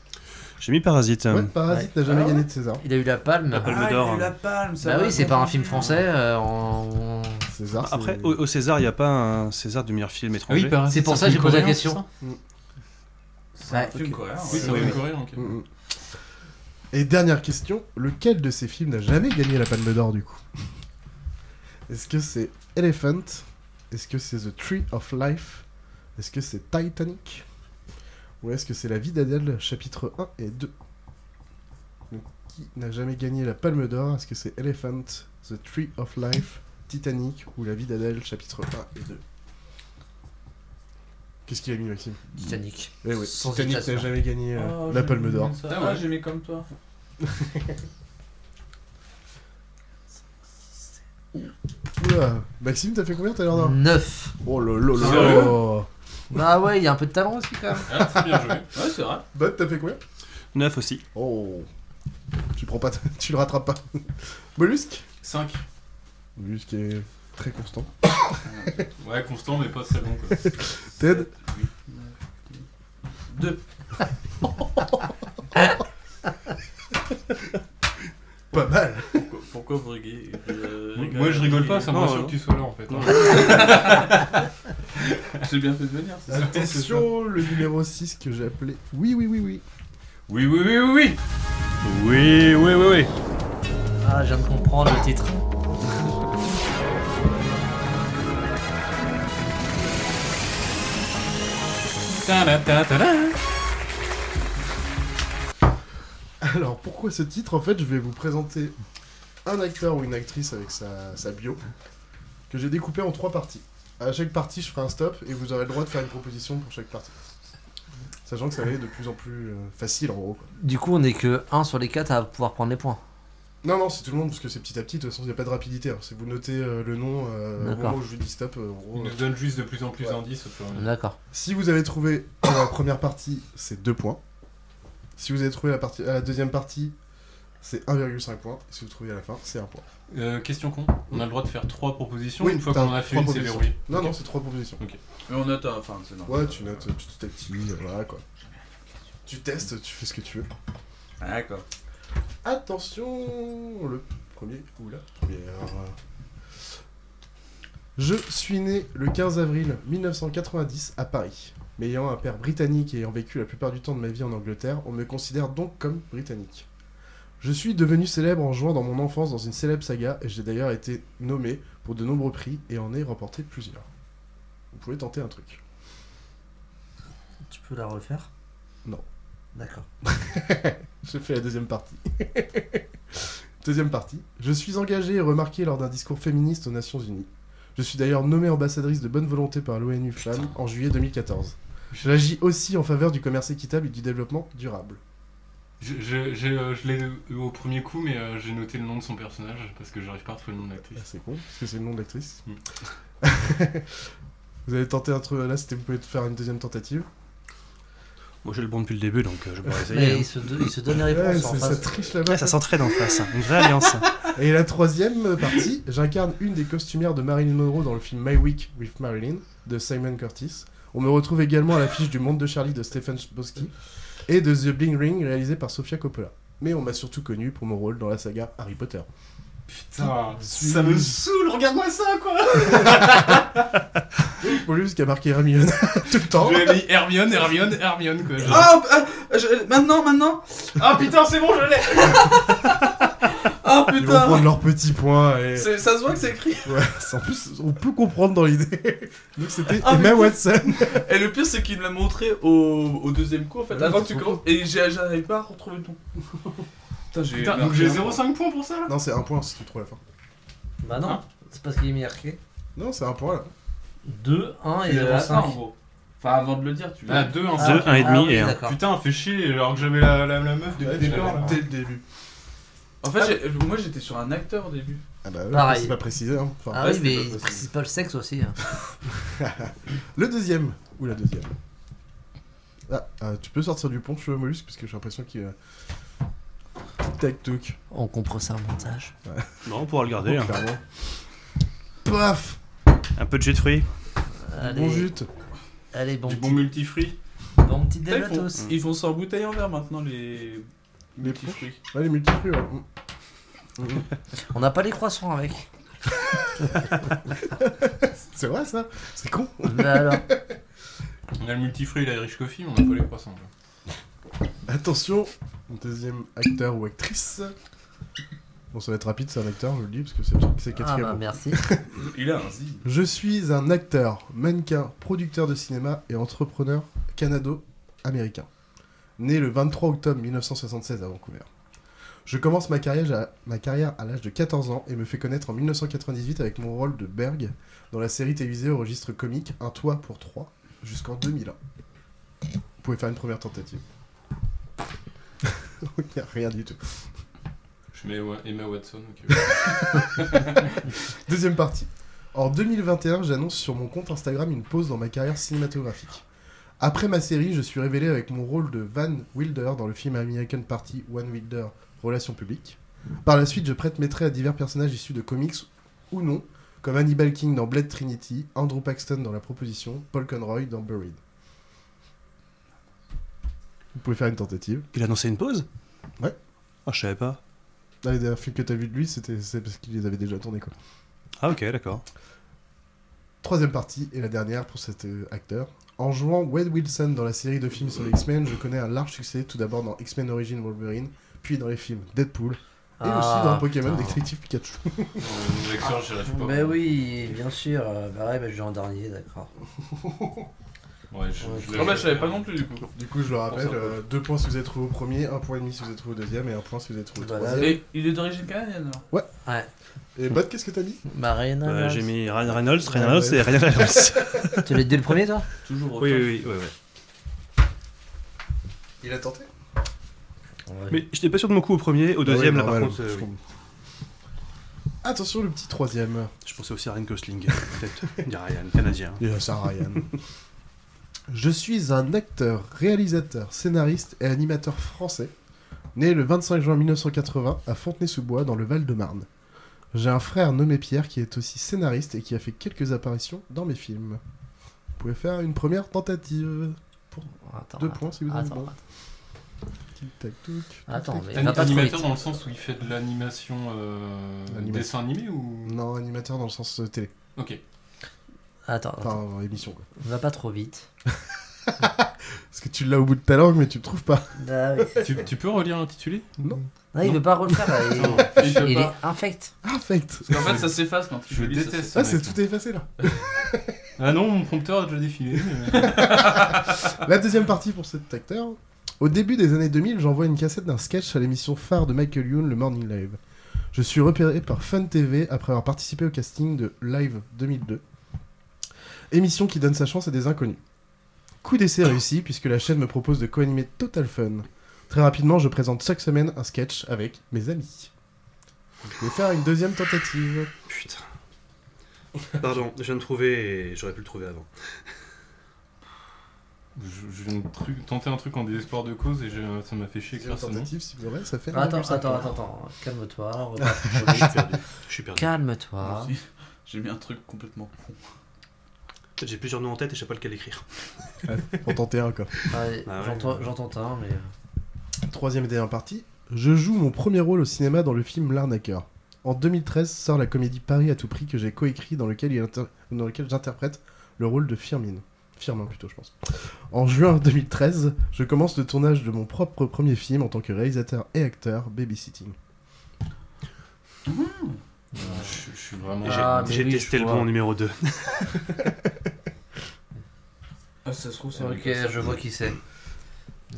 Speaker 15: J'ai mis Parasite.
Speaker 1: Ouais, Parasite n'a jamais
Speaker 5: Ah ouais
Speaker 1: gagné de César.
Speaker 5: Il a eu la palme.
Speaker 15: La Palme
Speaker 10: Ah, il a
Speaker 15: d'Or. hein.
Speaker 10: eu la palme, ça
Speaker 5: Bah
Speaker 10: va,
Speaker 5: oui, c'est
Speaker 10: ça
Speaker 5: pas
Speaker 10: va.
Speaker 5: un film français. euh, on- on-
Speaker 1: César,
Speaker 15: Bah, Après,
Speaker 1: c'est-
Speaker 15: au, au César, il n'y a pas un César du meilleur
Speaker 5: Ah
Speaker 15: film étranger.
Speaker 4: oui, Parasite,
Speaker 5: C'est pour
Speaker 4: c'est
Speaker 5: ça
Speaker 4: un
Speaker 5: que j'ai
Speaker 4: film
Speaker 5: posé la
Speaker 4: coréen,
Speaker 5: question.
Speaker 10: C'est un
Speaker 5: Ouais,
Speaker 10: film
Speaker 5: ok.
Speaker 10: coréen. hein.
Speaker 4: Oui,
Speaker 10: ouais.
Speaker 4: c'est un
Speaker 1: Oui,
Speaker 4: film
Speaker 1: oui.
Speaker 4: coréen. ok.
Speaker 1: Mm, mm. Et dernière question, lequel de ces films n'a jamais gagné la Palme d'Or du coup Est-ce que c'est Elephant, Est-ce que c'est The Tree of Life Est-ce que c'est Titanic Ou est-ce que c'est La vie d'Adèle, chapitre 1 et 2 Donc, Qui n'a jamais gagné la Palme d'Or Est-ce que c'est Elephant, The Tree of Life, Titanic ou La vie d'Adèle, chapitre 1 et 2 Qu'est-ce qu'il a mis, Maxime
Speaker 5: Titanic.
Speaker 1: Eh oui,
Speaker 5: Sans
Speaker 1: Titanic n'a
Speaker 5: hésitation.
Speaker 1: jamais gagné euh,
Speaker 10: Oh,
Speaker 1: la
Speaker 10: j'ai
Speaker 1: Palme
Speaker 10: mis
Speaker 1: d'Or.
Speaker 10: ça. Ah, j'ai mis comme toi.
Speaker 1: Oula, Maxime, t'as fait combien tout à l'heure
Speaker 5: 9
Speaker 1: Oh là là là
Speaker 5: Sérieux
Speaker 1: là
Speaker 5: Bah ouais, il y a un peu de talent aussi quand même.
Speaker 15: Ah,
Speaker 10: Ouais, c'est vrai.
Speaker 1: Bud, Bah, t'as fait combien
Speaker 15: 9 aussi.
Speaker 1: Oh Tu prends pas, tu le rattrapes pas. Mollusque
Speaker 4: 5.
Speaker 1: Mollusque est très constant.
Speaker 4: Ouais, constant, mais pas très bon. Quoi.
Speaker 1: Ted
Speaker 10: Deux.
Speaker 1: Pas mal.
Speaker 10: Pourquoi, pourquoi vous rigolez euh, rigolez-
Speaker 4: Moi, je rigole pas, ça me
Speaker 10: Non,
Speaker 4: rassure
Speaker 10: non.
Speaker 4: que tu sois là, en fait. hein.
Speaker 10: Non. J'ai bien fait de venir, c'est ça
Speaker 1: Attention, le numéro 6 que j'ai appelé. Oui, oui, oui, oui.
Speaker 4: Oui, oui, oui, oui, oui
Speaker 15: Oui, oui, oui, oui.
Speaker 5: Ah, je viens de comprendre le titre.
Speaker 1: Alors, pourquoi ce titre En fait, je vais vous présenter un acteur ou une actrice avec sa, sa bio que j'ai découpé en trois parties. À chaque partie, je ferai un stop et vous aurez le droit de faire une proposition pour chaque partie. Sachant que ça va être de plus en plus euh, facile en gros. quoi.
Speaker 5: Du coup, on est que 1 sur les 4 à pouvoir prendre les points.
Speaker 1: Non, non, c'est tout le monde parce que c'est petit à petit. De toute façon, il n'y a pas de rapidité. hein. Si vous notez euh, le nom euh, au
Speaker 5: D'accord.
Speaker 1: moment où je vous dis stop, euh, en gros.
Speaker 4: Il nous
Speaker 1: euh,
Speaker 4: donne juste de plus en plus d'indices au fur et à mesure.
Speaker 5: D'accord.
Speaker 1: Si vous avez trouvé à la première partie, c'est 2 points. Si vous avez trouvé la, partie, à la deuxième partie, c'est 1,5 points. Et si vous trouvez à la fin, c'est 1 point.
Speaker 4: Euh, question con, on a le droit de faire trois propositions
Speaker 1: Oui,
Speaker 4: une fois
Speaker 1: t'as
Speaker 4: qu'on en a fait
Speaker 1: trois
Speaker 4: une, c'est
Speaker 1: propositions.
Speaker 4: verrouillé.
Speaker 1: Non,
Speaker 4: Ok.
Speaker 1: non, c'est trois propositions.
Speaker 4: Ok.
Speaker 10: Mais on note, hein, enfin, c'est normal.
Speaker 1: Ouais, tu notes euh, petit à petit, euh, voilà quoi. Tu testes, tu fais ce que tu veux.
Speaker 10: Ah, D'accord.
Speaker 1: Attention, le premier ou la première. Je suis né le 15 avril 1990 à Paris. Mais ayant un père britannique et ayant vécu la plupart du temps de ma vie en Angleterre, on me considère donc comme britannique. Je suis devenu célèbre en jouant dans mon enfance dans une célèbre saga et j'ai d'ailleurs été nommé pour de nombreux prix et en ai remporté plusieurs. Vous pouvez tenter un truc.
Speaker 5: Tu peux la refaire
Speaker 1: Non.
Speaker 5: D'accord.
Speaker 1: Je fais la deuxième partie. deuxième partie. Je suis engagée et remarquée lors d'un discours féministe aux Nations Unies. Je suis d'ailleurs nommée ambassadrice de bonne volonté par l'ONU Femmes en juillet 2014. J'agis aussi en faveur du commerce équitable et du développement durable.
Speaker 4: Je, je, j'ai, euh, je l'ai eu au premier coup, mais euh, j'ai noté le nom de son personnage parce que j'arrive pas à retrouver le nom de l'actrice.
Speaker 1: Ah,
Speaker 4: Mm.
Speaker 1: c'est con, parce que c'est le nom de l'actrice. Vous avez tenté un truc là, c'était vous pouvez faire une deuxième tentative.
Speaker 15: Moi, j'ai le bon depuis le début, donc euh, je pourrais essayer.
Speaker 5: Mais
Speaker 15: hein.
Speaker 5: il se, do- il se donne les réponses
Speaker 1: Ouais,
Speaker 5: en
Speaker 1: c'est-
Speaker 5: face.
Speaker 1: ça triche là-bas.
Speaker 15: Ouais, ça s'entraide en face, hein. Une vraie alliance.
Speaker 1: Et la troisième partie, j'incarne une des costumières de Marilyn Monroe dans le film My Week with Marilyn de Simon Curtis. On me retrouve également à l'affiche du Monde de Charlie de Stephen Chbosky et de The Bling Ring réalisé par Sofia Coppola. Mais on m'a surtout connu pour mon rôle dans la saga Harry Potter. Ah,
Speaker 4: Putain,
Speaker 1: Suis-
Speaker 4: ça me saoule, regarde-moi ça, quoi
Speaker 1: Paulus qui a marqué Hermione tout le temps.
Speaker 4: J'ai mis Hermione, Hermione, Hermione, quoi. genre.
Speaker 10: Ah, ah, je- maintenant, maintenant Ah putain, c'est bon, je l'ai Ah
Speaker 1: Ils vont prendre
Speaker 10: putain
Speaker 1: leurs petits points. Et...
Speaker 10: C'est- Ça se voit que c'est écrit
Speaker 1: Ouais, en plus, on peut comprendre dans l'idée. Donc c'était
Speaker 10: Ah,
Speaker 1: Emma
Speaker 10: putain.
Speaker 1: Watson.
Speaker 10: Et le pire, c'est qu'il me l'a montré au, au deuxième coup, en fait,
Speaker 1: Ouais,
Speaker 10: avant que
Speaker 1: c'est
Speaker 10: tu
Speaker 1: trop
Speaker 10: commences. Et j'ai- j'arrive pas à retrouver le nom. Putain, j'ai.
Speaker 4: Putain, donc
Speaker 10: marqué
Speaker 4: j'ai
Speaker 10: un
Speaker 4: 0,5 points pour ça, là
Speaker 1: Non, c'est un point si tu trouves la fin.
Speaker 5: Bah
Speaker 15: Ah.
Speaker 5: non, c'est parce qu'il est marqué.
Speaker 1: Non, c'est un point là.
Speaker 5: 2, 1
Speaker 10: point.
Speaker 5: et
Speaker 10: Il est à
Speaker 5: 0,5.
Speaker 10: ça, en gros. Enfin, avant de le dire, tu l'as.
Speaker 4: Ah,
Speaker 15: hein.
Speaker 4: 2, 1,
Speaker 5: Ah, ok. Ah, ok, d'accord.
Speaker 4: Putain, fait chier, alors que j'avais la, la, la meuf depuis
Speaker 1: Ouais,
Speaker 4: le
Speaker 1: tu
Speaker 4: départ.
Speaker 1: l'avais
Speaker 4: là.
Speaker 1: dès le début.
Speaker 10: En fait, j'ai- moi j'étais sur un acteur au début.
Speaker 1: Ah bah ouais,
Speaker 5: Pareil.
Speaker 1: c'est pas précisé. hein. Enfin,
Speaker 5: Ah
Speaker 1: ouais,
Speaker 5: oui,
Speaker 1: c'était
Speaker 5: mais
Speaker 1: pas
Speaker 5: il
Speaker 1: précisé.
Speaker 5: précise pas le sexe aussi. hein.
Speaker 1: Le deuxième Ou la deuxième Ah, euh, tu peux sortir du pont, cheveux mollusque, parce que j'ai l'impression qu'il. euh, Tic-tac-touc.
Speaker 5: On comprend ça en montage.
Speaker 15: Non, on pourra le garder.
Speaker 1: Oh,
Speaker 15: hein.
Speaker 1: clairement. Paf
Speaker 15: Un peu de jus de fruits.
Speaker 5: Allez,
Speaker 1: Bon jute
Speaker 5: allez bon,
Speaker 4: Du
Speaker 5: petit,
Speaker 4: bon multifruit.
Speaker 5: bon petit
Speaker 10: Putain, ils, font,
Speaker 5: délatos.
Speaker 10: ils font ça en bouteille en verre maintenant, les.
Speaker 1: Les
Speaker 10: petits
Speaker 1: ponts.
Speaker 10: fruits.
Speaker 1: Ouais, les multiples, ouais. Mm.
Speaker 5: On n'a pas les croissants avec.
Speaker 1: C'est vrai ça C'est con
Speaker 5: Bah alors,
Speaker 4: On a le multifruit et l'Irish Coffee, mais on a pas les croissants. quoi.
Speaker 1: Attention, mon deuxième acteur ou actrice. Bon, ça va être rapide, c'est un acteur, je le dis, parce que c'est le truc, c'est
Speaker 5: Ah
Speaker 1: quatrième
Speaker 5: bah,
Speaker 1: mot.
Speaker 5: merci.
Speaker 10: Il a un zine.
Speaker 1: Je suis un acteur, mannequin, producteur de cinéma et entrepreneur canado-américain. Né le 23 octobre 1976 à Vancouver. Je commence ma carrière à, ma carrière à l'âge de 14 ans et me fais connaître en 1998 avec mon rôle de Berg dans la série télévisée au registre comique Un toit pour trois jusqu'en 2001. Vous pouvez faire une première tentative. Y a Rien du tout.
Speaker 4: Je mets Wa- Emma Watson. ok.
Speaker 1: Deuxième partie. En 2021, j'annonce sur mon compte Instagram une pause dans ma carrière cinématographique. Après ma série, je suis révélé avec mon rôle de Van Wilder dans le film American Party One Wilder Relations publiques. Par la suite, je prête maîtrise à divers personnages issus de comics ou non, comme Hannibal King dans Blade Trinity, Andrew Paxton dans La Proposition, Paul Conroy dans Buried. Vous pouvez faire une tentative.
Speaker 15: Il a annoncé une pause
Speaker 1: Ouais.
Speaker 15: Ah, je savais pas.
Speaker 1: Là, Ah, les derniers films que t'as vu de lui, c'était c'est parce qu'il les avait déjà tournés quoi.
Speaker 15: Ah, ok, d'accord.
Speaker 1: Troisième partie et la dernière pour cet euh, acteur. En jouant Wade Wilson dans la série de films sur les X-Men, je connais un large succès, tout d'abord dans X-Men Origin Wolverine, puis dans les films Deadpool, et aussi dans
Speaker 5: Ah,
Speaker 1: Pokémon
Speaker 5: putain.
Speaker 1: Detective Pikachu. Ah.
Speaker 4: L'action, j'y arrive pas.
Speaker 5: Mais Ben oui, bien sûr. euh, Bah ouais, bah, je joue en dernier, d'accord.
Speaker 4: Ouais, je- je l'ai-
Speaker 10: Ah bah, je savais pas non plus du coup.
Speaker 1: Du coup, je le rappelle, euh, deux points si vous êtes trouvé au premier, un point et demi si vous êtes trouvé au deuxième, et un point si vous êtes trouvé au
Speaker 5: Voilà.
Speaker 1: troisième.
Speaker 10: Et il est d'origine canadienne alors
Speaker 1: Ouais.
Speaker 5: Ouais. Bah,
Speaker 1: Et Bud, qu'est-ce que t'as dit
Speaker 5: Marina.
Speaker 15: Euh, J'ai mis Ryan Reynolds, Ryan
Speaker 1: Ouais,
Speaker 15: Reynolds
Speaker 1: ouais.
Speaker 15: et Ryan Reynolds.
Speaker 5: Tu l'as dit le premier, toi
Speaker 10: Toujours
Speaker 15: Oui, oui, oui. ouais, ouais.
Speaker 1: Il a tenté
Speaker 15: Mais j'étais pas sûr de mon coup au premier, au
Speaker 1: Ah
Speaker 15: deuxième,
Speaker 1: oui,
Speaker 15: là par
Speaker 1: normal,
Speaker 15: contre. euh,
Speaker 1: je
Speaker 15: oui.
Speaker 1: comprends. Attention, le petit troisième.
Speaker 15: euh, Je pensais aussi à Ryan Gosling, euh, peut-être. Il y a Ryan, canadien.
Speaker 1: Il y a Sarah Ryan. euh, Je suis un acteur, réalisateur, scénariste et animateur français, né le 25 juin 1980 à Fontenay-sous-Bois dans le Val-de-Marne. J'ai un frère nommé Pierre qui est aussi scénariste et qui a fait quelques apparitions dans mes films. Vous pouvez faire une première tentative pour
Speaker 5: Attends,
Speaker 1: deux
Speaker 5: attends,
Speaker 1: points si vous avez
Speaker 5: attends,
Speaker 1: bon.
Speaker 5: attends.
Speaker 1: Tic-tac-touc.
Speaker 5: Attends, mais
Speaker 4: Ani-
Speaker 5: il va pas trop vite.
Speaker 4: Animateur dans le sens où il fait de l'animation euh,
Speaker 1: Animation.
Speaker 4: dessin animé ou
Speaker 1: Non, animateur dans le sens euh, télé.
Speaker 4: Ok.
Speaker 5: Attends,
Speaker 1: Enfin,
Speaker 5: attends.
Speaker 1: euh, émission quoi.
Speaker 5: Va pas trop vite.
Speaker 1: Parce que tu l'as au bout de ta langue mais tu le trouves pas.
Speaker 5: Bah oui.
Speaker 4: tu, tu peux relire l'intitulé
Speaker 1: Non.
Speaker 5: Non, il veut pas refaire. là,
Speaker 4: Non,
Speaker 5: Il,
Speaker 4: il peut
Speaker 5: il
Speaker 4: pas.
Speaker 5: est infect.
Speaker 4: Ah,
Speaker 1: Infect.
Speaker 10: Parce qu'en fait, ça s'efface quand tu
Speaker 4: Je
Speaker 10: le lis, ça
Speaker 4: déteste.
Speaker 1: Ah,
Speaker 4: ce
Speaker 1: c'est
Speaker 4: mec.
Speaker 1: tout effacé là.
Speaker 4: Ah non, mon prompteur a déjà défilé. mais-
Speaker 1: La deuxième partie pour cet acteur. Au début des années 2000, j'envoie une cassette d'un sketch à l'émission phare de Michael Youn, le Morning Live. Je suis repéré par Fun TV après avoir participé au casting de Live 2002. Émission qui donne sa chance à des inconnus. Coup d'essai réussi puisque la chaîne me propose de co-animer Total Fun. Très rapidement, je présente chaque semaine un sketch avec mes amis. Vous pouvez faire une deuxième tentative.
Speaker 15: Putain. Pardon, je viens de trouver et j'aurais pu le trouver avant.
Speaker 4: Je, je viens de tru- tenter un truc en désespoir de cause et j'ai- ça m'a fait chier
Speaker 1: Deuxième
Speaker 4: écrire ça.
Speaker 1: tentative, si vous voulez, ça fait.
Speaker 5: Attends,
Speaker 1: 1,5
Speaker 5: attends,
Speaker 1: points.
Speaker 5: attends, attends. Calme-toi. on va pas trop
Speaker 15: Je
Speaker 5: vite.
Speaker 15: suis perdu. Je suis perdu.
Speaker 5: Calme-toi.
Speaker 10: Merci. J'ai mis un truc complètement con.
Speaker 15: J'ai plusieurs noms en tête et je sais pas lequel écrire.
Speaker 1: Pour tenter un, quoi.
Speaker 5: Ouais,
Speaker 15: Ah ouais.
Speaker 5: j'entends- J'entends un, mais.
Speaker 1: Troisième et dernière partie. Je joue mon premier rôle au cinéma dans le film L'Arnaqueur. En 2013 sort la comédie Paris à tout prix que j'ai coécrit dans lequel, il inter- dans lequel j'interprète le rôle de Firmin. Firmin plutôt je pense. En juin 2013, je commence le tournage de mon propre premier film en tant que réalisateur et acteur, Babysitting.
Speaker 4: Je, je suis vraiment.
Speaker 15: Et j'ai-
Speaker 5: Ah, mais
Speaker 15: J'ai
Speaker 5: oui,
Speaker 15: testé
Speaker 5: je
Speaker 15: le
Speaker 5: vois.
Speaker 15: bon numéro 2.
Speaker 10: Ah, ça se trouve, c'est
Speaker 5: Ok, je vois qui c'est.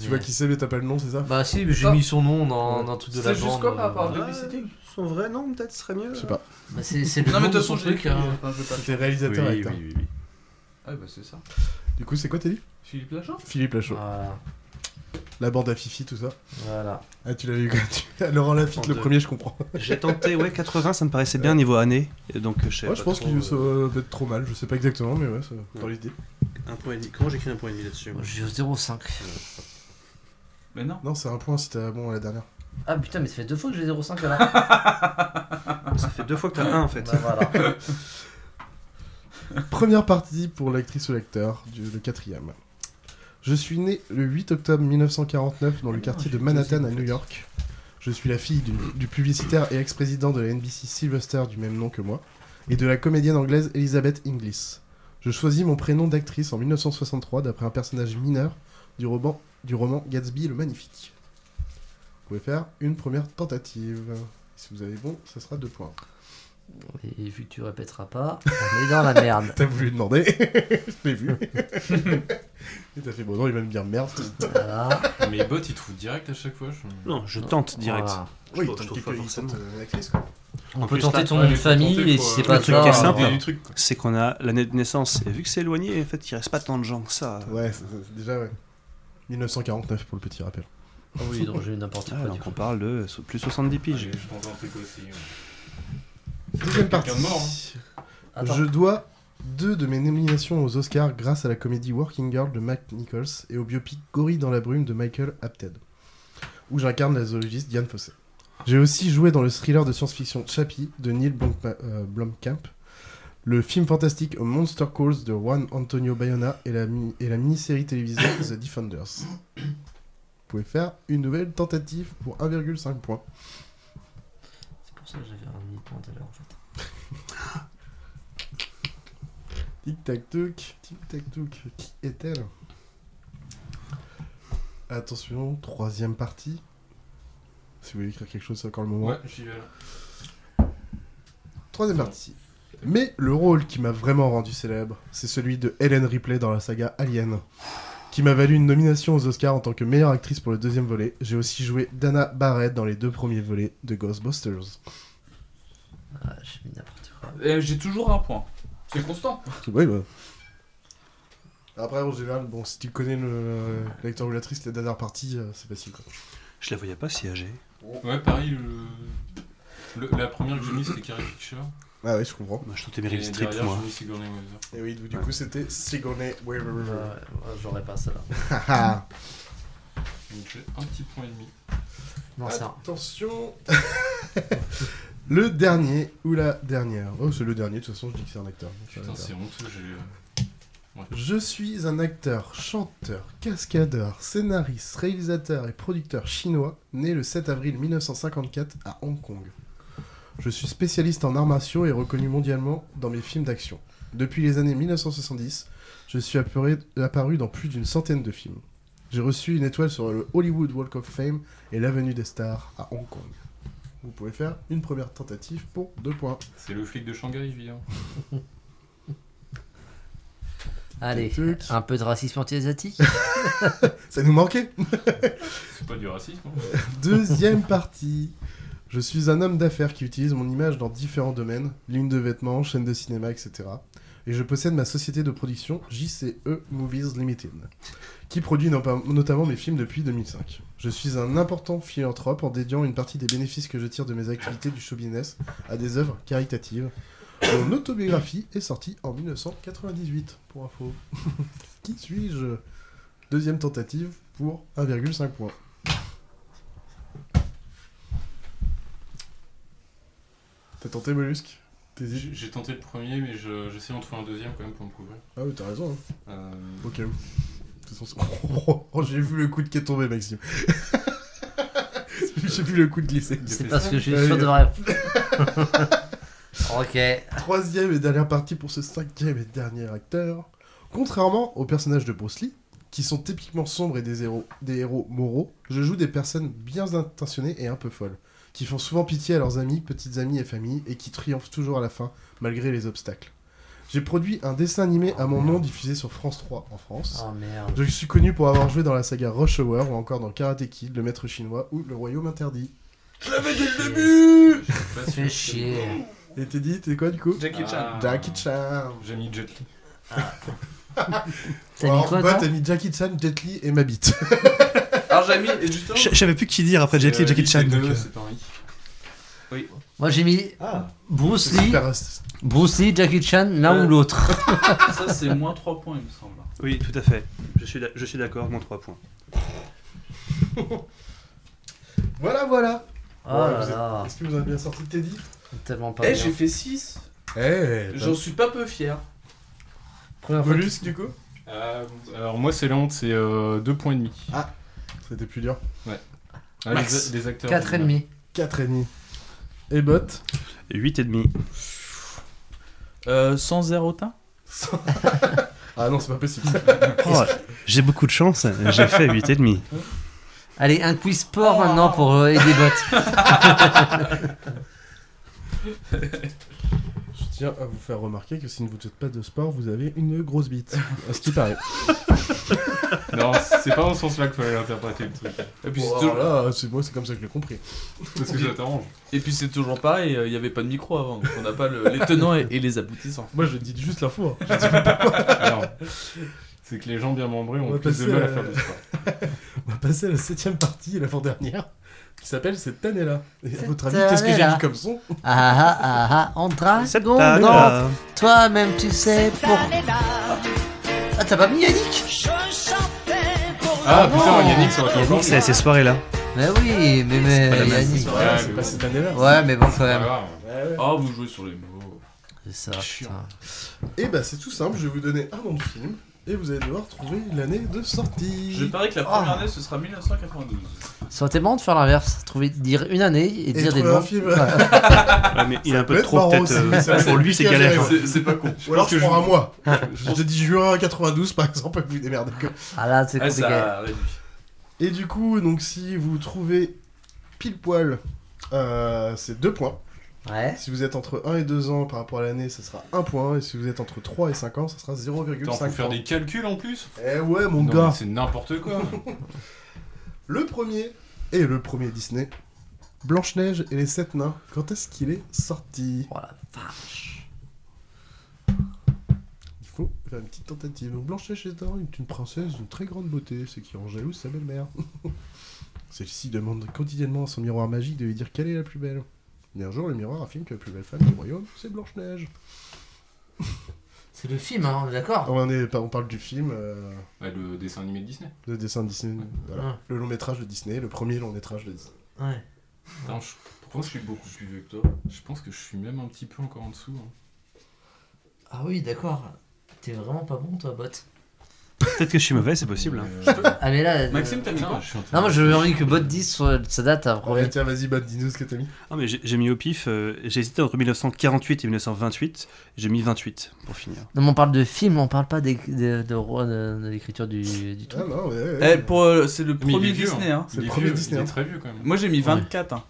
Speaker 1: Tu vois qui c'est mais t'as pas le nom c'est ça
Speaker 5: Bah si, mais j'ai mis son nom dans, dans un truc de la
Speaker 10: C'est juste quoi
Speaker 5: bande,
Speaker 10: par rapport à
Speaker 5: euh,
Speaker 10: Babysitting
Speaker 15: Son vrai nom, peut-être, serait mieux. euh.
Speaker 1: Je sais pas.
Speaker 5: bah, C'est c'est le
Speaker 10: Non,
Speaker 5: nom
Speaker 10: mais de
Speaker 5: de
Speaker 10: toute
Speaker 5: son
Speaker 10: façon, je l'ai
Speaker 5: truc.
Speaker 10: écrit.
Speaker 5: hein.
Speaker 10: Enfin, je vais pas le
Speaker 1: C'était
Speaker 10: faire.
Speaker 1: réalisateur et acteur.
Speaker 15: oui.
Speaker 10: Ah, bah, c'est ça.
Speaker 1: Du coup c'est quoi t'as dit
Speaker 10: Philippe Lachan
Speaker 1: Philippe Lachaud.
Speaker 5: Voilà.
Speaker 1: La bande à Fifi tout ça.
Speaker 5: Voilà.
Speaker 1: Ah tu l'avais eu quand tu- Laurent Lafitte le
Speaker 15: Trente-deux.
Speaker 1: premier je comprends.
Speaker 15: J'ai tenté, ouais, 80, ça me paraissait bien niveau année. Et donc, je sais
Speaker 1: Ouais,
Speaker 15: pas
Speaker 1: je pense
Speaker 15: trop,
Speaker 1: qu'il
Speaker 15: euh,
Speaker 1: euh, peut être trop mal, je sais pas exactement mais ouais, ça- dans l'idée.
Speaker 15: Un point et demi. Comment j'écris un point et demi là-dessus moi
Speaker 5: J'ai 0,5.
Speaker 10: Mais non.
Speaker 1: Non, c'est un point si t'as bon à la dernière.
Speaker 5: Ah putain, mais ça fait deux fois que j'ai 0,5 là.
Speaker 15: Ça fait deux fois que t'as un en fait.
Speaker 5: Bah voilà.
Speaker 1: Première partie pour l'actrice ou l'acteur, du- le quatrième. Je suis né le 8 octobre 1949
Speaker 10: Ah,
Speaker 1: dans le quartier de Manhattan à New York. Je suis la fille du, du publicitaire et ex-président de la NBC Sylvester du même nom que moi et de la comédienne anglaise Elizabeth Inglis. Je choisis mon prénom d'actrice en 1963 d'après un personnage mineur du roman, du roman Gatsby le Magnifique. Vous pouvez faire une première tentative. Si vous avez bon, ça sera deux points.
Speaker 5: Et vu que tu répéteras pas, on est dans la merde.
Speaker 1: T'as voulu demander, je l'ai vu. Et t'as fait bon, non, il va me dire merde.
Speaker 4: Mais Bot, il trouve direct à chaque fois. je-
Speaker 15: Non, je tente direct.
Speaker 1: Oui,
Speaker 15: Je
Speaker 1: tant
Speaker 15: trouve
Speaker 1: qu'il
Speaker 15: pas
Speaker 1: peut, il
Speaker 15: forcément.
Speaker 1: tente, euh, la crise, quoi.
Speaker 5: On peut tenter ton nom de famille, et si c'est pas hein.
Speaker 15: le truc
Speaker 5: ça,
Speaker 15: qui est
Speaker 5: on
Speaker 15: simple,
Speaker 5: verra.
Speaker 15: c'est qu'on a l'année de naissance. Et vu que c'est éloigné, en fait, il reste pas tant de gens que ça.
Speaker 1: Ouais, c'est- c'est- déjà, ouais. 1949 pour le petit rappel.
Speaker 5: Ah oui, donc j'ai eu n'importe
Speaker 15: Ah,
Speaker 5: quoi.
Speaker 15: donc on parle de so- plus 70 piges.
Speaker 4: Je pense à un truc aussi. ouais.
Speaker 1: Deuxième partie.
Speaker 4: Quelqu'un de mort, hein.
Speaker 5: Attends.
Speaker 1: Je dois deux de mes nominations aux Oscars grâce à la comédie Working Girl de Mac Nichols et au biopic Gorille dans la brume de Michael Apted, où j'incarne la zoologiste Diane Fossé. J'ai aussi joué dans le thriller de science-fiction Chappie de Neil Blompa- euh, Blomkamp, le film fantastique A Monster Calls de Juan Antonio Bayona et la, mi- et la mini-série télévisée The Defenders. Vous pouvez faire une nouvelle tentative pour 1,5 points.
Speaker 5: C'est pour ça que j'avais un demi-point tout à l'heure en fait.
Speaker 1: Tic-tac-toc, tic-tac-toc, qui est-elle Attention, troisième partie. Si vous voulez écrire quelque chose, c'est encore le moment.
Speaker 4: Ouais, j'y vais là.
Speaker 1: Troisième partie. Mais le rôle qui m'a vraiment rendu célèbre, c'est celui de Helen Ripley dans la saga Alien, qui m'a valu une nomination aux Oscars en tant que meilleure actrice pour le deuxième volet. J'ai aussi joué Dana Barrett dans les deux premiers volets de Ghostbusters.
Speaker 5: Ah, j'ai mis n'importe quoi.
Speaker 10: Eh, J'ai toujours un point. C'est constant.
Speaker 1: Oui, bah. Après, en général, bon, si tu connais le- l'acteur ou l'actrice, la dernière partie, euh, c'est facile. Quoi.
Speaker 15: Je la voyais pas si âgée.
Speaker 4: Ouais, pareil, le- le- la première que j'ai mise, c'était Carrie Fisher.
Speaker 1: Ah ouais, je comprends.
Speaker 15: Bah, je tentais Meryl
Speaker 4: Et
Speaker 15: Streep,
Speaker 4: derrière,
Speaker 15: moi.
Speaker 4: j'ai mis Sigourney Weaver.
Speaker 1: Et oui, du coup, c'était Sigourney Weaver.
Speaker 5: Ouais, J'aurais pas ça là.
Speaker 1: Ah.
Speaker 4: Donc j'ai un petit point et demi.
Speaker 5: Non,
Speaker 1: Ah.
Speaker 5: c'est un.
Speaker 1: Attention Le dernier ou la dernière Oh, c'est le dernier, de toute façon, je dis que c'est un acteur. donc ça va
Speaker 4: Putain,
Speaker 1: faire.
Speaker 4: c'est honteux, j'ai. Ouais.
Speaker 1: Je suis un acteur, chanteur, cascadeur, scénariste, réalisateur et producteur chinois, né le 7 avril 1954 à Hong Kong. Je suis spécialiste en arts martiaux et reconnu mondialement dans mes films d'action. Depuis les années 1970, je suis apparu, apparu dans plus d'une centaine de films. J'ai reçu une étoile sur le Hollywood Walk of Fame et l'Avenue des Stars à Hong Kong. Vous pouvez faire une première tentative pour deux points.
Speaker 4: C'est le flic de Shanghai, évidemment.
Speaker 5: Allez, un peu de racisme anti-asiatique
Speaker 1: Ça nous manquait
Speaker 4: C'est pas du racisme. hein.
Speaker 1: Deuxième partie. Je suis un homme d'affaires qui utilise mon image dans différents domaines, ligne de vêtements, chaîne de cinéma, etc. Et je possède ma société de production JCE Movies Limited, qui produit no- notamment mes films depuis 2005. Je suis un important philanthrope en dédiant une partie des bénéfices que je tire de mes activités du show business à des œuvres caritatives. Mon autobiographie est sortie en 1998, pour info. qui suis-je Deuxième tentative pour 1,5 points. T'as tenté Mollusque T'hésites
Speaker 4: J'ai j'ai tenté le premier, mais je- j'essaie d'en trouver un deuxième quand même pour me couvrir.
Speaker 1: Ah oui, t'as raison. hein.
Speaker 4: Euh,
Speaker 1: Au cas où. De toute façon, c'est- Oh, oh, oh, j'ai vu le coup de qui est tombé, Maxime. j'ai vu le coup de glisser.
Speaker 5: C'est parce que je suis
Speaker 10: Ah
Speaker 1: Ouais,
Speaker 5: sûr
Speaker 1: il
Speaker 5: de
Speaker 1: a-
Speaker 5: rien. ok.
Speaker 1: Troisième et dernière partie pour ce cinquième et dernier acteur. Contrairement aux personnages de Bruce Lee, qui sont typiquement sombres et des héros, des héros moraux, je joue des personnes bien intentionnées et un peu folles, qui font souvent pitié à leurs amis, petites amies et familles, et qui triomphent toujours à la fin, malgré les obstacles. J'ai produit un dessin animé à mon nom diffusé sur France 3 en France.
Speaker 5: Oh, merde.
Speaker 1: Je suis connu pour avoir joué dans la saga Rush Hour ou encore dans Karate Kid, Le Maître Chinois ou Le Royaume Interdit.
Speaker 4: Je l'avais dès le début
Speaker 5: Fais chier.
Speaker 1: Et t'es dit, t'es quoi du coup
Speaker 10: Jackie Chan.
Speaker 4: Ah.
Speaker 1: Jackie Chan.
Speaker 4: J'ai mis Jet Li.
Speaker 5: T'as
Speaker 1: Alors,
Speaker 5: mis quoi
Speaker 1: bah,
Speaker 5: toi
Speaker 1: T'as mis Jackie Chan, Jet Li et ma bite.
Speaker 10: Alors
Speaker 1: Ah,
Speaker 10: j'ai mis, et justement.
Speaker 15: Je je savais plus qui dire après Jet Li et
Speaker 4: Euh,
Speaker 15: Jackie Chan.
Speaker 4: les deux,
Speaker 15: donc, euh,
Speaker 4: C'est pareil.
Speaker 10: Oui.
Speaker 5: Moi j'ai mis Bruce
Speaker 1: Ah, C'est
Speaker 5: Lee,
Speaker 1: super raciste.
Speaker 5: Bruce Lee, Jackie Chan, l'un
Speaker 10: Euh.
Speaker 5: ou l'autre.
Speaker 10: Ça, c'est moins 3 points, il me semble.
Speaker 15: Oui, tout à fait. Je suis d'a- je suis d'accord, mon 3 points.
Speaker 1: Voilà, voilà.
Speaker 5: Oh
Speaker 1: Ouais,
Speaker 5: là
Speaker 1: vous êtes-
Speaker 5: là.
Speaker 1: Est-ce que vous avez bien sorti Teddy
Speaker 5: Tellement
Speaker 10: Eh,
Speaker 5: pas bien.
Speaker 10: j'ai fait 6.
Speaker 1: Eh,
Speaker 10: J'en suis pas peu fier.
Speaker 5: Première fois que-
Speaker 1: Mollusque du coup
Speaker 4: Euh, alors moi c'est la honte, c'est euh, deux points et demi.
Speaker 1: Ah, c'était plus dur.
Speaker 4: Ouais. Ah,
Speaker 1: Max.
Speaker 4: les, les acteurs.
Speaker 5: Quatre et demi.
Speaker 1: 4,5. Et bot
Speaker 15: 8 et demi.
Speaker 10: Euh, sans zéro teint
Speaker 1: Ah non, c'est pas possible.
Speaker 4: Oh.
Speaker 15: Oh, j'ai beaucoup de chance, j'ai fait 8 et demi.
Speaker 5: Allez, un quiz sport maintenant pour euh, aider Bot.
Speaker 1: Je tiens à vous faire remarquer que si vous ne faites pas de sport, vous avez une grosse bite. À ce qui paraît.
Speaker 4: Non, c'est pas dans ce sens-là qu'il fallait interpréter le truc.
Speaker 1: Et puis c'est
Speaker 10: toujours-
Speaker 1: moi, c'est comme ça que je l'ai compris.
Speaker 4: Parce que ça t'arrange.
Speaker 10: Et puis c'est toujours pareil, euh, il n'y avait pas de micro avant, donc on n'a pas le- les tenants et, et les aboutissants. Ah,
Speaker 1: Moi, je dis juste l'info. hein. Je dis pas pourquoi.
Speaker 4: Alors, c'est que les gens bien membrés ont
Speaker 1: va
Speaker 4: plus de
Speaker 1: passer
Speaker 4: mal à
Speaker 1: la-
Speaker 4: faire du sport.
Speaker 1: On va passer à la septième partie, l'avant-dernière, qui s'appelle Cette année-là. Et à votre avis,
Speaker 5: Cette
Speaker 1: qu'est-ce que j'ai
Speaker 5: année-là.
Speaker 1: mis comme son
Speaker 5: Ah ah ah ah, en dragon
Speaker 1: année-là.
Speaker 5: dante. Toi-même tu sais pour... Ah t'as pas mis Yannick
Speaker 4: Ah, putain, Yannick, ça aurait été encore
Speaker 15: c'est ces soirées-là.
Speaker 5: Mais Bah oui, mais mais
Speaker 15: pas la même
Speaker 5: Euh, Yannick...
Speaker 15: histoire.
Speaker 1: Ouais, c'est pas cette année-là.
Speaker 5: Ouais, mais bon quand même.
Speaker 10: Ah, vous jouez sur les mots.
Speaker 5: C'est ça. putain.
Speaker 1: Eh bah, c'est tout simple, je vais vous donner un nom de film, et vous allez devoir trouver l'année de sortie.
Speaker 10: Je parie que la première année, ce sera 1992.
Speaker 5: Ça aurait été marrant de faire l'inverse, trouver dire une année et, dire des
Speaker 1: trouver un
Speaker 5: noms.
Speaker 1: film.
Speaker 5: Ouais.
Speaker 1: Ouais, mais il a un Ça peu peut trop, être marrant peut-être, aussi, euh, ça pour peut lui, être c'est bien galère. hein. géré, ouais.
Speaker 10: C'est pas con.
Speaker 1: Ou alors je
Speaker 10: pense que
Speaker 1: prends un mois.
Speaker 10: je
Speaker 1: Je te dis juin 92 par exemple, vous démerdez que.
Speaker 5: Ah là, c'est
Speaker 10: Ah,
Speaker 5: compliqué.
Speaker 10: ça réduit.
Speaker 1: Et du coup, donc si vous trouvez pile poil, euh, c'est 2 points.
Speaker 5: Ouais.
Speaker 1: Si vous êtes entre 1 et 2 ans par rapport à l'année, ça sera 1 point. Et si vous êtes entre 3 et 5 ans, ça sera 0,5
Speaker 4: Attends,
Speaker 1: points.
Speaker 4: faut faire des calculs en plus
Speaker 1: Eh ouais, mon
Speaker 4: Non,
Speaker 1: gars.
Speaker 4: mais C'est n'importe quoi.
Speaker 1: Le premier, et le premier Disney, Blanche-Neige et les 7 nains. Quand est-ce qu'il est sorti
Speaker 5: Oh la vache
Speaker 1: Il faut faire une petite tentative. Donc Blanche-Neige est un- est une princesse d'une très grande beauté, ce qui en jalouse sa belle-mère. Celle-ci demande quotidiennement à son miroir magique de lui dire quelle est la plus belle. Et un jour, le miroir affirme que la plus belle femme du royaume, c'est Blanche-Neige.
Speaker 5: C'est le film, hein, on est d'accord
Speaker 1: On, est- on parle du film, euh,
Speaker 4: Ouais, le dessin animé de Disney.
Speaker 1: le dessin Disney, voilà.
Speaker 5: Ouais.
Speaker 1: le long métrage de Disney, le premier long métrage de Disney.
Speaker 5: Ouais.
Speaker 4: Attends, je pense que je suis beaucoup plus vieux que toi. Je pense que je suis même un petit peu encore en dessous. hein.
Speaker 5: Ah oui, d'accord. T'es vraiment pas bon toi, bot.
Speaker 15: Peut-être que je suis mauvais, c'est possible. hein.
Speaker 5: Ah mais là...
Speaker 10: Maxime, t'as mis quoi
Speaker 5: Non, moi j'avais envie que bot 10 soit- sa date à premier.
Speaker 1: tiens, vas-y, bot, dis-nous ce que t'as mis.
Speaker 15: Ah, mais j'ai j'ai mis au pif, euh, j'ai hésité entre 1948 et 1928, j'ai mis 28 pour finir.
Speaker 5: Non, mais on parle de film, on parle pas des- de, de, roi- de- de l'écriture du, du truc.
Speaker 1: Ah non, ouais, ouais,
Speaker 10: Eh,
Speaker 1: ouais.
Speaker 10: pour, euh, c'est le
Speaker 4: Mais il est
Speaker 10: premier
Speaker 4: vieux,
Speaker 10: Disney.
Speaker 4: hein.
Speaker 10: Hein.
Speaker 1: C'est le
Speaker 4: Il est
Speaker 1: premier
Speaker 4: vieux,
Speaker 1: Disney,
Speaker 4: Il est
Speaker 1: hein.
Speaker 4: très vieux quand même.
Speaker 10: Moi j'ai mis 24. Hein.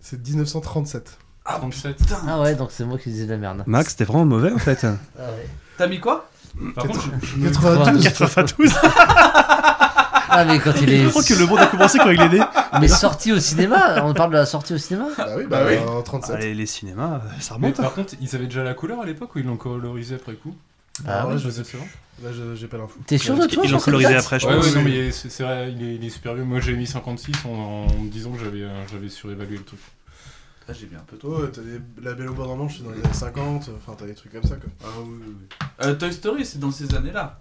Speaker 1: C'est 1937.
Speaker 4: 37.
Speaker 5: Ah ouais, donc c'est moi qui disais de la merde.
Speaker 15: Max, t'es vraiment mauvais en fait.
Speaker 5: Ah,
Speaker 10: T'as mis quoi
Speaker 4: Par contre, je- je me-
Speaker 5: 92.
Speaker 15: 92.
Speaker 5: Ah mais quand il est...
Speaker 15: Je crois que le monde a commencé quand il est né.
Speaker 5: Mais sortie au cinéma, on parle de la sortie au cinéma
Speaker 1: Bah oui,
Speaker 4: Bah oui.
Speaker 1: en 37.
Speaker 15: Allez, les cinémas, euh, ça
Speaker 4: Mais
Speaker 15: remonte. hein.
Speaker 4: par contre, ils avaient déjà la couleur à l'époque ou ils l'ont colorisé après coup
Speaker 5: Ah
Speaker 1: ouais,
Speaker 4: ouais,
Speaker 1: je
Speaker 4: je
Speaker 1: sais
Speaker 4: sais
Speaker 1: plus. Là, je- j'ai pas l'info.
Speaker 5: T'es sûr de toi
Speaker 15: Ils l'ont
Speaker 5: sur cette
Speaker 15: colorisé
Speaker 5: date
Speaker 15: après, je
Speaker 4: Ouais,
Speaker 15: pense.
Speaker 4: ouais, non, mais c'est c'est vrai, il est, il est super vieux. Moi j'ai mis 56 en, en me disant que j'avais euh, j'avais surévalué le truc.
Speaker 10: Ah, j'ai mis un peu trop.
Speaker 1: Toi, ouais, t'as des... la belle au bord d'un manche, c'est dans les années 50, enfin t'as des trucs comme ça quoi.
Speaker 10: Ah oui, oui, oui. Euh, Toy Story, c'est dans ces années-là.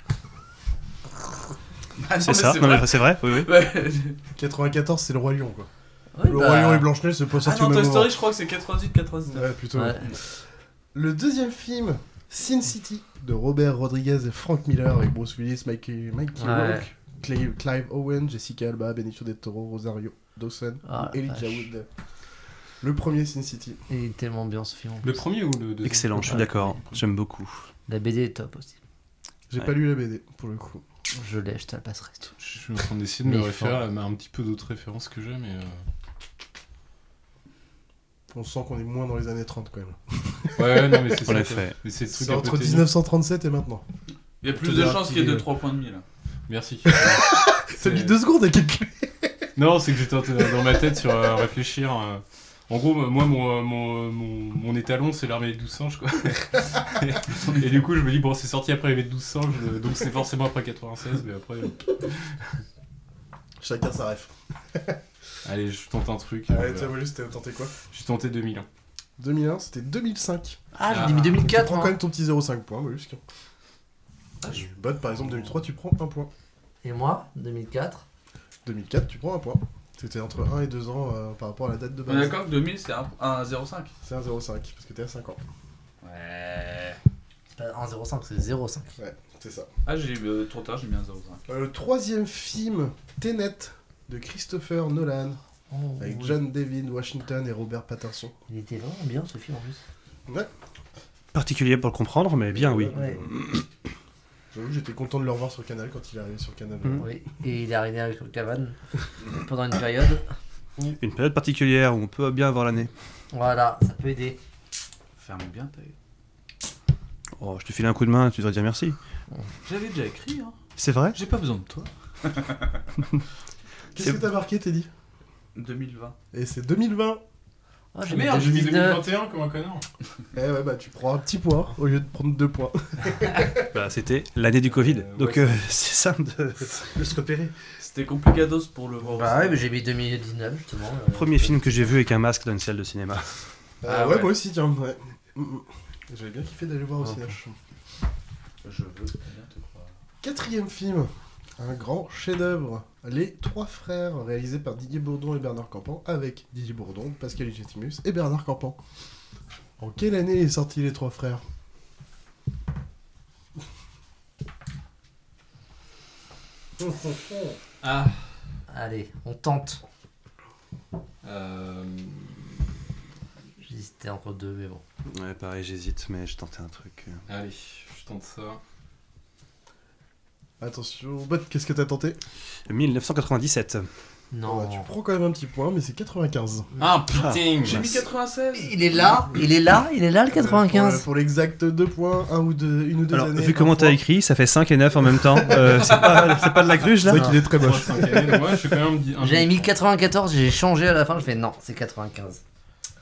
Speaker 10: Ah, non,
Speaker 15: C'est
Speaker 10: mais
Speaker 15: ça, non mais c'est vrai, oui, oui.
Speaker 10: Ouais.
Speaker 1: 94, c'est le Roi Lion quoi.
Speaker 5: Oui,
Speaker 1: le
Speaker 5: bah.
Speaker 1: Roi Lion et Blanche-Neige, c'est pas
Speaker 10: Ah
Speaker 1: sorti
Speaker 10: non,
Speaker 1: au même
Speaker 10: Toy
Speaker 1: moment.
Speaker 10: Story, je crois que c'est 98-99.
Speaker 1: Ouais, plutôt.
Speaker 5: Ouais.
Speaker 1: Le deuxième film, Sin City, de Robert Rodriguez et Frank Miller, avec Bruce Willis, Mikey, Mikey
Speaker 5: Ouais.
Speaker 1: Rourke, Clay- Clive Owen, Jessica Alba, Benicio del Toro, Rosario Dawson,
Speaker 5: Ah,
Speaker 1: et Elijah
Speaker 5: vache.
Speaker 1: Wood. Le premier Sin City.
Speaker 5: Il est tellement bien ce film. en
Speaker 4: Le
Speaker 5: plus.
Speaker 4: premier ou le deuxième
Speaker 15: Excellent, je suis d'accord, j'aime beaucoup.
Speaker 5: La BD est top aussi.
Speaker 1: J'ai
Speaker 15: Ouais.
Speaker 1: pas lu la BD pour le coup.
Speaker 5: Je l'ai, je te la passerai.
Speaker 4: Je suis en train d'essayer de me
Speaker 5: Mais
Speaker 4: référer
Speaker 5: fort.
Speaker 4: à un petit peu d'autres références que j'ai, mais. euh,
Speaker 1: On sent qu'on est moins dans les années 30 quand même.
Speaker 4: Ouais, ouais, non, mais c'est
Speaker 15: En
Speaker 4: ça,
Speaker 15: effet.
Speaker 4: quoi. Mais c'est le truc
Speaker 1: C'est
Speaker 4: un peu
Speaker 1: entre
Speaker 4: ténu.
Speaker 1: 1937 et maintenant.
Speaker 10: Il y a
Speaker 4: Tout
Speaker 10: plus de
Speaker 4: est
Speaker 10: chances qu'il y ait
Speaker 4: articulé.
Speaker 10: 2-3 points de mille.
Speaker 4: Merci.
Speaker 1: T'as
Speaker 4: C'est-
Speaker 1: mis deux secondes à calculer.
Speaker 4: Non, c'est que j'étais en- dans ma tête sur euh, réfléchir. euh. En gros, moi, mon, euh, mon, euh, mon, mon étalon, c'est l'armée des 12 singes, quoi. et, du coup, je me dis, bon, c'est sorti après les 12 singes, euh, donc c'est forcément après 96, mais après. euh,
Speaker 1: Chacun sa ref.
Speaker 4: Allez, je tente un truc. euh,
Speaker 1: Allez,
Speaker 4: voilà.
Speaker 1: tiens, Walus, t'as tenté quoi
Speaker 4: J'ai tenté 2000
Speaker 1: 2001, c'était 2005.
Speaker 5: Ah,
Speaker 4: Ah.
Speaker 5: j'ai mis
Speaker 1: tu
Speaker 5: 2004.
Speaker 1: prends
Speaker 5: moi.
Speaker 1: quand même ton petit 0,5 point, Mollusque. Tu bottes, par exemple 2003, tu prends un point.
Speaker 5: Et moi, 2004.
Speaker 1: 2004, tu prends un point. C'était entre 1 et 2 ans euh, par rapport à la date de
Speaker 10: On
Speaker 1: base.
Speaker 10: est d'accord que 2000, c'est un- un 0,5.
Speaker 1: C'est un 0,5 parce que t'es à 5 ans.
Speaker 10: Ouais.
Speaker 5: C'est pas 1,05, c'est 0,5.
Speaker 1: Ouais, c'est ça.
Speaker 10: Ah, j'ai eu euh, trop tard, j'ai mis un 0,5.
Speaker 1: Euh, le troisième film, Tenet, de Christopher Nolan,
Speaker 5: Oh,
Speaker 1: avec
Speaker 5: oui.
Speaker 1: John David Washington et Robert Pattinson.
Speaker 5: Il était vraiment bien ce film en plus.
Speaker 1: Ouais.
Speaker 2: Eh
Speaker 15: Particulier pour le comprendre, mais bien oui.
Speaker 5: Ouais.
Speaker 1: J'avoue, j'étais content de le revoir sur Canal quand il est arrivé sur Canal.
Speaker 5: Oui. Et il est arrivé avec le cabane pendant une période.
Speaker 15: Une période particulière où on peut bien avoir l'année.
Speaker 5: Voilà, ça peut aider.
Speaker 10: Ferme bien ta gueule.
Speaker 15: Oh, je te file un coup de main, tu devrais dire merci.
Speaker 10: J'avais déjà écrit, hein.
Speaker 15: C'est vrai
Speaker 10: J'ai pas besoin de toi.
Speaker 1: Qu'est-ce que t'as marqué, Teddy
Speaker 10: 2020.
Speaker 1: Et c'est 2020
Speaker 5: Ah,
Speaker 4: Oh, j'ai mis Merde, j'ai mis 2019. 2021 comme un connard.
Speaker 1: Eh ouais, bah tu prends un petit poids au lieu de prendre deux Euh, poids.
Speaker 15: Bah, c'était l'année du Covid, donc
Speaker 1: ouais.
Speaker 15: euh, c'est simple de, de se repérer.
Speaker 10: C'était complicados pour le voir.
Speaker 5: Bah ouais, mais j'ai mis 2019 justement. euh.
Speaker 15: Premier film que j'ai vu avec un masque dans une salle de cinéma.
Speaker 1: Euh,
Speaker 4: Ah
Speaker 1: ouais, moi aussi, tiens. Ouais. Mm, mm. J'avais bien kiffé d'aller
Speaker 4: Ah,
Speaker 1: voir au cinéma.
Speaker 10: Je veux bien te croire.
Speaker 1: Quatrième film, un grand chef-d'œuvre. Les Trois Frères, réalisé par Didier Bourdon et Bernard Campan, avec Didier Bourdon, Pascal Légitimus et Bernard Campan. En quelle année est sorti Les Trois Frères
Speaker 5: Ah. euh. Allez, on tente.
Speaker 10: Euh.
Speaker 5: J'hésitais entre deux, mais bon.
Speaker 15: Ouais, pareil, j'hésite, mais j'ai tenté un truc.
Speaker 4: Allez, je tente ça.
Speaker 1: Attention, Bot, qu'est-ce que t'as tenté bah,
Speaker 15: 1997.
Speaker 5: Non.
Speaker 1: tu prends quand même un petit point, mais c'est 95.
Speaker 4: Ah, putain,
Speaker 1: J'ai mis
Speaker 10: 96
Speaker 5: Il est là, il est là, il est là le 95.
Speaker 1: Pour, le- pour l'exact deux points, un ou deux, une ou deux
Speaker 15: Alors,
Speaker 1: années.
Speaker 15: vu comment t'as écrit, ça fait 5 et 9 en même temps. Euh, c'est pas, c'est pas de la gruge là
Speaker 1: C'est vrai qu'il est très moche.
Speaker 5: J'avais mis 94, j'ai changé à la fin, je fais non, c'est 95.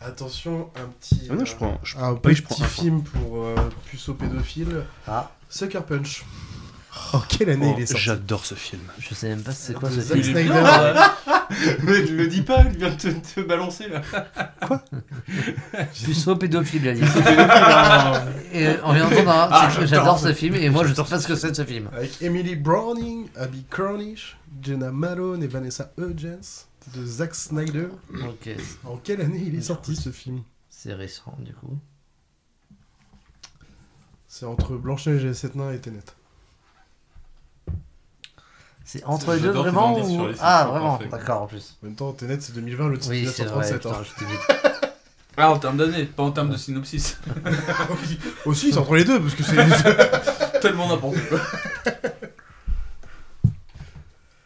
Speaker 1: Attention, un petit. euh,
Speaker 15: Ah non, je prends- je-
Speaker 1: un
Speaker 15: oui, je
Speaker 1: petit
Speaker 15: prends un
Speaker 1: film pour euh, puceaux pédophiles.
Speaker 5: Ah.
Speaker 1: Sucker Punch. Oh, quelle année
Speaker 15: Oh,
Speaker 1: il est sorti
Speaker 15: J'adore ce film.
Speaker 5: Je sais même pas c'est quoi ce
Speaker 1: De
Speaker 5: film.
Speaker 1: Zack Snyder. hein.
Speaker 4: Mais le dis pas, il vient de te, te balancer là. Quoi
Speaker 5: Puceau pédophile, il a dit.
Speaker 4: Puceau pédophile, hein.
Speaker 5: Et on vient d'entendre, hein,
Speaker 1: Ah,
Speaker 5: c'est- j'adore ce
Speaker 1: j'adore.
Speaker 5: film et moi je sais pas ce que c'est de ce film.
Speaker 1: Avec Emily Browning, Abby Cornish, Jenna Malone et Vanessa Hudgens de Zack Snyder.
Speaker 5: Ok.
Speaker 1: En quelle année il est sorti ce film
Speaker 5: C'est récent du coup.
Speaker 1: C'est entre Blanche-Neige et les Sept Nains et Tenet.
Speaker 5: C'est entre les deux vraiment ou... Ah vraiment, d'accord en plus.
Speaker 1: En même temps, Tenet c'est 2020, l'autre c'est
Speaker 5: Oui, c'est vrai,
Speaker 1: 1937. hein.
Speaker 5: putain, j'étais
Speaker 10: Ah, en termes d'année, pas en termes de synopsis.
Speaker 1: Aussi, c'est entre les deux, parce que c'est.
Speaker 10: Tellement n'importe quoi.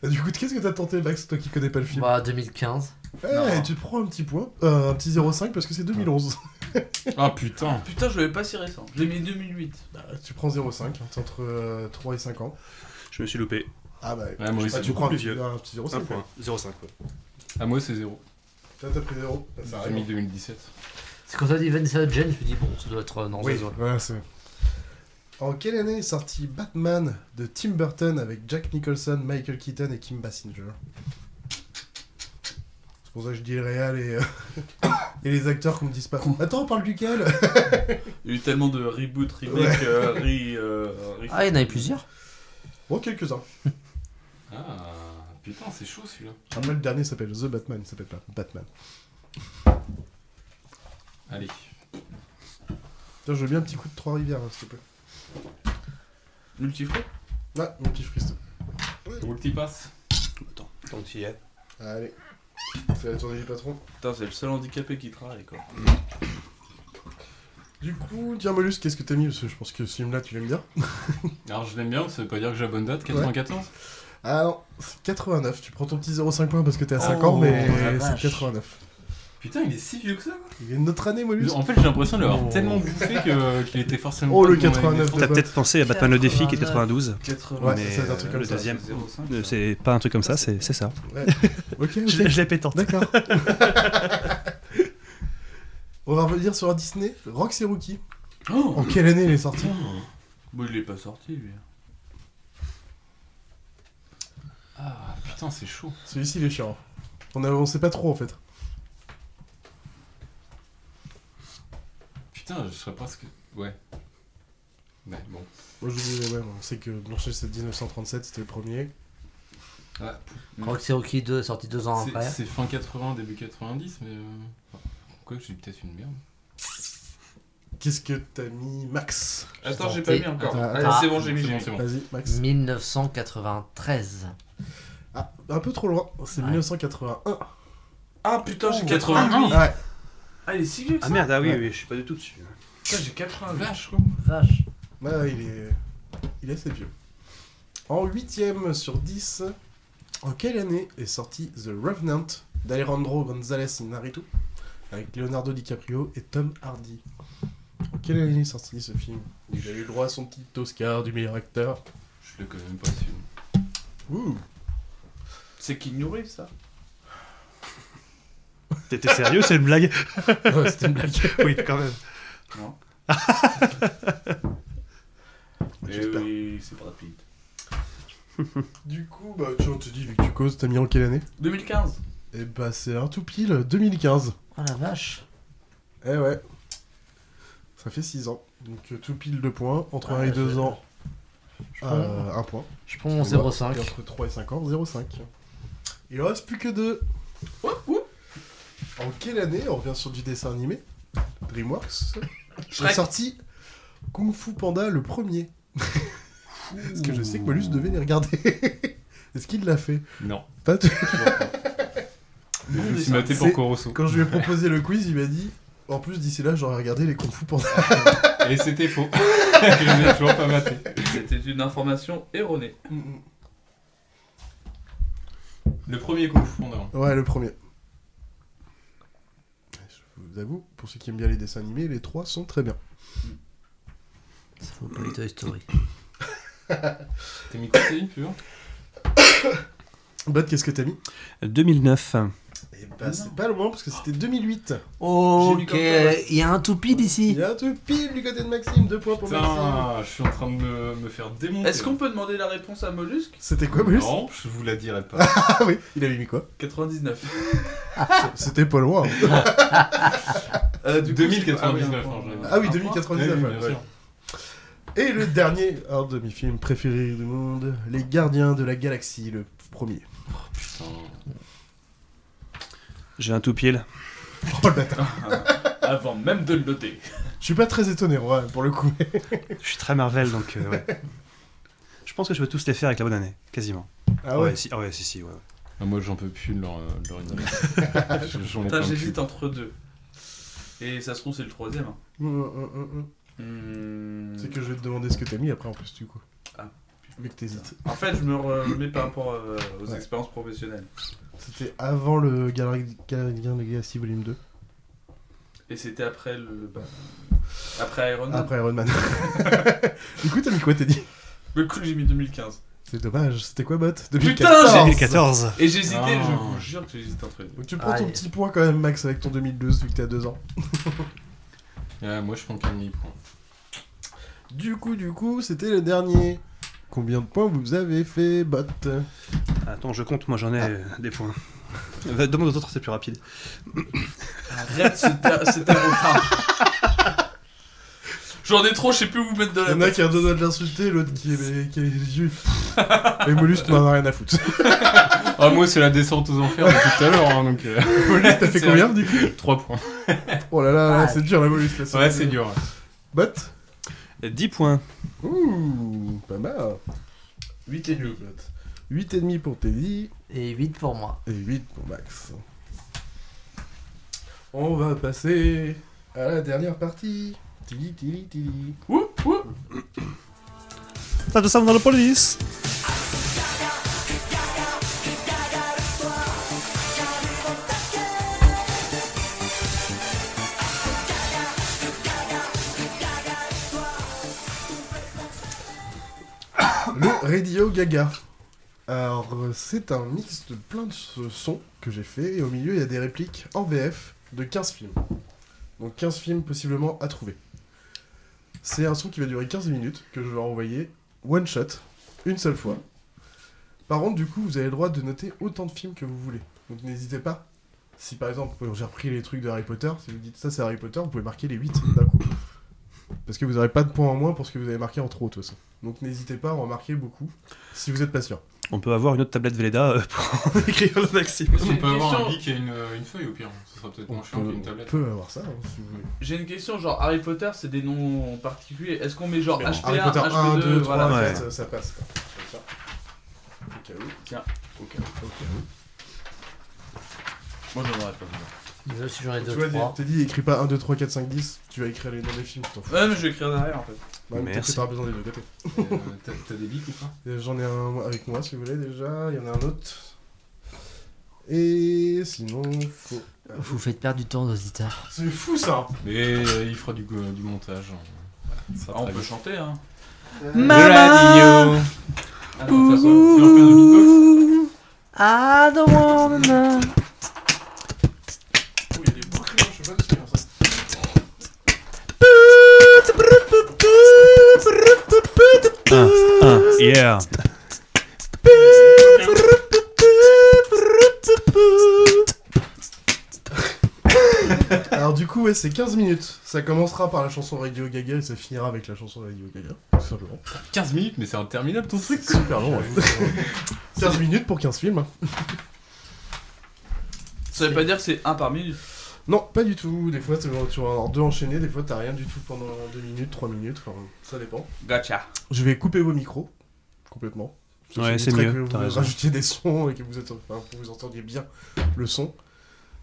Speaker 1: Ah, Du coup, qu'est-ce que t'as tenté, Max, toi qui connais pas le film
Speaker 5: Bah 2015.
Speaker 1: Eh, tu te prends un petit point, euh, un petit 0,5 parce que c'est 2011.
Speaker 4: Ah putain.
Speaker 10: Putain, je l'avais pas si récent. J'ai mis 2008.
Speaker 1: tu prends 0,5, hein, t'es entre euh, 3 et 5 ans.
Speaker 15: Je me suis loupé.
Speaker 1: Ah bah,
Speaker 4: Ouais, moi,
Speaker 1: bah,
Speaker 4: c'est
Speaker 1: tu
Speaker 4: beaucoup
Speaker 1: prends un
Speaker 4: plus
Speaker 1: petit,
Speaker 4: vieux.
Speaker 1: un petit 0,5.
Speaker 15: Un
Speaker 1: ouais.
Speaker 15: point. 0,5. ouais.
Speaker 4: Ah, moi c'est Bah, 0.
Speaker 1: Toi, t'as pris 0. Ça
Speaker 4: J'ai
Speaker 1: arrive.
Speaker 4: mis 2017.
Speaker 5: C'est quand on dit Vanessa Jen, je me dis bon, ça doit être euh, non,
Speaker 1: Oui,
Speaker 5: ça doit-
Speaker 1: voilà, c'est. En quelle année est sorti Batman de Tim Burton avec Jack Nicholson, Michael Keaton et Kim Basinger C'est pour ça que je dis le réal et, euh, et les acteurs qu'on me dise pas. Attends, on parle duquel
Speaker 10: Il y a eu tellement de reboot, remake,
Speaker 1: Ouais.
Speaker 10: euh, re, euh, re-
Speaker 5: Ah, il y en avait plusieurs.
Speaker 1: Oh, quelques-uns.
Speaker 4: Ah, putain, c'est chaud celui-là.
Speaker 1: Après, Ah, le dernier s'appelle The Batman, il s'appelle pas Batman.
Speaker 4: Allez.
Speaker 1: Tiens, je veux bien un petit coup de Trois-Rivières, hein, s'il te plaît. Ah,
Speaker 10: Multifruit
Speaker 1: Ouais, mon petit freestyle.
Speaker 4: Ou le petit passe.
Speaker 15: Attends, tant que tu y es.
Speaker 1: Allez. C'est la tournée du patron. Mm.
Speaker 10: Putain, c'est le seul handicapé qui travaille quoi.
Speaker 1: Du coup, tiens, Molus, qu'est-ce que t'as mis Parce que je pense que ce film-là, tu l'aimes bien.
Speaker 4: Alors je l'aime bien, ça veut pas dire que j'ai la bonne date, 94
Speaker 1: Ah non, c'est 89. Tu prends ton petit 0,5 points parce que t'es à 5
Speaker 4: Oh,
Speaker 1: ans, mais
Speaker 4: la
Speaker 1: c'est
Speaker 4: vache.
Speaker 1: 89.
Speaker 4: Putain, il est si vieux que ça quoi.
Speaker 1: Il y a une autre année, Molus.
Speaker 4: En fait, j'ai l'impression de l'avoir
Speaker 1: Oh.
Speaker 4: tellement bouffé que- euh, qu'il était forcément.
Speaker 1: Oh, le
Speaker 4: pas dans ma
Speaker 1: 89
Speaker 4: liste.
Speaker 1: de
Speaker 15: T'as peut-être pensé à Batman le défi qui est de 92.
Speaker 1: 89. Ouais, c'est ça, c'est un truc
Speaker 15: euh,
Speaker 1: comme
Speaker 15: le
Speaker 1: ça,
Speaker 15: deuxième.
Speaker 1: c'est 0,5,
Speaker 15: euh, C'est pas un truc comme ça, c'est c'est ça.
Speaker 1: Ouais. Ok, ok.
Speaker 15: Je l'ai- je l'ai pétante.
Speaker 1: D'accord. On va revenir sur un Disney, Rox et Rookie.
Speaker 10: Oh.
Speaker 1: en quelle année il est sorti
Speaker 4: Oh.
Speaker 10: Bon, Bah, il est pas sorti lui.
Speaker 4: Ah putain, c'est chaud.
Speaker 1: Celui-ci, il est chiant. On, a, on sait pas trop en fait.
Speaker 4: Putain, je serais presque. Ouais. Ouais, bon.
Speaker 1: Moi je vous dis, ouais, on sait que Blanchet c'est 1937, c'était le premier.
Speaker 4: Ah,
Speaker 15: Hmm.
Speaker 5: Roxy Rocky 2 est sorti deux ans
Speaker 4: C'est-
Speaker 5: après.
Speaker 4: C'est fin 80, début 90, mais. euh, enfin, Quoi que j'ai peut-être une merde.
Speaker 1: Qu'est-ce que t'as mis, Max
Speaker 10: Attends, j'ai
Speaker 5: Tenté.
Speaker 10: pas mis encore.
Speaker 1: Ah,
Speaker 10: Allez,
Speaker 1: ah,
Speaker 10: c'est bon, j'ai mis,
Speaker 1: c'est
Speaker 10: j'ai
Speaker 1: bon,
Speaker 10: mis.
Speaker 1: c'est bon. Vas-y, Max.
Speaker 5: 1993.
Speaker 1: Ah, un peu trop loin, c'est 1981.
Speaker 10: Ah putain, j'ai
Speaker 1: Oh,
Speaker 10: 88.
Speaker 1: Ouais.
Speaker 10: Ah, il est si vieux que ça.
Speaker 15: Ah merde, ah oui,
Speaker 10: Ouais.
Speaker 15: oui, je suis pas du tout dessus.
Speaker 10: Putain, j'ai 88.
Speaker 4: Vache,
Speaker 5: Vache.
Speaker 1: Bah, il est. Il est assez vieux. En huitième sur 10, en quelle année est sorti The Revenant d'Alejandro González Inarritu avec Leonardo DiCaprio et Tom Hardy En quelle année est sorti ce film Il a eu le droit à son petit Oscar du meilleur acteur.
Speaker 4: Je le connais même pas, ce film.
Speaker 1: Ouh
Speaker 10: C'est qu'ignorer ça.
Speaker 15: T'étais sérieux, c'est une blague
Speaker 1: Ouais, c'était une blague.
Speaker 15: oui, quand même.
Speaker 10: Non. Eh
Speaker 1: J'espère.
Speaker 10: oui, c'est Brad Pitt.
Speaker 1: Du coup, bah, tu on te dit, vu que tu causes, t'as mis en quelle année
Speaker 10: 2015
Speaker 1: Eh bah, c'est un tout pile, 2015.
Speaker 5: Oh la vache
Speaker 1: Eh ouais. Ça fait 6 ans. Donc, euh, tout pile 2 points. Entre 1 et 2 ans,
Speaker 5: Ah, Je prends-
Speaker 1: 1 point.
Speaker 5: je prends mon
Speaker 1: Tu vois,
Speaker 5: 0,5.
Speaker 1: et Entre 3 et 5 ans, 0,5. Il en reste plus que 2. En quelle année, on revient sur du dessin animé, DreamWorks, j'ai
Speaker 10: Shrek.
Speaker 1: sorti Kung Fu Panda le premier Parce que je sais que Molus devait les regarder. Est-ce qu'il l'a fait
Speaker 4: Non.
Speaker 1: Pas tout.
Speaker 4: Mais je me suis maté pour
Speaker 1: C'est-
Speaker 4: Corosso.
Speaker 1: Quand je lui ai proposé le quiz, il m'a dit En plus, d'ici là, j'aurais regardé les Kung Fu Panda.
Speaker 4: Et c'était faux. Je l'ai toujours pas maté.
Speaker 10: C'était une information erronée.
Speaker 15: Mm,
Speaker 4: Le premier coup, fondant.
Speaker 1: Ouais, le premier. Je vous avoue, pour ceux qui aiment bien les dessins animés, les trois sont très bien.
Speaker 5: Ça vaut pas les Toy Story. Ah
Speaker 4: T'es mis côté, tu vois
Speaker 1: Bud, qu'est-ce que t'as mis
Speaker 15: 2009.
Speaker 1: Eh ben, c'est pas loin, parce que c'était 2008.
Speaker 5: Ok,
Speaker 1: J'ai mis comme toi.
Speaker 5: il y a un tout pile ici.
Speaker 1: Il y a un truc pile du côté de Maxime, deux points pour Maxime.
Speaker 4: Putain, je suis en train de me, me faire démonter.
Speaker 10: Est-ce qu'on peut demander la réponse à Mollusque
Speaker 1: C'était quoi, Mollusque
Speaker 4: Non, je vous la dirai pas.
Speaker 1: Ah oui, il avait mis quoi Ah,
Speaker 10: 99.
Speaker 1: C'était pas loin. hein.
Speaker 10: Euh, du coup,
Speaker 4: 2099 en général.
Speaker 1: Ah oui,
Speaker 4: Ah
Speaker 1: 2099.
Speaker 4: oui,
Speaker 1: ouais,
Speaker 4: bien
Speaker 1: ouais.
Speaker 4: sûr.
Speaker 1: Et le dernier hors de mes films préférés du monde, Les Gardiens de la Galaxie, le premier.
Speaker 10: Oh,
Speaker 15: J'ai un tout pile.
Speaker 1: Oh le bâtard.
Speaker 10: Avant même de le noter.
Speaker 1: Je suis pas très étonné, en vrai, pour le coup.
Speaker 15: Je suis très Marvel, donc euh, ouais. Je pense que je peux tous les faire avec la bonne année, quasiment.
Speaker 1: Ah ouais
Speaker 15: si, ah ouais, si, si, ouais. ouais.
Speaker 4: Ah, moi, j'en peux plus de leur, euh, de leur ignorance.
Speaker 1: Ah,
Speaker 4: Je- j'en ai
Speaker 10: Putain,
Speaker 4: plein de
Speaker 10: j'hésite entre deux. Et ça se trouve, c'est le troisième. hein.
Speaker 1: Mm,
Speaker 10: Hmm.
Speaker 1: C'est que je vais te demander ce que t'as mis après en plus, du coup.
Speaker 10: Ah.
Speaker 1: Vu que t'hésites.
Speaker 10: En fait, je me remets par rapport euh, aux
Speaker 1: Ouais.
Speaker 10: expériences professionnelles.
Speaker 1: C'était avant le Gal- Gardien de la Galaxie Volume 2.
Speaker 10: Et c'était après le. bah, après Iron Man.
Speaker 1: Après Iron Man. du coup, t'as mis quoi, t'as dit
Speaker 10: Le coup, Bah, j'ai mis 2015.
Speaker 1: C'est dommage. C'était quoi, bot
Speaker 15: 2014.
Speaker 10: Et j'hésitais,
Speaker 1: Ah.
Speaker 10: je vous jure que j'hésitais entre les deux.
Speaker 1: Donc tu prends ton petit point quand même, Max, avec ton 2012, vu que t'as 2 ans.
Speaker 4: Ah, moi, je prends qu'un demi-point.
Speaker 1: du coup, du coup, c'était le dernier. Combien de points vous avez fait, Ah. bot
Speaker 15: Attends, je compte, moi j'en ai euh, des points. Va- Demande aux autres, c'est plus rapide.
Speaker 10: Arrête, c'était c'était retard. J'en ai trop, je sais plus où vous mettre de
Speaker 1: Il y
Speaker 10: la
Speaker 1: en a
Speaker 10: tête.
Speaker 1: qui a deux doigts de l'insulter, l'autre qui, est- qui a les yeux. Et Mollusque n'en a rien à foutre.
Speaker 4: Ah, moi, c'est la descente aux enfers depuis tout à l'heure. hein, donc, euh,
Speaker 1: Mollusque, t'as fait
Speaker 4: c'est
Speaker 1: combien
Speaker 4: vrai.
Speaker 1: du coup
Speaker 4: 3 points.
Speaker 1: Oh là là,
Speaker 10: Ah,
Speaker 1: là, c'est dur la Mollusque. là,
Speaker 4: Ouais, c'est dur.
Speaker 1: Bot
Speaker 15: 10 points.
Speaker 1: Ouh, pas mal.
Speaker 10: 8 et demi.
Speaker 1: 8,5 pour Teddy.
Speaker 5: Et 8 pour moi.
Speaker 1: Et 8 pour Max. On va passer à la dernière partie. Tilly, tilly, tilly.
Speaker 15: T'as tout ça dans la police
Speaker 1: Le Radio Gaga. Alors, euh, c'est un mix de plein de ce- sons que j'ai fait, et au milieu, il y a des répliques en VF de 15 films. Donc 15 films possiblement à trouver. C'est un son qui va durer 15 minutes, que je vais envoyer one shot, une seule fois. Par contre, du coup, vous avez le droit de noter autant de films que vous voulez. Donc n'hésitez pas. Si par exemple, j'ai repris les trucs de Harry Potter, si vous dites ça c'est Harry Potter, vous pouvez marquer les 8 d'un coup. Parce que vous n'aurez pas de points en moins pour ce que vous avez marqué en trop, de toute façon. Donc n'hésitez pas à en marquer beaucoup, si vous n'êtes pas sûr.
Speaker 15: On peut avoir une autre tablette Velleda euh, pour écrire le maximum.
Speaker 4: On peut avoir un
Speaker 10: question.
Speaker 4: bic et une,
Speaker 10: euh,
Speaker 4: une feuille au pire. Ce sera peut-être moins chiant
Speaker 1: peut-
Speaker 4: qu'une
Speaker 1: On
Speaker 4: tablette.
Speaker 1: peut avoir ça, hein, si vous voulez.
Speaker 10: J'ai une question, genre Harry Potter, c'est des noms particuliers. Est-ce qu'on met genre
Speaker 1: Bien.
Speaker 10: HP1,
Speaker 1: Harry Potter
Speaker 10: HP2,
Speaker 1: 1, 2, 3,
Speaker 10: E, voilà.
Speaker 1: quatre, ça, ça passe. quoi. Comme ça. Au cas où.
Speaker 10: Tiens,
Speaker 1: Au cas où. Au cas où.
Speaker 10: moi j'en aurais pas besoin.
Speaker 5: Déjà, si j'en ai deux,
Speaker 1: Tu vois,
Speaker 5: trois.
Speaker 1: t'es dit, écris pas 1, 2, 3, 4, 5, 10, tu vas écrire les noms des films, je t'en fous.
Speaker 10: Ouais, mais je vais écrire derrière, en fait.
Speaker 1: Ouais, Bah, mais
Speaker 10: Merci.
Speaker 1: peut-être que t'auras besoin des deux côtés.
Speaker 4: Euh, t'as, des bics ou pas
Speaker 1: J'en ai un avec moi, si vous voulez, déjà. Il y en a un autre. Et sinon, faut...
Speaker 5: Vous faites perdre du temps aux auditeurs.
Speaker 1: C'est fou, ça
Speaker 4: Mais euh, il fera du, go- du montage. hein. Voilà, ça sera
Speaker 10: Ah, on
Speaker 4: bien.
Speaker 10: peut chanter, hein.
Speaker 11: Euh,
Speaker 5: Maman
Speaker 4: Radio.
Speaker 10: Ah, non, de toute façon, tu en fais un
Speaker 5: Ouh, I don't wanna know.
Speaker 15: Ah, ah, yeah.
Speaker 1: Alors du coup, ouais, c'est 15 minutes. Ça commencera par la chanson Radio Gaga et ça finira avec la chanson Radio Gaga, tout simplement.
Speaker 4: 15 minutes, mais c'est interminable ton truc.
Speaker 1: Super long, ouais. 15 minutes pour 15 films. hein.
Speaker 10: Ça veut pas dire que c'est un par minute.
Speaker 1: Non, pas du tout. Des fois, tu vas tu vas en avoir deux enchaînés, des fois, t'as rien du tout pendant 2 minutes, 3 minutes, enfin, ça dépend.
Speaker 10: Gotcha.
Speaker 1: Je vais couper vos micros, complètement. Ça
Speaker 15: Ouais, c'est
Speaker 1: éviterait
Speaker 15: mieux,
Speaker 1: que vous
Speaker 15: t'as raison.
Speaker 1: rajoutiez des sons et que vous, êtes- enfin, que vous entendiez bien le son.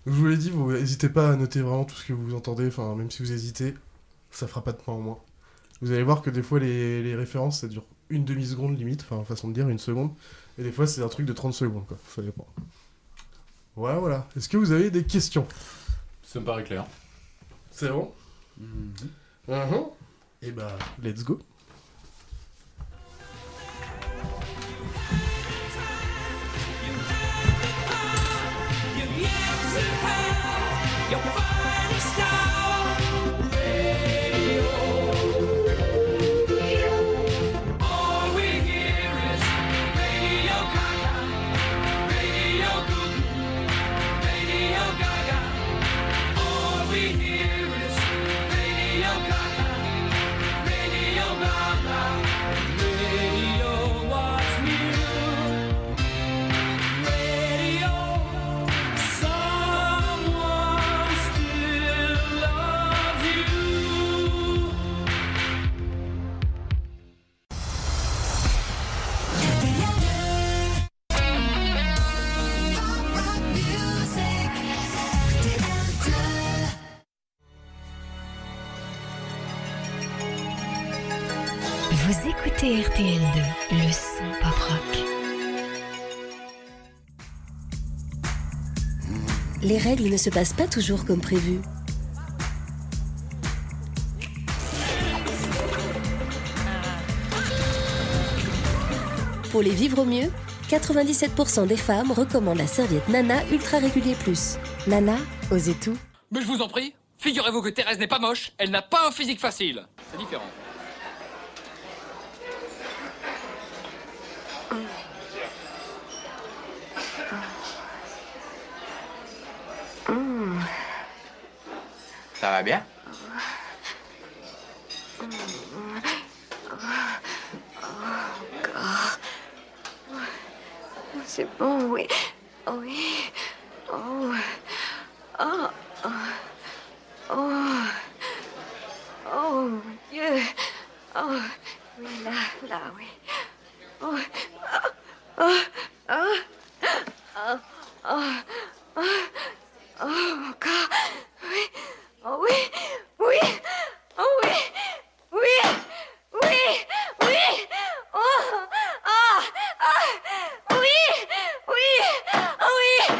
Speaker 1: Donc, je vous l'ai dit, vous n'hésitez pas à noter vraiment tout ce que vous entendez, enfin, même si vous hésitez, ça fera pas de points en moins. Vous allez voir que des fois, les, les références, ça dure une demi-seconde limite, enfin, façon de dire, une seconde. Et des fois, c'est un truc de 30 secondes, quoi. Ça dépend. Voilà, voilà. Est-ce que vous avez des questions
Speaker 4: Ça me paraît clair. Mm-hmm.
Speaker 1: C'est bon Et bah, let's go.
Speaker 14: Someone still loves you.
Speaker 16: Vous écoutez RTL2, le son pop rock. Les règles ne se passent pas toujours comme prévu. Pour les vivre au mieux, 97% des femmes recommandent la serviette Nana Ultra Régulier Plus. Nana, osez tout.
Speaker 17: Mais je vous en prie, figurez-vous que Thérèse n'est pas moche, elle n'a pas un physique facile. C'est différent.
Speaker 11: Mm.
Speaker 18: Ça va bien
Speaker 11: C'est bon, oui. Oui. Oh. Oh. Oh. Oh. Oh, mon Dieu. Oh. Oui, là, là, oui. Oh. Oh. Oh. Oh. Oh. Oh. Oh, mon corps. Oui. Oh, oui. Oui. Oh, oui. Oui. Oui. Oui. Oh. Ah. Ah. Oui. Oui. Oh, oui.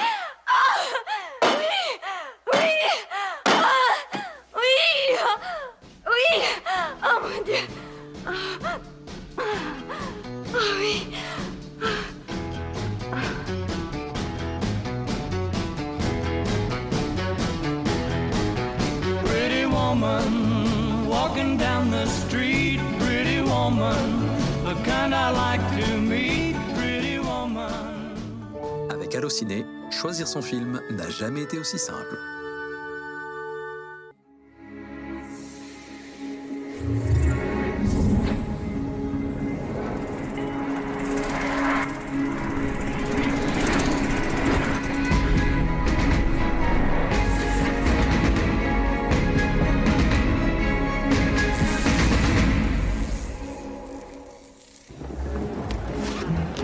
Speaker 11: Ah. Oui. Oui. Ah. Oui. ah, Oui. Oh, mon Dieu. Ah. Ah. Oh, oui. ah.
Speaker 14: Pretty woman walking down the street. Pretty woman, the kind I like to meet. Pretty woman.
Speaker 19: Avec Allociné, choisir son film n'a jamais été aussi simple.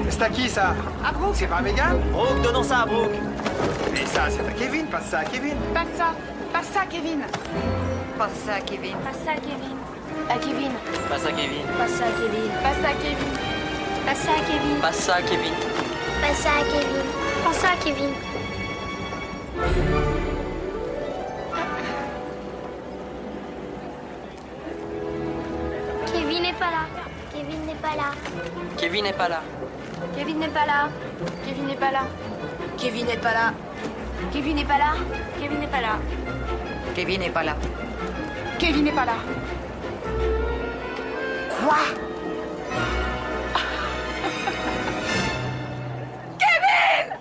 Speaker 20: Esta
Speaker 21: à qui ça À Brooke, c'est pas à Megan Brooke, donnons ça à Brooke. Et ça, c'est à Kevin, passe ça à Kevin.
Speaker 20: Passe ça. Passe ça, Kevin. Passe ça, Kevin. Passe ça, Kevin. À Kevin.
Speaker 22: Passe à Kevin.
Speaker 20: Passe ça, Kevin. Passe ça, Kevin. Passe ça, Kevin.
Speaker 22: Passe ça à Kevin.
Speaker 23: Passe ça à Kevin. Passe ça à Kevin. Kevin n'est pas là. Kevin n'est pas là.
Speaker 22: Kevin n'est pas là.
Speaker 20: Kevin n'est pas là. Kevin n'est pas là. Kevin n'est pas là. Kevin n'est pas là. Kevin
Speaker 8: Kevin n'est
Speaker 20: n'est pas là.
Speaker 8: pas là.
Speaker 20: Kevin n'est pas là. Quoi Kevin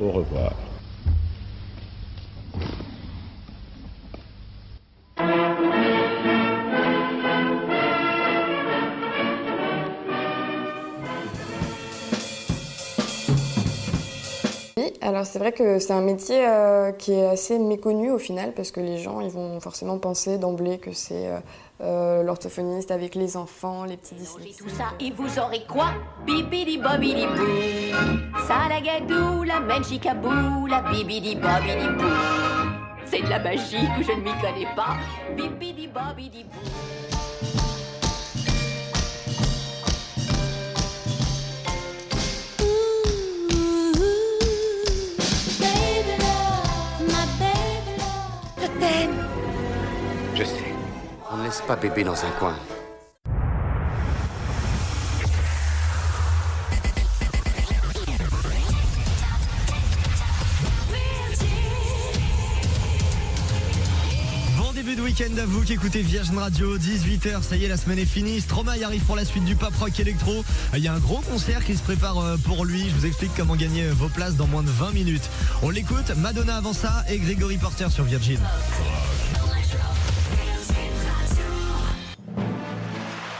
Speaker 24: Au revoir.
Speaker 25: Oui, alors c'est vrai que c'est un métier euh, qui est assez méconnu au final parce que les gens ils vont forcément penser d'emblée que c'est euh, euh, l'orthophoniste avec les enfants, les petits dyslexiques.
Speaker 26: Tout ça, et vous aurez quoi Bibidi bobidi bou. Salagadou, la menchikabou, la bibidi bobidi bou. C'est de la magie que je ne m'y connais pas. Bibidi bobidi bou.
Speaker 23: Je t'aime.
Speaker 27: Je sais. On ne laisse pas bébé dans un coin.
Speaker 5: Bon début de week-end à vous qui écoutez Virgin Radio, 18h, ça y est, la semaine est finie. Stromae arrive pour la suite du Pop Rock Electro. Il y a un gros concert qui se prépare euh, pour lui. Je vous explique comment gagner euh, vos places dans moins de 20 minutes. On l'écoute, Madonna avant ça et Grégory Porter sur Virgin.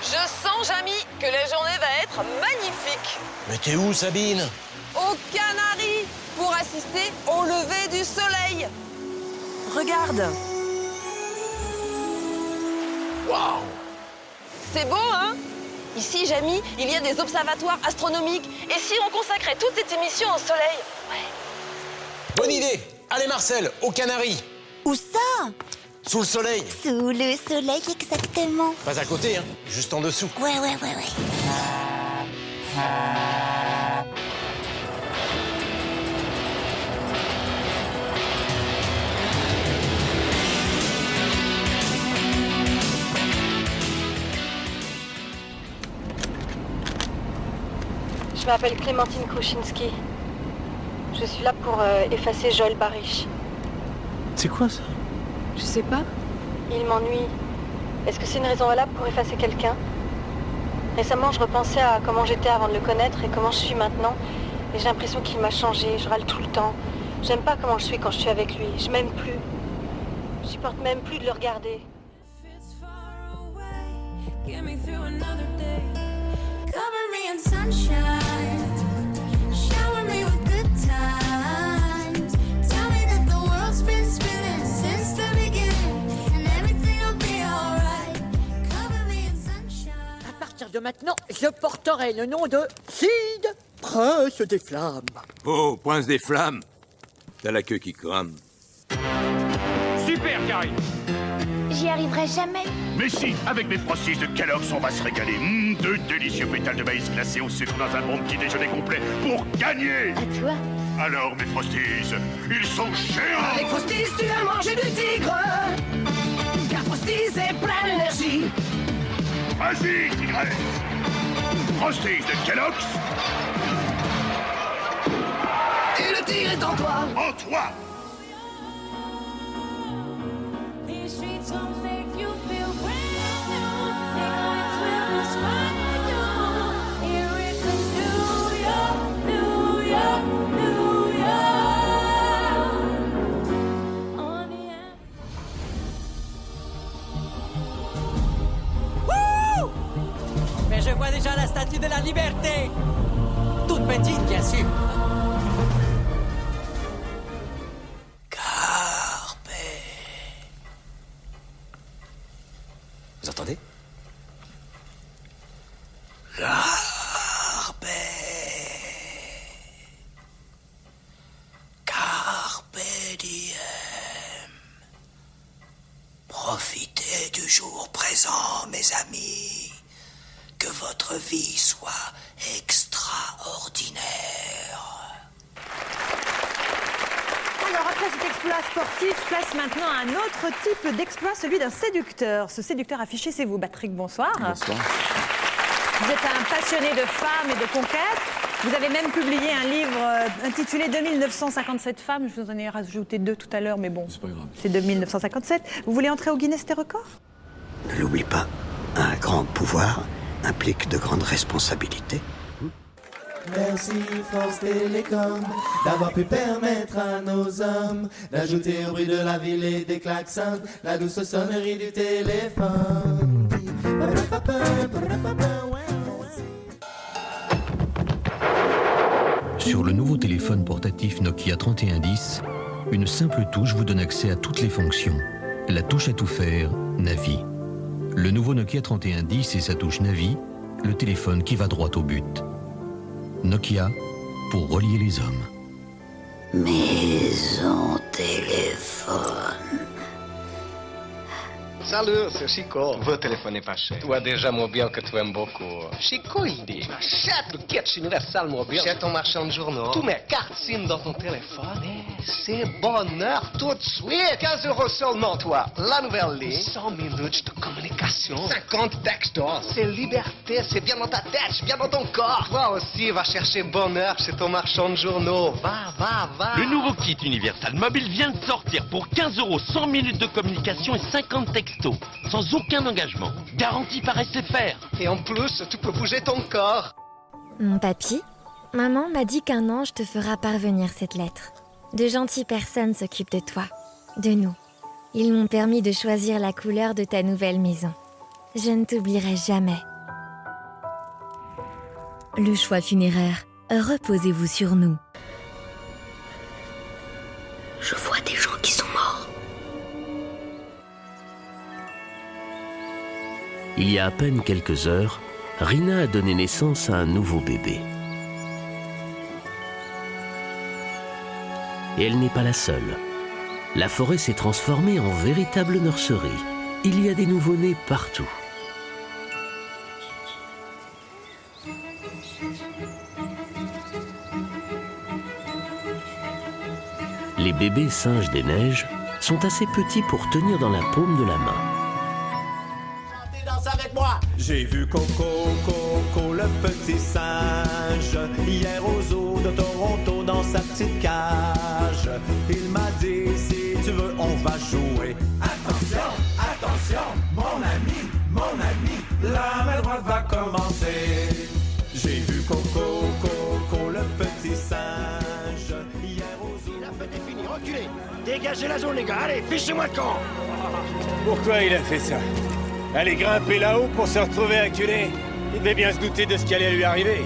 Speaker 3: Je sens, Jamy, que la journée va être magnifique.
Speaker 9: Mais t'es où, Sabine
Speaker 3: Aux Canaries, pour assister au lever du soleil. Regarde.
Speaker 9: Waouh
Speaker 3: C'est beau, hein Ici, Jamy, il y a des observatoires astronomiques. Et si on consacrait toute cette émission au soleil
Speaker 9: Bonne idée Allez, Marcel, aux Canaries
Speaker 23: Où ça
Speaker 9: Sous le soleil
Speaker 23: Sous le soleil, exactement.
Speaker 9: Pas à côté, hein Juste en dessous.
Speaker 23: Ouais, ouais, ouais, ouais.
Speaker 21: Ah,
Speaker 28: Je m'appelle Clémentine Kruchinski. Je suis là pour euh, effacer Joël Barish.
Speaker 9: C'est quoi ça
Speaker 28: Je sais pas. Il m'ennuie. Est-ce que c'est une raison valable pour effacer quelqu'un Récemment, je repensais à comment j'étais avant de le connaître et comment je suis maintenant. Et j'ai l'impression qu'il m'a changé. Je râle tout le temps. J'aime pas comment je suis quand je suis avec lui. Je m'aime plus. Je supporte même plus de le regarder.
Speaker 11: Get me through another day. Cover me in sunshine. Shower me with good times. Tell me that the world's been spinning since the beginning. And everything'll be alright. Cover me in sunshine.
Speaker 29: À partir de maintenant, je porterai le nom de Sid, prince des flammes.
Speaker 30: Oh, prince des flammes T'as la queue qui crame. Super, Karine
Speaker 23: J'y arriverai jamais.
Speaker 30: Mais si, avec mes frosties de Kellogg's, on va se régaler. Mmh, deux délicieux pétales de maïs glacés au sucre dans un bon petit déjeuner complet pour gagner
Speaker 23: À toi
Speaker 30: Alors, mes frosties, ils sont géants
Speaker 11: Avec Frosties, tu vas manger du tigre. Car Frosties est plein d'énergie.
Speaker 30: Vas-y, tigresse Frosties de Kellogg's
Speaker 11: Et le tigre est en toi.
Speaker 30: En toi
Speaker 11: These streets will make you feel
Speaker 29: Wouh Mais je vois déjà la statue de la liberté. Toute petite, bien sûr.
Speaker 30: Vous entendez
Speaker 11: mes amis, que votre vie soit extraordinaire.
Speaker 3: Alors après cet exploit sportif, place maintenant à un autre type d'exploit, celui d'un séducteur. Ce séducteur affiché, c'est vous, Patrick, bonsoir.
Speaker 31: Bonsoir.
Speaker 3: Vous êtes un passionné de femmes et de conquêtes. Vous avez même publié un livre euh, intitulé 2957 femmes. Je vous en ai rajouté deux tout à l'heure, mais bon. C'est
Speaker 31: pas grave.
Speaker 3: C'est 2957. Vous voulez entrer au Guinness des records
Speaker 11: Ne l'oublie pas, un grand pouvoir implique de grandes responsabilités.
Speaker 3: Merci France Télécom d'avoir pu permettre à nos hommes d'ajouter au bruit de la ville et des klaxons la douce sonnerie du téléphone.
Speaker 27: Sur le nouveau téléphone portatif Nokia 3110, une simple touche vous donne accès à toutes les fonctions. La touche à tout faire, Navi. Le nouveau Nokia 3110 et sa touche Navi, le téléphone qui va droit au but. Nokia, pour relier les hommes.
Speaker 11: Maison téléphone.
Speaker 6: Salut, c'est Chico. Vou telefonar chez. Tu as déjà mobile que tu aimes beaucoup. Chico, il dit achète le kit universal mobile. Chez ton marchand de journaux. Tu mets carte SIM dans ton téléphone et c'est bonheur tout de suite. 15 euros seulement, toi. La nouvelle ligne. 100 minutes de communication. 50 textos. C'est liberté, c'est bien dans ta tête, c'est bien dans ton corps. Toi aussi, va chercher bonheur chez ton marchand de journaux. Va, va, va.
Speaker 9: Le nouveau kit Universal Mobile vient de sortir pour 15 euros, 100 minutes de communication et 50 textos, sans aucun engagement, garanti par SFR.
Speaker 6: Et en plus, tu peux bouger ton corps.
Speaker 8: Mon papy, maman m'a dit qu'un ange te fera parvenir cette lettre. De gentilles personnes s'occupent de toi, de nous. Ils m'ont permis de choisir la couleur de ta nouvelle maison. Je ne t'oublierai jamais.
Speaker 32: Le choix funéraire. Reposez-vous sur nous.
Speaker 11: Je vois des gens qui sont morts.
Speaker 13: Il y a à peine quelques heures, Rina a donné naissance à un nouveau bébé. Et elle n'est pas la seule. La forêt s'est transformée en véritable nurserie. Il y a des nouveau-nés partout. Les bébés singes des neiges sont assez petits pour tenir dans la paume de la main.
Speaker 3: Danse avec moi J'ai vu Coco, Coco, le petit singe, hier aux zoo de Toronto dans sa petite cage. Il m'a dit, si tu veux, on va jouer. Attention, attention, mon ami, mon ami, la main droite va commencer. J'ai vu Coco, Coco, le petit singe, hier aux zoo. La fête est finie, reculez
Speaker 30: Dégagez la zone, les gars. Allez, fichez-moi le camp.
Speaker 2: Pourquoi il a fait ça Aller grimper là-haut pour se retrouver acculé Il devait bien se douter de ce qui allait lui arriver.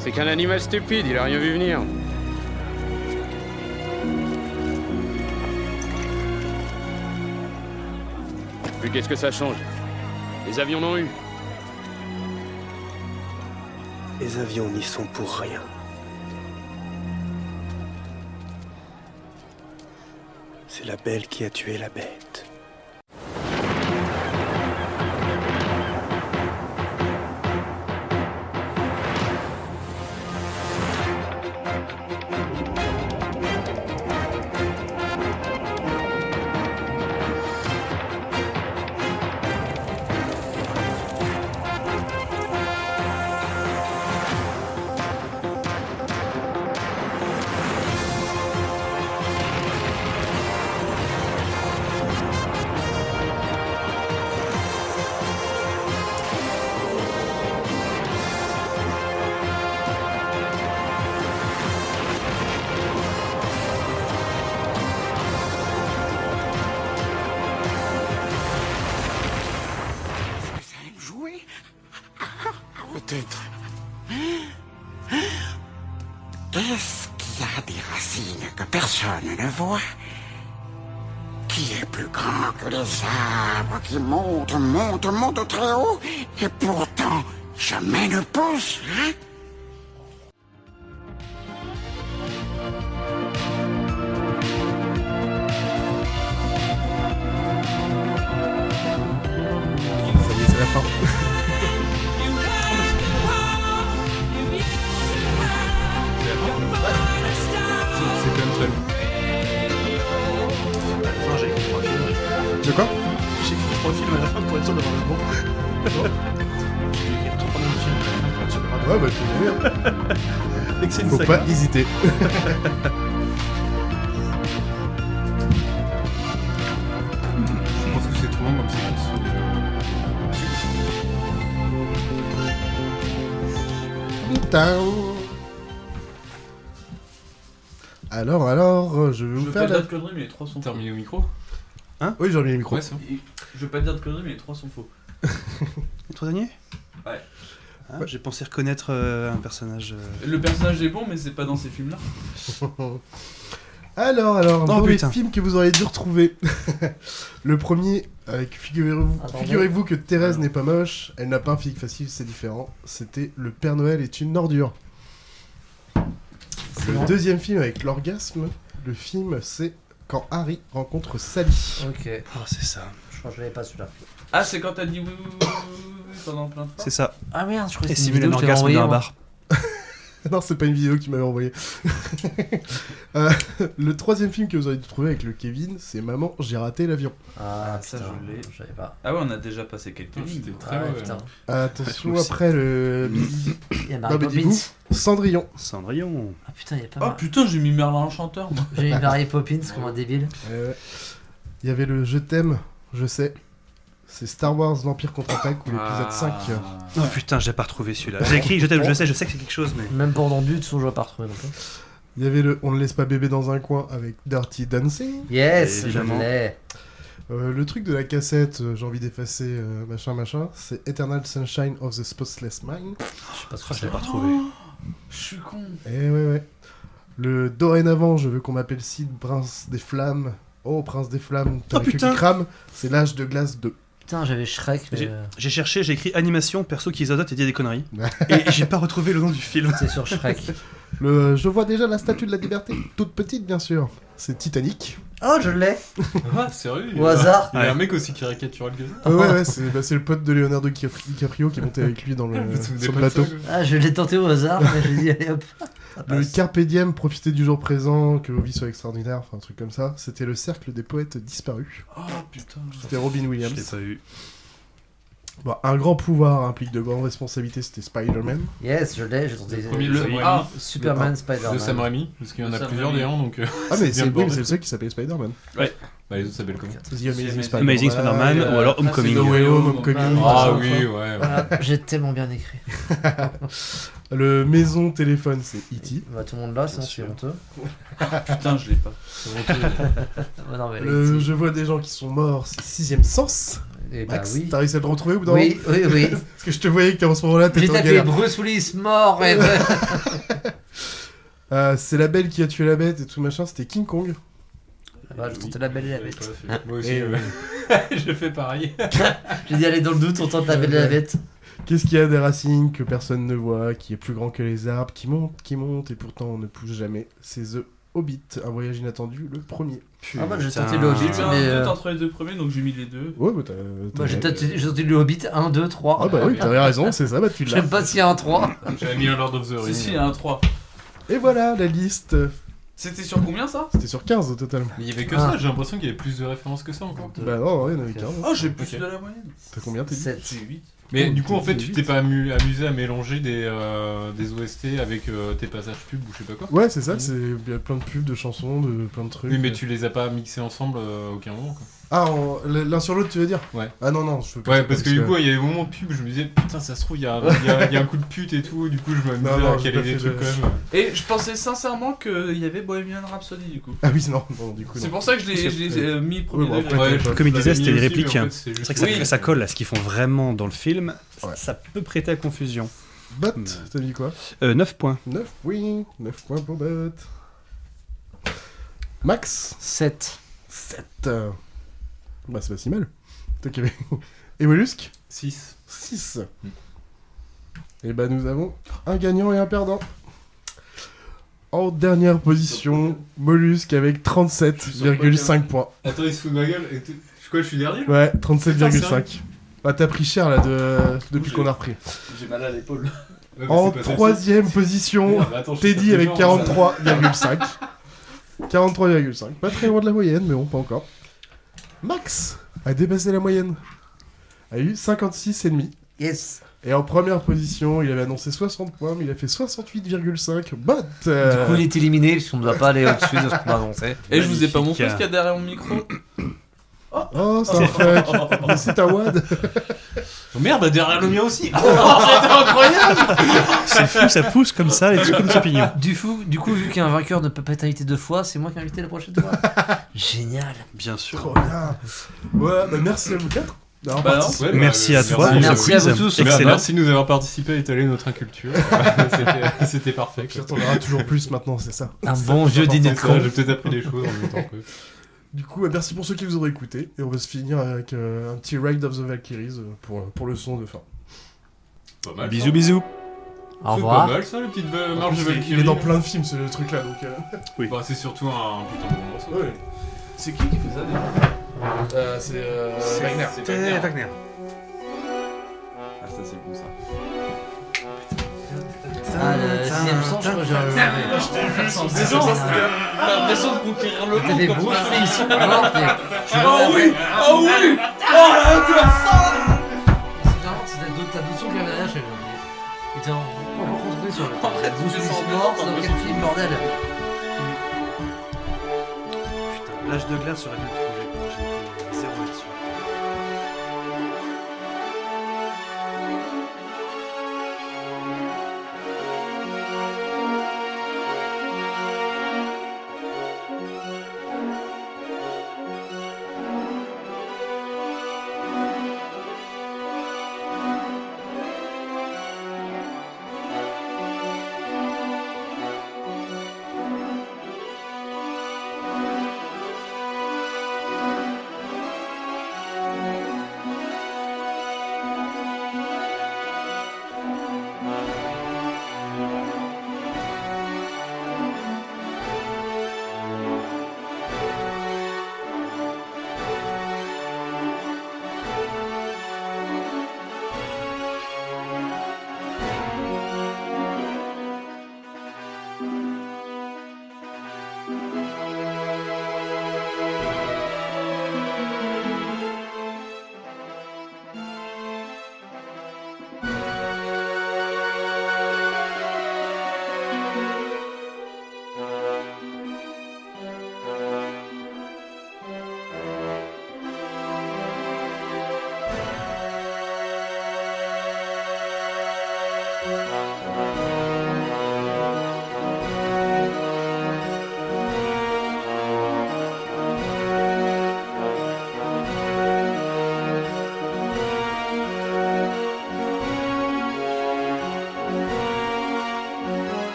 Speaker 4: C'est qu'un animal stupide, il a rien vu venir. Puis qu'est-ce que ça change Les avions l'ont eu.
Speaker 3: Les avions n'y sont pour rien. C'est la belle qui a tué la bête.
Speaker 30: Jouer
Speaker 3: Peut-être.
Speaker 11: Qu'est-ce qui a des racines que personne ne voit Qui est plus grand que les arbres qui montent, montent, montent très haut et pourtant jamais ne poussent, hein
Speaker 1: Ça y est, c'est la fin. C'est quand même très long.
Speaker 4: j'ai écrit trois films.
Speaker 1: De quoi
Speaker 4: J'ai écrit trois films à la fin pour être sûr d'avoir le bon. J'ai écrit trois noms de films à la fin pour être sûr d'avoir le
Speaker 1: Ouais,
Speaker 4: bon.
Speaker 1: bah, tu veux dire.
Speaker 4: Excellent,
Speaker 1: Faut
Speaker 4: ça
Speaker 1: pas
Speaker 4: va.
Speaker 1: hésiter.
Speaker 11: Je pense que c'est trop long comme séquence.
Speaker 1: Tao. Alors, alors, je vais vous
Speaker 4: Je veux pas
Speaker 1: faire
Speaker 4: dire
Speaker 1: la...
Speaker 4: de conneries, mais les trois sont faux.
Speaker 2: Terminé au micro
Speaker 1: Hein Oui, j'ai remis le micro.
Speaker 4: Ouais, c'est bon. Je veux pas dire de conneries, mais les trois sont faux.
Speaker 2: Les trois derniers
Speaker 4: Ouais.
Speaker 2: Ah, J'ai pensé reconnaître euh, un personnage. euh,
Speaker 4: Le personnage est bon, mais c'est pas dans ces films-là.
Speaker 1: Alors, alors,
Speaker 2: Oh,
Speaker 1: mauvais
Speaker 2: putain.
Speaker 1: film que vous auriez dû retrouver. le premier, euh, que figurez-vous
Speaker 4: pardon.
Speaker 1: figurez-vous que Thérèse n'est pas moche, elle n'a pas un physique facile, c'est différent. C'était Le Père Noël est une ordure. Le
Speaker 5: bon.
Speaker 1: deuxième film avec l'orgasme, le film c'est Quand Harry rencontre Sally.
Speaker 5: Ok.
Speaker 2: Oh, c'est ça.
Speaker 5: Je crois que je l'avais pas celui-là.
Speaker 4: Ah, c'est quand t'as dit oui, oui, oui, oui, oui pendant plein de temps
Speaker 2: C'est ça.
Speaker 5: Ah merde, je croyais
Speaker 2: Et
Speaker 5: que c'était une
Speaker 2: simuler un
Speaker 5: vidéo que je t'avais
Speaker 2: orgasme dans un
Speaker 5: envoyée,
Speaker 2: bar.
Speaker 1: non, c'est pas une vidéo qu'il m'avait envoyée. Euh, le troisième film que vous auriez dû trouver avec le Kevin, c'est Maman, j'ai raté l'avion.
Speaker 4: Ah, ça je l'ai.
Speaker 5: Je savais pas.
Speaker 4: Ah ouais, on a déjà passé quelques
Speaker 5: Ah,
Speaker 4: lignes.
Speaker 5: putain. Ah ouais, putain.
Speaker 1: hein. Attention, après le.
Speaker 5: Il y a
Speaker 1: Non,
Speaker 5: Mary
Speaker 1: mais
Speaker 5: Poppins.
Speaker 1: dites-vous, Cendrillon.
Speaker 2: Cendrillon.
Speaker 5: Ah putain, il y a pas
Speaker 4: Oh
Speaker 5: mal.
Speaker 4: putain, j'ai mis Merlin l'Enchanteur, moi.
Speaker 5: J'ai
Speaker 1: Bah,
Speaker 5: eu Mary Poppins comme un débile.
Speaker 1: Euh, Il y avait le Je t'aime, je sais. C'est Star Wars l'Empire contre-attaque ou l'épisode
Speaker 2: Ah.
Speaker 1: 5. euh.
Speaker 2: Oh putain, j'ai pas retrouvé celui-là. Oh. J'ai écrit, je t'aime, je sais, je sais que c'est quelque chose, mais.
Speaker 5: Même pendant but, son je l'ai pas retrouvé non plus.
Speaker 1: Il y avait le On ne laisse pas bébé dans un coin avec Dirty Dancing.
Speaker 5: Yes, Évidemment. je l'ai.
Speaker 1: Euh, le truc de la cassette, euh, j'ai envie d'effacer euh, machin machin, c'est Eternal Sunshine of the Spotless Mind.
Speaker 5: Je sais pas
Speaker 1: ce
Speaker 2: que Ah, Je l'ai c'est. pas retrouvé.
Speaker 5: Oh,
Speaker 4: Je suis con.
Speaker 1: Eh ouais, ouais. Le dorénavant, je veux qu'on m'appelle Sid, prince des flammes. Oh, prince des flammes, t'as
Speaker 2: Oh,
Speaker 1: la queue qui
Speaker 2: putain.
Speaker 1: crame, c'est l'âge de glace 2.
Speaker 5: Putain, j'avais Shrek. mais,
Speaker 2: J'ai
Speaker 5: euh,
Speaker 2: j'ai cherché, j'ai écrit animation, perso qui zazote et dit des conneries. et j'ai pas retrouvé le nom du film.
Speaker 5: C'est sur Shrek.
Speaker 1: Le, euh, je vois déjà la statue de la liberté, toute petite bien sûr. C'est Titanic.
Speaker 5: Oh, je l'ai
Speaker 4: Ah, sérieux
Speaker 1: Au hasard.
Speaker 4: Il y a un
Speaker 1: Ouais.
Speaker 4: mec aussi caricatural que ça.
Speaker 1: Ouais, ouais, ouais, c'est bah, c'est le pote de Leonardo DiCapri- DiCaprio qui est monté avec lui dans le,
Speaker 4: Vous vous souvenez
Speaker 1: sur le
Speaker 4: pas de
Speaker 1: bateau.
Speaker 4: ça, quoi
Speaker 5: Ah, je l'ai tenté au hasard, mais j'ai dit allez hop. ça
Speaker 1: Le
Speaker 5: passe.
Speaker 1: Carpe Diem, profiter du jour présent, que vos vies soient extraordinaires, enfin un truc comme ça. C'était le cercle des poètes disparus.
Speaker 4: Oh putain.
Speaker 1: C'était Robin Williams.
Speaker 2: Je l'ai pas eu.
Speaker 1: Bon, Bah, un grand pouvoir implique de grandes responsabilités, c'était Spider-Man.
Speaker 5: Yes, je l'ai, j'ai tenté.
Speaker 1: premier,
Speaker 5: le-
Speaker 1: le-
Speaker 5: Ah,
Speaker 1: le-
Speaker 5: Superman,
Speaker 1: le-
Speaker 5: Spider-Man.
Speaker 1: de Sam
Speaker 2: Raimi,
Speaker 4: parce qu'il y en a plusieurs des gens, donc, euh,
Speaker 1: Ah, mais
Speaker 4: c'est bien
Speaker 1: c'est
Speaker 4: le
Speaker 1: oui,
Speaker 4: bordel.
Speaker 1: c'est le seul qui s'appelait Spider-Man.
Speaker 4: Ouais. Bah, les autres s'appellent comment
Speaker 1: The Amazing Spider-Man.
Speaker 2: Amazing Spider-Man,
Speaker 5: Euh,
Speaker 2: ou alors
Speaker 1: Ah, c'est
Speaker 2: Homecoming.
Speaker 1: No Way Home, Homecoming.
Speaker 4: Ah
Speaker 1: tout ça,
Speaker 4: oui,
Speaker 1: enfin.
Speaker 4: ouais, ouais.
Speaker 5: Ah, j'ai tellement bien écrit.
Speaker 1: Le maison téléphone, c'est E E.T.
Speaker 5: Bah, tout le monde là, sinon c'est honteux.
Speaker 4: Putain, je l'ai pas.
Speaker 5: C'est honteux. Ouais, non, mais
Speaker 1: Le
Speaker 4: E
Speaker 5: E.T.
Speaker 1: je vois des gens qui sont morts, c'est sixième sens.
Speaker 5: Eh bah
Speaker 1: Max,
Speaker 5: oui.
Speaker 1: t'as réussi à le retrouver ou non
Speaker 5: Oui, oui, oui.
Speaker 1: Parce que je te voyais qu'en ce moment-là, t'étais
Speaker 5: J'ai
Speaker 1: en
Speaker 5: tapé
Speaker 1: galère.
Speaker 5: Bruce Willis mort et.
Speaker 1: Euh, c'est la belle qui a tué la bête et tout machin, c'était King Kong.
Speaker 5: Bah, je tentais la belle et la bête.
Speaker 4: Moi aussi,
Speaker 1: Et, euh,
Speaker 4: je fais pareil.
Speaker 5: J'ai dit allez dans le doute, on tente la belle et la bête.
Speaker 1: Qu'est-ce qu'il y a des racines que personne ne voit, qui est plus grand que les arbres, qui monte, qui monte et pourtant on ne pousse jamais C'est The Hobbit, un voyage inattendu, le premier.
Speaker 5: Ah bah, j'ai
Speaker 4: Putain.
Speaker 5: tenté le Hobbit,
Speaker 4: J'ai eu un
Speaker 5: mais.
Speaker 4: doute
Speaker 5: euh,
Speaker 4: entre les deux premiers, donc j'ai mis les deux.
Speaker 1: Ouais, bah t'as. t'as-
Speaker 5: Bah, j'ai tenté j'ai tenté le Hobbit 1, 2, 3.
Speaker 1: Ah bah oui, t'avais raison, c'est ça, bah tu
Speaker 5: Je
Speaker 1: l'as.
Speaker 5: sais pas s'il y a un 3.
Speaker 4: J'avais mis un Lord of the
Speaker 1: Rings.
Speaker 4: Si, si, il y a un 3.
Speaker 1: Et voilà la liste.
Speaker 4: C'était sur combien ça
Speaker 1: C'était sur 15 au total.
Speaker 4: Mais il y avait que
Speaker 1: Ah.
Speaker 4: ça, j'ai l'impression qu'il y avait plus de références que ça encore.
Speaker 1: Bah non, ouais, il y en avait 15.
Speaker 4: Oh, j'ai plus de la moyenne.
Speaker 1: T'as combien t'es dit
Speaker 4: J'ai 8. Mais du coup, en fait, tu t'es pas amu- amusé à mélanger des, euh, des OST avec euh, tes passages pubs ou je sais pas quoi
Speaker 1: Ouais, c'est ça, c'est il y a plein de pubs, de chansons, de plein de trucs.
Speaker 4: Oui, mais tu les as pas mixés ensemble euh, à aucun moment quoi.
Speaker 1: Ah, en- l'un sur l'autre, tu veux dire
Speaker 4: Ouais.
Speaker 1: Ah non, non, je veux pas
Speaker 4: Ouais,
Speaker 1: ça,
Speaker 4: parce que du coup, il y avait moment de pub, je me disais putain, ça se trouve, il y a, il y a- il y a un coup de pute et tout, du coup, je
Speaker 1: Non,
Speaker 4: m'amusais
Speaker 1: non,
Speaker 4: à
Speaker 1: j'ai
Speaker 4: caler
Speaker 1: pas
Speaker 4: des
Speaker 1: fait de-
Speaker 4: trucs quand même. Et je pensais sincèrement qu'il y avait Bohemian Rhapsody du coup.
Speaker 1: Ah oui, non, non, du coup.
Speaker 4: C'est
Speaker 1: non.
Speaker 4: pour ça que je l'ai- je les ai, euh, mis premier
Speaker 1: Ouais, bah, bon,
Speaker 4: degré.
Speaker 1: après,
Speaker 4: Ouais,
Speaker 1: t'as-
Speaker 4: je-
Speaker 2: Comme il disait,
Speaker 4: Bah,
Speaker 2: c'était des
Speaker 4: mais aussi,
Speaker 2: répliques. hein.
Speaker 4: mais en fait, c'est
Speaker 2: c'est
Speaker 4: juste-
Speaker 2: vrai que ça,
Speaker 4: Oui.
Speaker 2: ça colle à ce qu'ils font vraiment dans le film. Ça peut prêter à confusion. Hmm.
Speaker 1: Bot, t'as mis quoi
Speaker 2: Euh, 9 points.
Speaker 1: 9, oui, 9 points pour Bot. Max
Speaker 5: 7.
Speaker 1: 7. Bah, c'est pas si mal. Toi qui avais- Et Mollusque
Speaker 4: 6.
Speaker 1: 6. Et bah, nous avons un gagnant et un perdant. En dernière position, Mollusque avec 37,5 points.
Speaker 4: Attends, il se fout de ma gueule et tu- Je suis quoi, Ah, je suis dernier
Speaker 1: Ouais, 37,5. Bah, t'as pris cher là de... depuis
Speaker 10: J'ai-
Speaker 1: qu'on a repris.
Speaker 10: J'ai mal à l'épaule.
Speaker 1: En troisième position,
Speaker 10: Merde, attends, je suis
Speaker 1: Teddy
Speaker 10: pas
Speaker 1: avec
Speaker 10: fait
Speaker 2: euh,
Speaker 10: genre,
Speaker 1: 43,5. 43,5. Pas très loin de la moyenne, mais bon, pas encore. Max a dépassé la moyenne. A eu 56,5.
Speaker 5: Yes.
Speaker 1: Et en première position, il avait annoncé 60 points, mais il a fait 68,5. But euh,
Speaker 5: Du coup, il est éliminé, parce qu'on ne doit pas aller au-dessus de ce qu'on a annoncé.
Speaker 10: Et je vous ai pas montré ce qu'il y a
Speaker 5: Magnifique.
Speaker 10: derrière mon micro.
Speaker 1: Oh, c'est un fuck. Mais c'est un wad.
Speaker 2: Bah,
Speaker 10: Merde,
Speaker 4: Bah,
Speaker 10: derrière le mien aussi.
Speaker 2: C'est fou, ça pousse comme ça, les trucs comme champignons.
Speaker 5: Du, fou, du coup, vu qu'un vainqueur ne peut pas être invité deux fois, c'est moi qui ai invité la prochaine fois. Génial.
Speaker 2: Bien sûr.
Speaker 1: Trop bien. Voilà, bah merci à vous quatre. d'avoir
Speaker 2: Bah non.
Speaker 1: participé.
Speaker 2: Ouais, bah, Merci à toi.
Speaker 4: pour
Speaker 2: Merci
Speaker 4: ce
Speaker 2: à
Speaker 4: quiz.
Speaker 2: vous tous.
Speaker 4: Eh ben,
Speaker 2: Excellent.
Speaker 4: Merci de nous avoir participé à étaler notre inculture. C'était- C'était parfait. quoi.
Speaker 1: On verra toujours plus maintenant, c'est ça.
Speaker 5: Un
Speaker 1: C'est
Speaker 5: bon
Speaker 1: ça,
Speaker 5: vieux
Speaker 1: c'est
Speaker 5: dîner de
Speaker 1: important.
Speaker 5: cons.
Speaker 4: J'ai peut-être appris des choses en même temps que.
Speaker 1: Du coup, euh, merci pour ceux qui vous auront écouté. Et on va se finir avec euh, un petit Ride of the Valkyries euh, pour, pour le son de fin.
Speaker 4: Pas mal,
Speaker 2: Bisous,
Speaker 4: ça.
Speaker 2: bisous.
Speaker 5: Au
Speaker 4: C'est
Speaker 5: revoir.
Speaker 4: pas mal ça, le petit euh,
Speaker 1: En
Speaker 4: marche de
Speaker 1: plus, il-
Speaker 4: Valkyrie.
Speaker 1: Il est dans plein de films, ce truc-là. Donc, euh,
Speaker 4: Oui. Bah, c'est surtout un putain de bon morceau.
Speaker 1: ouais.
Speaker 10: C'est qui qui fait ça déjà euh, C'est euh,
Speaker 1: C'est-
Speaker 10: Wagner.
Speaker 1: c'était Wagner. Wagner.
Speaker 10: Ah, ça c'est bon ça.
Speaker 5: Ah, le sixième son, je crois que j'ai
Speaker 10: Putain, je t'ai vu sans saison, ça, c'était- T'as l'impression de conquérir le
Speaker 5: T'as des
Speaker 10: monde
Speaker 5: beaux
Speaker 10: comme ça.
Speaker 5: fils. Alors, t'es- tu vois,
Speaker 10: Ah oui Ah oui Oh là là
Speaker 5: T'as d'autres sons que la dernière, j'ai Et t'es encore concentré sur le. En
Speaker 10: fait, tu fais semblant,
Speaker 5: c'est dans quel film, bordel
Speaker 2: L'âge de glace aurait dû le